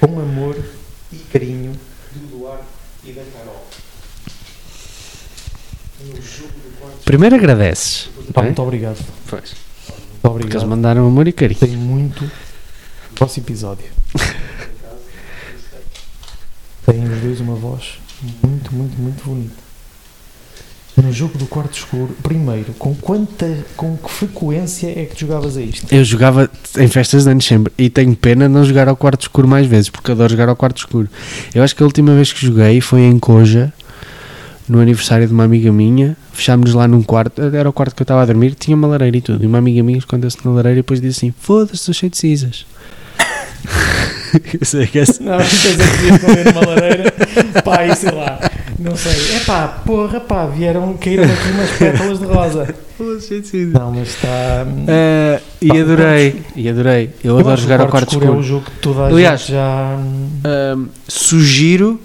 Speaker 3: Com amor e carinho do Duarte e da Carol. No jogo do quarto
Speaker 2: Primeiro agradeces.
Speaker 3: Pá,
Speaker 2: não é?
Speaker 3: muito obrigado.
Speaker 2: Pois.
Speaker 3: Muito
Speaker 2: Porque eles
Speaker 3: obrigado.
Speaker 2: mandaram amor e carinho.
Speaker 3: Tem muito. Próximo episódio. Têm os dois uma voz muito, muito, muito bonita. no jogo do quarto escuro, primeiro, com quanta, com que frequência é que tu jogavas a isto?
Speaker 2: Eu jogava em festas de anos sempre e tenho pena de não jogar ao quarto escuro mais vezes, porque adoro jogar ao quarto escuro. Eu acho que a última vez que joguei foi em Coja, no aniversário de uma amiga minha. Fechámos-nos lá num quarto, era o quarto que eu estava a dormir, tinha uma lareira e tudo. E uma amiga minha escondeu-se na lareira e depois disse assim: Foda-se, estou cheio de cinzas. eu sei que é
Speaker 3: Não, estás a querer comer uma lareira, pá, e sei lá, não sei. É pá, porra, pá, vieram, caíram aqui umas pétalas de rosa. É,
Speaker 2: cheio de cinzas.
Speaker 3: Não, mas tá, está.
Speaker 2: Ah, e
Speaker 3: Pá,
Speaker 2: adorei, e adorei. Eu, adoro
Speaker 3: acho que
Speaker 2: jogar ao quarto escuro. um
Speaker 3: É o jogo que toda a
Speaker 2: Aliás,
Speaker 3: gente já.
Speaker 2: Ahm, sugiro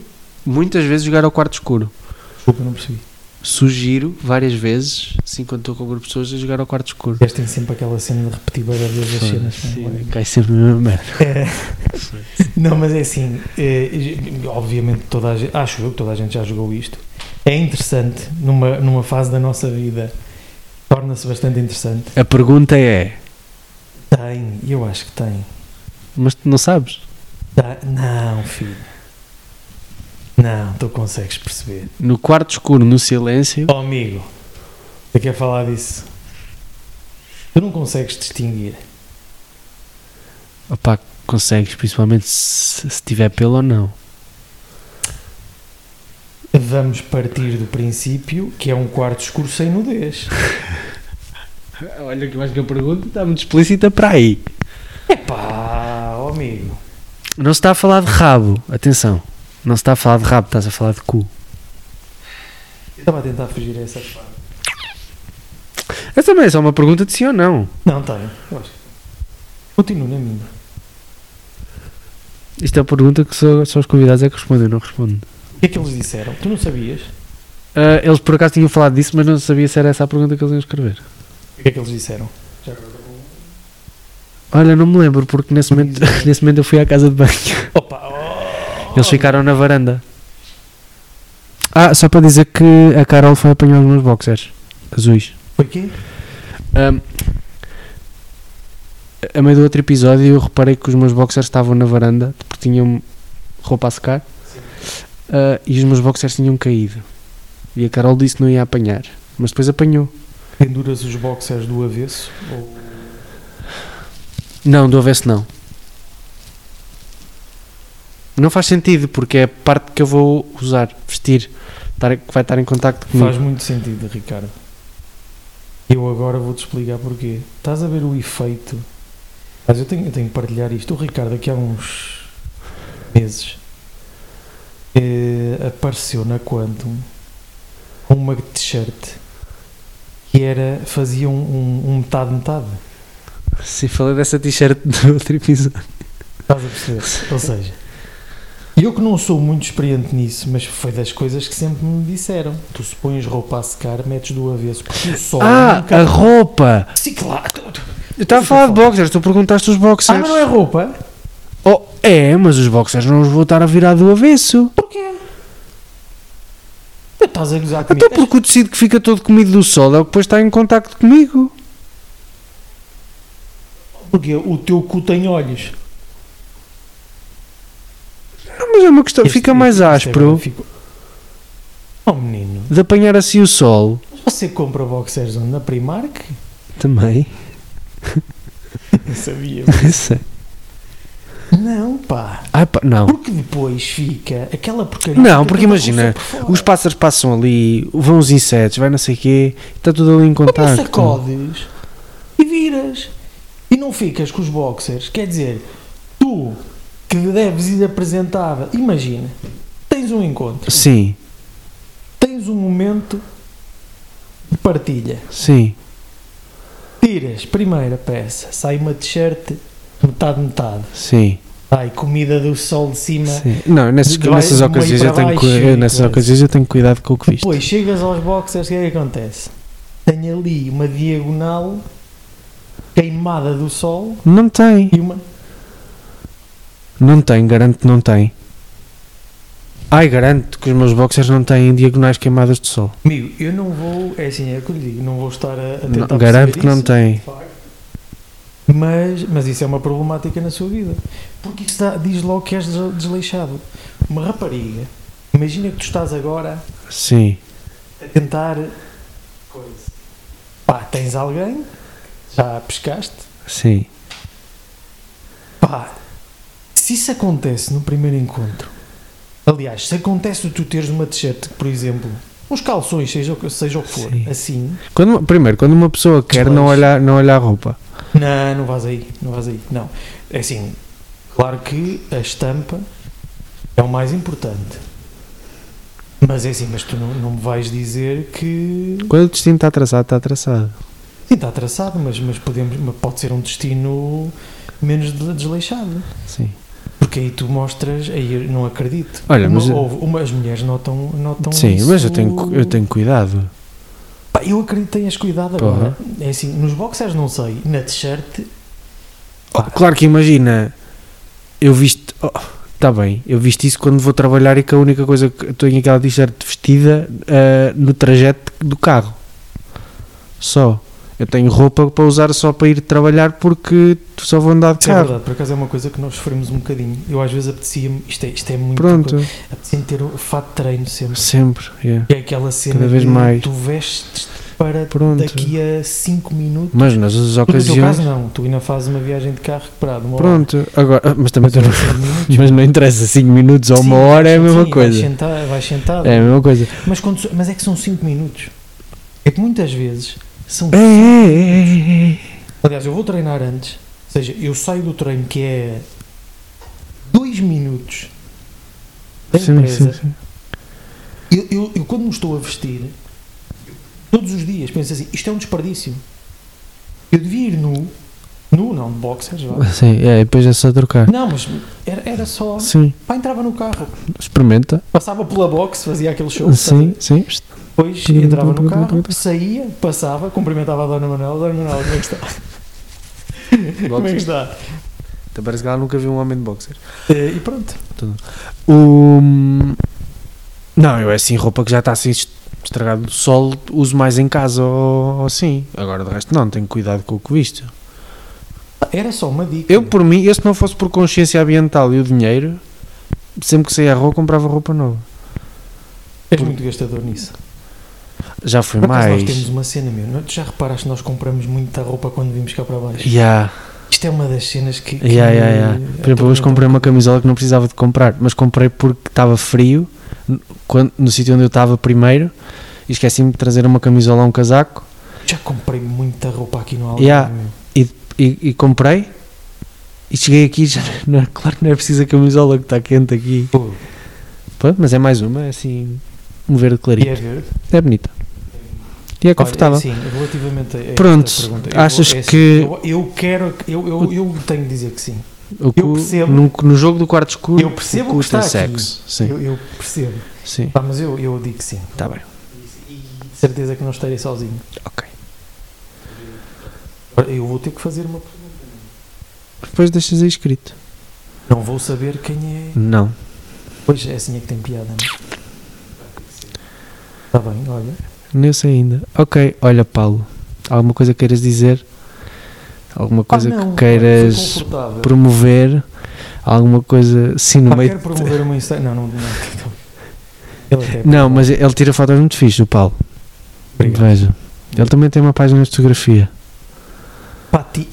Speaker 2: muitas vezes jogar ao quarto escuro.
Speaker 3: Desculpa, não percebi.
Speaker 2: Sugiro várias vezes, assim quando estou com um grupo de pessoas, a jogar ao quarto escuro.
Speaker 3: Eles têm sempre aquela cena de repetir várias vezes as cenas. não é?
Speaker 2: Cai sempre na mesma merda.
Speaker 3: É. Não, mas é assim, é, obviamente toda a gente, acho eu que toda a gente já jogou isto. É interessante, numa, numa fase da nossa vida, torna-se bastante interessante.
Speaker 2: A pergunta é:
Speaker 3: Tem, eu acho que tem.
Speaker 2: mas tu não sabes?
Speaker 3: Tá- não, filho. Não, tu consegues perceber.
Speaker 2: No quarto escuro, no silêncio,
Speaker 3: Ó amigo, eu quero falar disso. Tu não consegues distinguir.
Speaker 2: opá, consegues, principalmente se, se tiver pelo ou não.
Speaker 3: Vamos partir do princípio que é um quarto escuro sem nudez.
Speaker 2: Olha, que eu acho que a pergunta está muito explícita para aí.
Speaker 3: Pá, ó amigo.
Speaker 2: Não se está a falar de rabo, atenção. Não se está a falar de rabo, estás a falar de cu.
Speaker 3: Eu estava a tentar fugir a essa parte.
Speaker 2: Mas também é só uma pergunta de sim ou não.
Speaker 3: Não tenho. Eu acho que Continuo na minha.
Speaker 2: Isto é a pergunta que só, só os convidados é que respondem, eu não respondo.
Speaker 3: O que é que eles disseram? Tu não sabias?
Speaker 2: Ah, eles por acaso tinham falado disso, mas não sabia se era essa a pergunta que eles iam escrever.
Speaker 3: O que é que eles disseram?
Speaker 2: Olha, não me lembro, porque nesse momento, nesse momento eu fui à casa de banho.
Speaker 3: Opa, ó.
Speaker 2: Eles ficaram na varanda. Ah, só para dizer que a Carol foi apanhar alguns boxers azuis.
Speaker 3: Foi quê?
Speaker 2: Ahm, a meio do outro episódio eu reparei que os meus boxers estavam na varanda porque tinham roupa a secar Ah, e os meus boxers tinham caído. E a Carol disse que não ia apanhar, mas depois apanhou.
Speaker 3: Penduras os boxers do avesso? Ou...
Speaker 2: Não, do avesso não. Não faz sentido, porque é a parte que eu vou usar, vestir, estar- que vai estar em contacto comigo.
Speaker 3: Faz muito sentido, Ricardo. Eu agora vou-te explicar porquê. Estás a ver o efeito. Mas eu tenho, eu tenho que partilhar isto. O Ricardo, aqui há uns meses, eh, apareceu na Quantum com uma t-shirt que era, fazia um- um- um metade-metade.
Speaker 2: Sim, falei dessa t-shirt do outro episódio.
Speaker 3: Estás a perceber? Ou seja, eu que não sou muito experiente nisso, mas foi das coisas que sempre me disseram. Tu se pões roupa a secar, metes do avesso, porque o sol
Speaker 2: Ah,
Speaker 3: nunca...
Speaker 2: a roupa!
Speaker 3: Sim, claro.
Speaker 2: Eu estava a falar de boxers, tu perguntaste os
Speaker 3: é Ah,
Speaker 2: boxers.
Speaker 3: mas não é roupa?
Speaker 2: Oh, é, mas os boxers não os vou estar a virar do avesso.
Speaker 3: Porquê? Não Estás a gozar comigo?
Speaker 2: Até porque o tecido que fica todo comido do sol é o que depois está em contacto comigo.
Speaker 3: Porque o teu cu tem olhos.
Speaker 2: Não, mas é uma questão,
Speaker 3: Este- tipo
Speaker 2: fica mais
Speaker 3: este agora
Speaker 2: áspero
Speaker 3: ficou- Oh menino,
Speaker 2: de apanhar assim o sol.
Speaker 3: mas você compra boxers onde? Na Primark?
Speaker 2: Também,
Speaker 3: Eu sabia.
Speaker 2: sei.
Speaker 3: não, pá.
Speaker 2: Ah, pá, não.
Speaker 3: Porque depois fica aquela porcaria.
Speaker 2: Não,
Speaker 3: fica
Speaker 2: porque
Speaker 3: toda
Speaker 2: imagina,
Speaker 3: com o sol por
Speaker 2: Os
Speaker 3: fora.
Speaker 2: pássaros passam ali, vão os insetos, vai não sei o quê, está tudo ali em
Speaker 3: Como
Speaker 2: contacto.
Speaker 3: sacodes e viras. E não ficas com os boxers. Quer dizer, tu que deves ir apresentar. Imagina, tens um encontro,
Speaker 2: Sim,
Speaker 3: tens um momento de partilha.
Speaker 2: sim.
Speaker 3: Tiras primeira peça, sai uma t-shirt metade-metade.
Speaker 2: Sim,
Speaker 3: Sai comida do sol de cima.
Speaker 2: sim. Não, nessas,
Speaker 3: Vai
Speaker 2: nessas
Speaker 3: do meio
Speaker 2: ocasiões
Speaker 3: para
Speaker 2: eu tenho,
Speaker 3: baixo
Speaker 2: cu- eu-
Speaker 3: e
Speaker 2: nessas
Speaker 3: coisa.
Speaker 2: ocasiões eu tenho cuidado com o que viste.
Speaker 3: Depois chegas aos boxers, o que é que acontece? Tem ali uma diagonal queimada do sol
Speaker 2: Não tem,
Speaker 3: e uma.
Speaker 2: não tem, garanto que não tem. Ai, garanto que os meus boxers não têm diagonais queimadas de sol.
Speaker 3: Amigo, eu não vou, é assim, é o que eu lhe digo, não vou estar a, a tentar
Speaker 2: Não,
Speaker 3: perceber
Speaker 2: garanto que não
Speaker 3: isso,
Speaker 2: tem.
Speaker 3: de facto. Mas, mas isso é uma problemática na sua vida. Porque isso dá- diz logo que és des- desleixado. Uma rapariga, imagina que tu estás agora
Speaker 2: Sim,
Speaker 3: a tentar
Speaker 4: coisa.
Speaker 3: Pá, tens alguém? Já pescaste?
Speaker 2: Sim.
Speaker 3: Pá, se isso acontece no primeiro encontro, aliás, se acontece tu teres uma t-shirt, por exemplo, uns calções, seja, o que- seja o que for,
Speaker 2: Sim.
Speaker 3: assim,
Speaker 2: Quando, primeiro, quando uma pessoa quer não
Speaker 3: Deslanche.
Speaker 2: olhar, não olhar a roupa.
Speaker 3: não, não vais aí, não vais aí, não. É assim, claro que a estampa é o mais importante. Mas é assim, mas tu não, não me vais dizer que.
Speaker 2: Quando o destino está traçado, está traçado.
Speaker 3: Sim, está traçado, mas, mas podemos, mas pode ser um destino menos de- desleixado.
Speaker 2: Sim.
Speaker 3: Porque aí tu mostras, aí eu não acredito.
Speaker 2: Olha,
Speaker 3: Uma-
Speaker 2: mas-
Speaker 3: houve- uma- as mulheres notam, notam
Speaker 2: Sim, mas eu
Speaker 3: Então isso-
Speaker 2: tenho, cu- eu tenho cuidado.
Speaker 3: Pá, eu acredito que tenhas cuidado agora. É assim, nos boxers não sei, na t-shirt, Pá.
Speaker 2: Oh, Claro que imagina, eu visto. Está bem, eu visto isso quando vou trabalhar e que a única coisa que eu tenho aquela t-shirt vestida ah, no trajeto do carro. Só. Eu tenho roupa para usar só para ir trabalhar porque tu só vou andar de
Speaker 3: isso é
Speaker 2: carro.
Speaker 3: verdade, por acaso é uma coisa que nós sofremos um bocadinho. Eu às vezes apetecia-me, isto é, isto é muito.
Speaker 2: Pronto,
Speaker 3: Apetecia-me ter o fato de treino sempre.
Speaker 2: sempre. yeah.
Speaker 3: É aquela cena
Speaker 2: Cada vez
Speaker 3: que
Speaker 2: mais.
Speaker 3: tu vestes para
Speaker 2: Pronto.
Speaker 3: daqui a 5 minutos.
Speaker 2: Mas nas outras
Speaker 3: Tu, no teu
Speaker 2: ocasiões.
Speaker 3: caso não, tu ainda fazes uma viagem de carro recuperado. uma hora.
Speaker 2: Pronto, agora. ah, Mas também tu não-
Speaker 3: Cinco minutos.
Speaker 2: Mas não interessa, 5 minutos ou
Speaker 3: Sim,
Speaker 2: uma hora é a
Speaker 3: sim,
Speaker 2: mesma
Speaker 3: vais
Speaker 2: coisa.
Speaker 3: sentar- vais sentado.
Speaker 2: É a mesma coisa.
Speaker 3: Mas, quando so- mas é que são 5 minutos. É que muitas vezes são.
Speaker 2: É, é, é, é, é.
Speaker 3: Aliás, eu vou treinar antes. Ou seja, eu saio do treino que é 2 minutos da
Speaker 2: Sim,
Speaker 3: empresa.
Speaker 2: sim, sim.
Speaker 3: Eu, eu- eu quando me estou a vestir, todos os dias penso assim: isto é um desperdício. Eu devia ir nu. Nu, não, de boxers. vá.
Speaker 2: Sim, é, e depois é só trocar.
Speaker 3: Não, mas era, era só.
Speaker 2: Sim,
Speaker 3: Pá, entrava no carro,
Speaker 2: experimenta.
Speaker 3: passava pela box, fazia aquele show.
Speaker 2: Sim, sim.
Speaker 3: Depois entrava no carro, saía, passava, cumprimentava a Dona Manuela. Dona Manuela, como é que está? Como é que está?
Speaker 2: Até parece que ela nunca viu um homem de boxer.
Speaker 3: Eh, E pronto.
Speaker 2: O... hum, Não, eu é assim, roupa que já está assim est- estragada do sol, uso mais em casa ou ou assim. Agora, de resto, não, tenho cuidado com o que visto.
Speaker 3: Era só uma dica.
Speaker 2: Eu, por mim, eu se não fosse por consciência ambiental e o dinheiro, sempre que saía à rua, comprava roupa nova.
Speaker 3: És muito gastador nisso.
Speaker 2: Já fui
Speaker 3: Por acaso nós
Speaker 2: É mais.
Speaker 3: temos uma cena, meu. não- é? Tu já reparaste que nós compramos muita roupa quando vimos cá para baixo?
Speaker 2: Ya,
Speaker 3: Isto é uma das cenas que. que
Speaker 2: ya, ya, ya.
Speaker 3: me
Speaker 2: Por exemplo, hoje
Speaker 3: atormenta.
Speaker 2: comprei uma camisola que não precisava de comprar, mas comprei porque estava frio n- quando- no sítio onde eu estava primeiro e esqueci-me de trazer uma camisola ou um casaco
Speaker 3: Já comprei muita roupa aqui no Algarve.
Speaker 2: Yeah.
Speaker 3: meu.
Speaker 2: e, e comprei e cheguei aqui e já não, claro que não é preciso a camisola que está quente aqui.
Speaker 3: Pô,
Speaker 2: Pronto, mas é mais uma, é assim, um verde
Speaker 3: E
Speaker 2: clarinho.
Speaker 3: é assim, verde.
Speaker 2: É bonita. E é confortável.
Speaker 3: Sim, relativamente a. a
Speaker 2: Pronto,
Speaker 3: esta pergunta, eu
Speaker 2: achas
Speaker 3: é assim,
Speaker 2: que-
Speaker 3: Eu, eu quero. Eu, eu, eu tenho de dizer que sim.
Speaker 2: O cu-
Speaker 3: percebo.
Speaker 2: No, no jogo do quarto escuro,
Speaker 3: Eu percebo
Speaker 2: o cu
Speaker 3: o que está
Speaker 2: tem
Speaker 3: aqui.
Speaker 2: sexo. Sim,
Speaker 3: Eu, eu percebo.
Speaker 2: sim.
Speaker 3: Pá, mas eu, eu digo que sim.
Speaker 2: Está bem.
Speaker 4: E, e
Speaker 3: De certeza que não estarei sozinho.
Speaker 2: Ok.
Speaker 3: Ora, Eu vou ter que fazer uma pergunta.
Speaker 2: Depois deixas aí escrito.
Speaker 3: Não vou saber quem é.
Speaker 2: Não.
Speaker 3: Pois é assim é que tem piada, não é? Está bem, olha.
Speaker 2: Nem sei ainda. Ok, olha, Paulo. Alguma coisa queiras dizer? Alguma coisa
Speaker 3: Ah, não,
Speaker 2: que
Speaker 3: foi
Speaker 2: queiras
Speaker 3: confortável.
Speaker 2: promover? Alguma coisa sim no
Speaker 3: Pá,
Speaker 2: meio.
Speaker 3: quero promover uma Insta... Não, não, não. não. Ele até é
Speaker 2: Não, mas ele tira fotos muito fixe, o Paulo.
Speaker 3: Obrigado.
Speaker 2: Veja. Ele também tem uma página de fotografia.
Speaker 3: Pá, ti-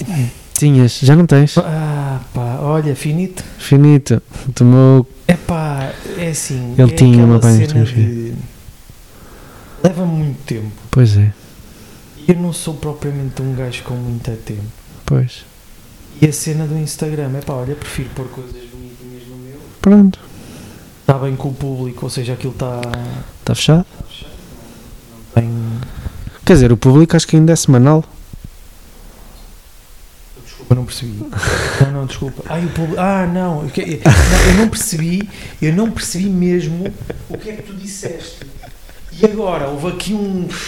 Speaker 2: Tinhas, já não tens?
Speaker 3: Ah, pá, olha, finito.
Speaker 2: Finito. Tomou.
Speaker 3: É pá, é assim.
Speaker 2: Ele
Speaker 3: é
Speaker 2: tinha uma
Speaker 3: aquela
Speaker 2: página de
Speaker 3: cena
Speaker 2: fotografia.
Speaker 3: de- Leva-me muito tempo.
Speaker 2: Pois é,
Speaker 3: E eu não sou propriamente um gajo com muito tempo.
Speaker 2: pois.
Speaker 3: E a cena do Instagram, é pá, olha, prefiro pôr coisas bonitinhas no meu.
Speaker 2: Pronto.
Speaker 3: Está bem com o público, ou seja, aquilo tá está.
Speaker 2: Está fechado?
Speaker 3: Tem...
Speaker 2: Quer dizer, o público acho que ainda é semanal.
Speaker 3: Eu não percebi. Não, não, desculpa. Ai, o público. Ah, não. o que- não, Eu não percebi, eu não percebi mesmo o que é que tu disseste. E agora, houve aqui um.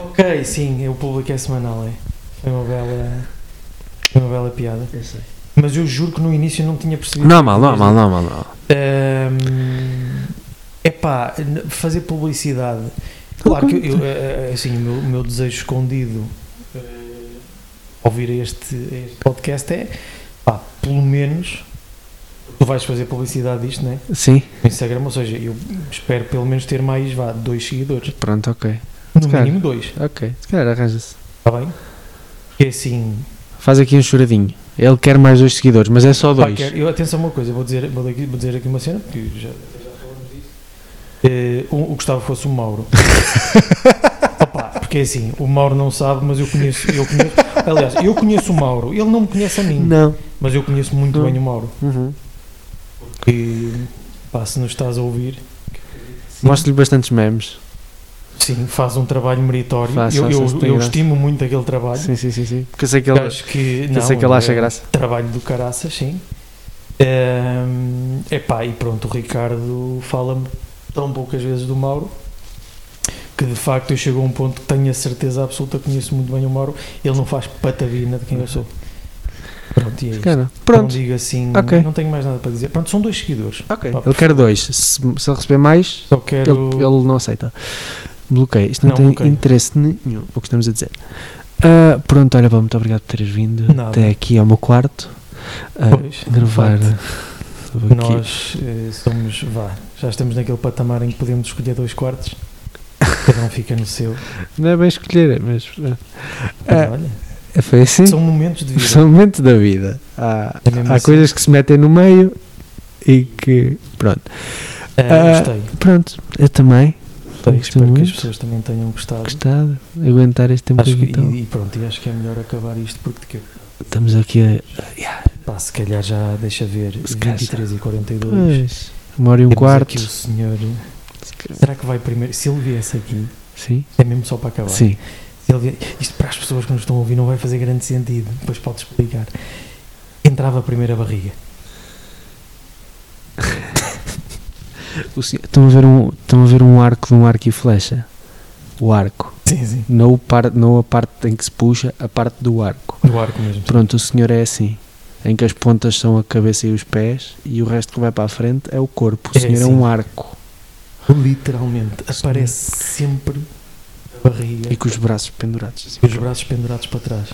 Speaker 3: Ok, sim, é o público é semanal, é. Foi uma bela. Foi uma bela piada.
Speaker 2: Eu sei.
Speaker 3: Mas eu juro que no início eu não tinha percebido.
Speaker 2: Não há mal, não há mal, não há mal. Não. há mal.
Speaker 3: É pá, fazer publicidade. Claro que eu, eh, eh, assim, o meu, o meu desejo escondido eh, ao ouvir este, este podcast é pá, pelo menos tu vais fazer publicidade disto, né?
Speaker 2: Sim,
Speaker 3: No Instagram, ou seja, eu espero pelo menos ter mais vá, dois seguidores.
Speaker 2: pronto, ok.
Speaker 3: No
Speaker 2: calhar.
Speaker 3: mínimo dois.
Speaker 2: Ok, se calhar arranja-se.
Speaker 3: Está bem? Que é assim.
Speaker 2: Faz aqui um choradinho. Ele quer mais dois seguidores, mas é só
Speaker 3: pá,
Speaker 2: dois.
Speaker 3: quero- eu, atenção, uma coisa, vou dizer, vou daqui- vou dizer aqui uma cena, porque já. Eh, o, o Gustavo fosse o Mauro. Opa, porque é assim, o Mauro não sabe, mas eu conheço, eu conheço. Aliás, eu conheço o Mauro, ele não me conhece a mim,
Speaker 2: Não.
Speaker 3: mas eu conheço muito
Speaker 2: Não.
Speaker 3: bem o Mauro.
Speaker 2: Uhum.
Speaker 3: Que, pá, se nos estás a ouvir,
Speaker 2: Mostro-lhe bastantes memes.
Speaker 3: sim, faz um trabalho meritório.
Speaker 2: Faz,
Speaker 3: eu
Speaker 2: faz,
Speaker 3: eu-
Speaker 2: faz, tem
Speaker 3: eu
Speaker 2: graça.
Speaker 3: estimo muito aquele trabalho.
Speaker 2: Sim, sim, sim, sim. Porque eu sei que ele,
Speaker 3: Acho que,
Speaker 2: eu sei que ele acha
Speaker 3: é-
Speaker 2: graça.
Speaker 3: Trabalho do caraças, sim. Ehm, epá, e pronto, o Ricardo fala-me tão poucas vezes do Mauro que de facto eu chego a um ponto que tenho a certeza absoluta, conheço muito bem o Mauro, ele não faz patavina de quem eu sou. Pronto, e é
Speaker 2: Se
Speaker 3: isto.
Speaker 2: calhar.
Speaker 3: Não
Speaker 2: Pronto.
Speaker 3: digo assim,
Speaker 2: Ok.
Speaker 3: não tenho mais nada para dizer. Pronto, são dois seguidores.
Speaker 2: Ok. Ele quer dois. Se, se ele receber mais,
Speaker 3: Só quero.
Speaker 2: ele, ele não aceita. Bloqueia. Isto não,
Speaker 3: Não,
Speaker 2: tem
Speaker 3: bloqueio.
Speaker 2: interesse nenhum, o que estamos a dizer. Ah, pronto, olha, pá, muito obrigado por teres vindo
Speaker 3: Nada.
Speaker 2: até aqui ao meu quarto a
Speaker 3: Pois,
Speaker 2: gravar.
Speaker 3: de
Speaker 2: Estou aqui.
Speaker 3: Nós eh, somos, vá, já estamos naquele patamar em que podemos escolher dois quartos, cada um fica no seu.
Speaker 2: Não é bem escolher, mas.
Speaker 3: Mas olha,
Speaker 2: É, foi assim?
Speaker 3: são momentos de vida.
Speaker 2: São momentos da vida. Há,
Speaker 3: É mesmo
Speaker 2: há
Speaker 3: assim.
Speaker 2: coisas que se metem no meio e que. Pronto.
Speaker 3: Ah,
Speaker 2: Ah,
Speaker 3: gostei,
Speaker 2: Pronto, eu também.
Speaker 3: gostei.
Speaker 2: gostei
Speaker 3: Espero que as
Speaker 2: muito.
Speaker 3: pessoas também tenham gostado.
Speaker 2: Gostado. Aguentar este tempo
Speaker 3: Acho que,
Speaker 2: então.
Speaker 3: e, e pronto, e acho que é melhor acabar isto porque daqui a-
Speaker 2: Estamos aqui a.
Speaker 3: pá, se calhar já deixa ver
Speaker 2: Se calhar
Speaker 3: 23 e 42
Speaker 2: Pois. Uma hora e um
Speaker 3: Temos
Speaker 2: quarto.
Speaker 3: aqui o senhor. Será que vai primeiro? Se ele viesse aqui,
Speaker 2: Sim?
Speaker 3: é mesmo só para acabar.
Speaker 2: Sim.
Speaker 3: Se ele vie- Isto para as pessoas que nos estão a ouvir não vai fazer grande sentido, depois pode explicar. Entrava primeiro a barriga.
Speaker 2: O senhor- Estão a ver um, estão a ver um arco de um arco e flecha. O arco.
Speaker 3: Sim, sim.
Speaker 2: Não, o par, não a parte em que se puxa, a parte do arco.
Speaker 3: Do arco mesmo.
Speaker 2: Pronto, o senhor é assim. Em que as pontas são a cabeça e os pés e o resto que vai para a frente é o corpo. O
Speaker 3: É
Speaker 2: senhor é
Speaker 3: assim.
Speaker 2: um arco.
Speaker 3: Literalmente. Aparece sempre a barriga
Speaker 2: E com os braços pendurados. assim.
Speaker 3: e os braços pendurados para trás.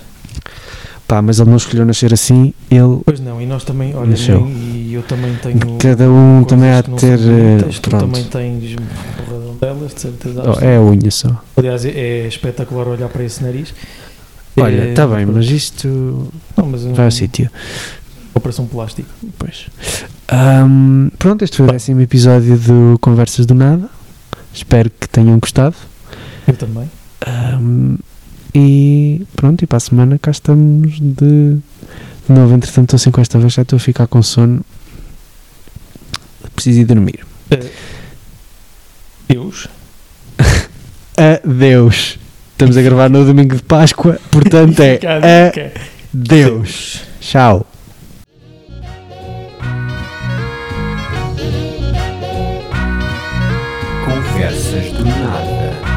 Speaker 2: Pá, mas ele não escolheu nascer assim. Ele.
Speaker 3: Pois não, e nós também, olha,
Speaker 2: Nasceu.
Speaker 3: nem- e eu também tenho.
Speaker 2: Cada um
Speaker 3: coisas
Speaker 2: também há
Speaker 3: que
Speaker 2: de
Speaker 3: não
Speaker 2: ter.
Speaker 3: são bonitas,
Speaker 2: eh,
Speaker 3: tu
Speaker 2: Pronto.
Speaker 3: também tens um porradão delas, de certeza.
Speaker 2: Oh, é a unha só.
Speaker 3: Aliás, é, é espetacular olhar para esse nariz.
Speaker 2: Olha,
Speaker 3: Eh,
Speaker 2: está bem, mas isto
Speaker 3: Não, mas um,
Speaker 2: vai assim. ao sítio.
Speaker 3: operação plástico.
Speaker 2: Pois. Ahm, pronto, este foi o décimo episódio do Conversas do Nada. Espero que tenham gostado.
Speaker 3: Eu também.
Speaker 2: Ahm, e pronto, e para a semana cá estamos de, de novo. Entretanto, estou assim com esta vez, já estou a ficar com sono. Preciso ir dormir.
Speaker 3: Deus.
Speaker 2: Adeus. Estamos a gravar no domingo de Páscoa, portanto é
Speaker 3: Fica a dica.
Speaker 2: adeus. Tchau.
Speaker 1: Conversas do nada.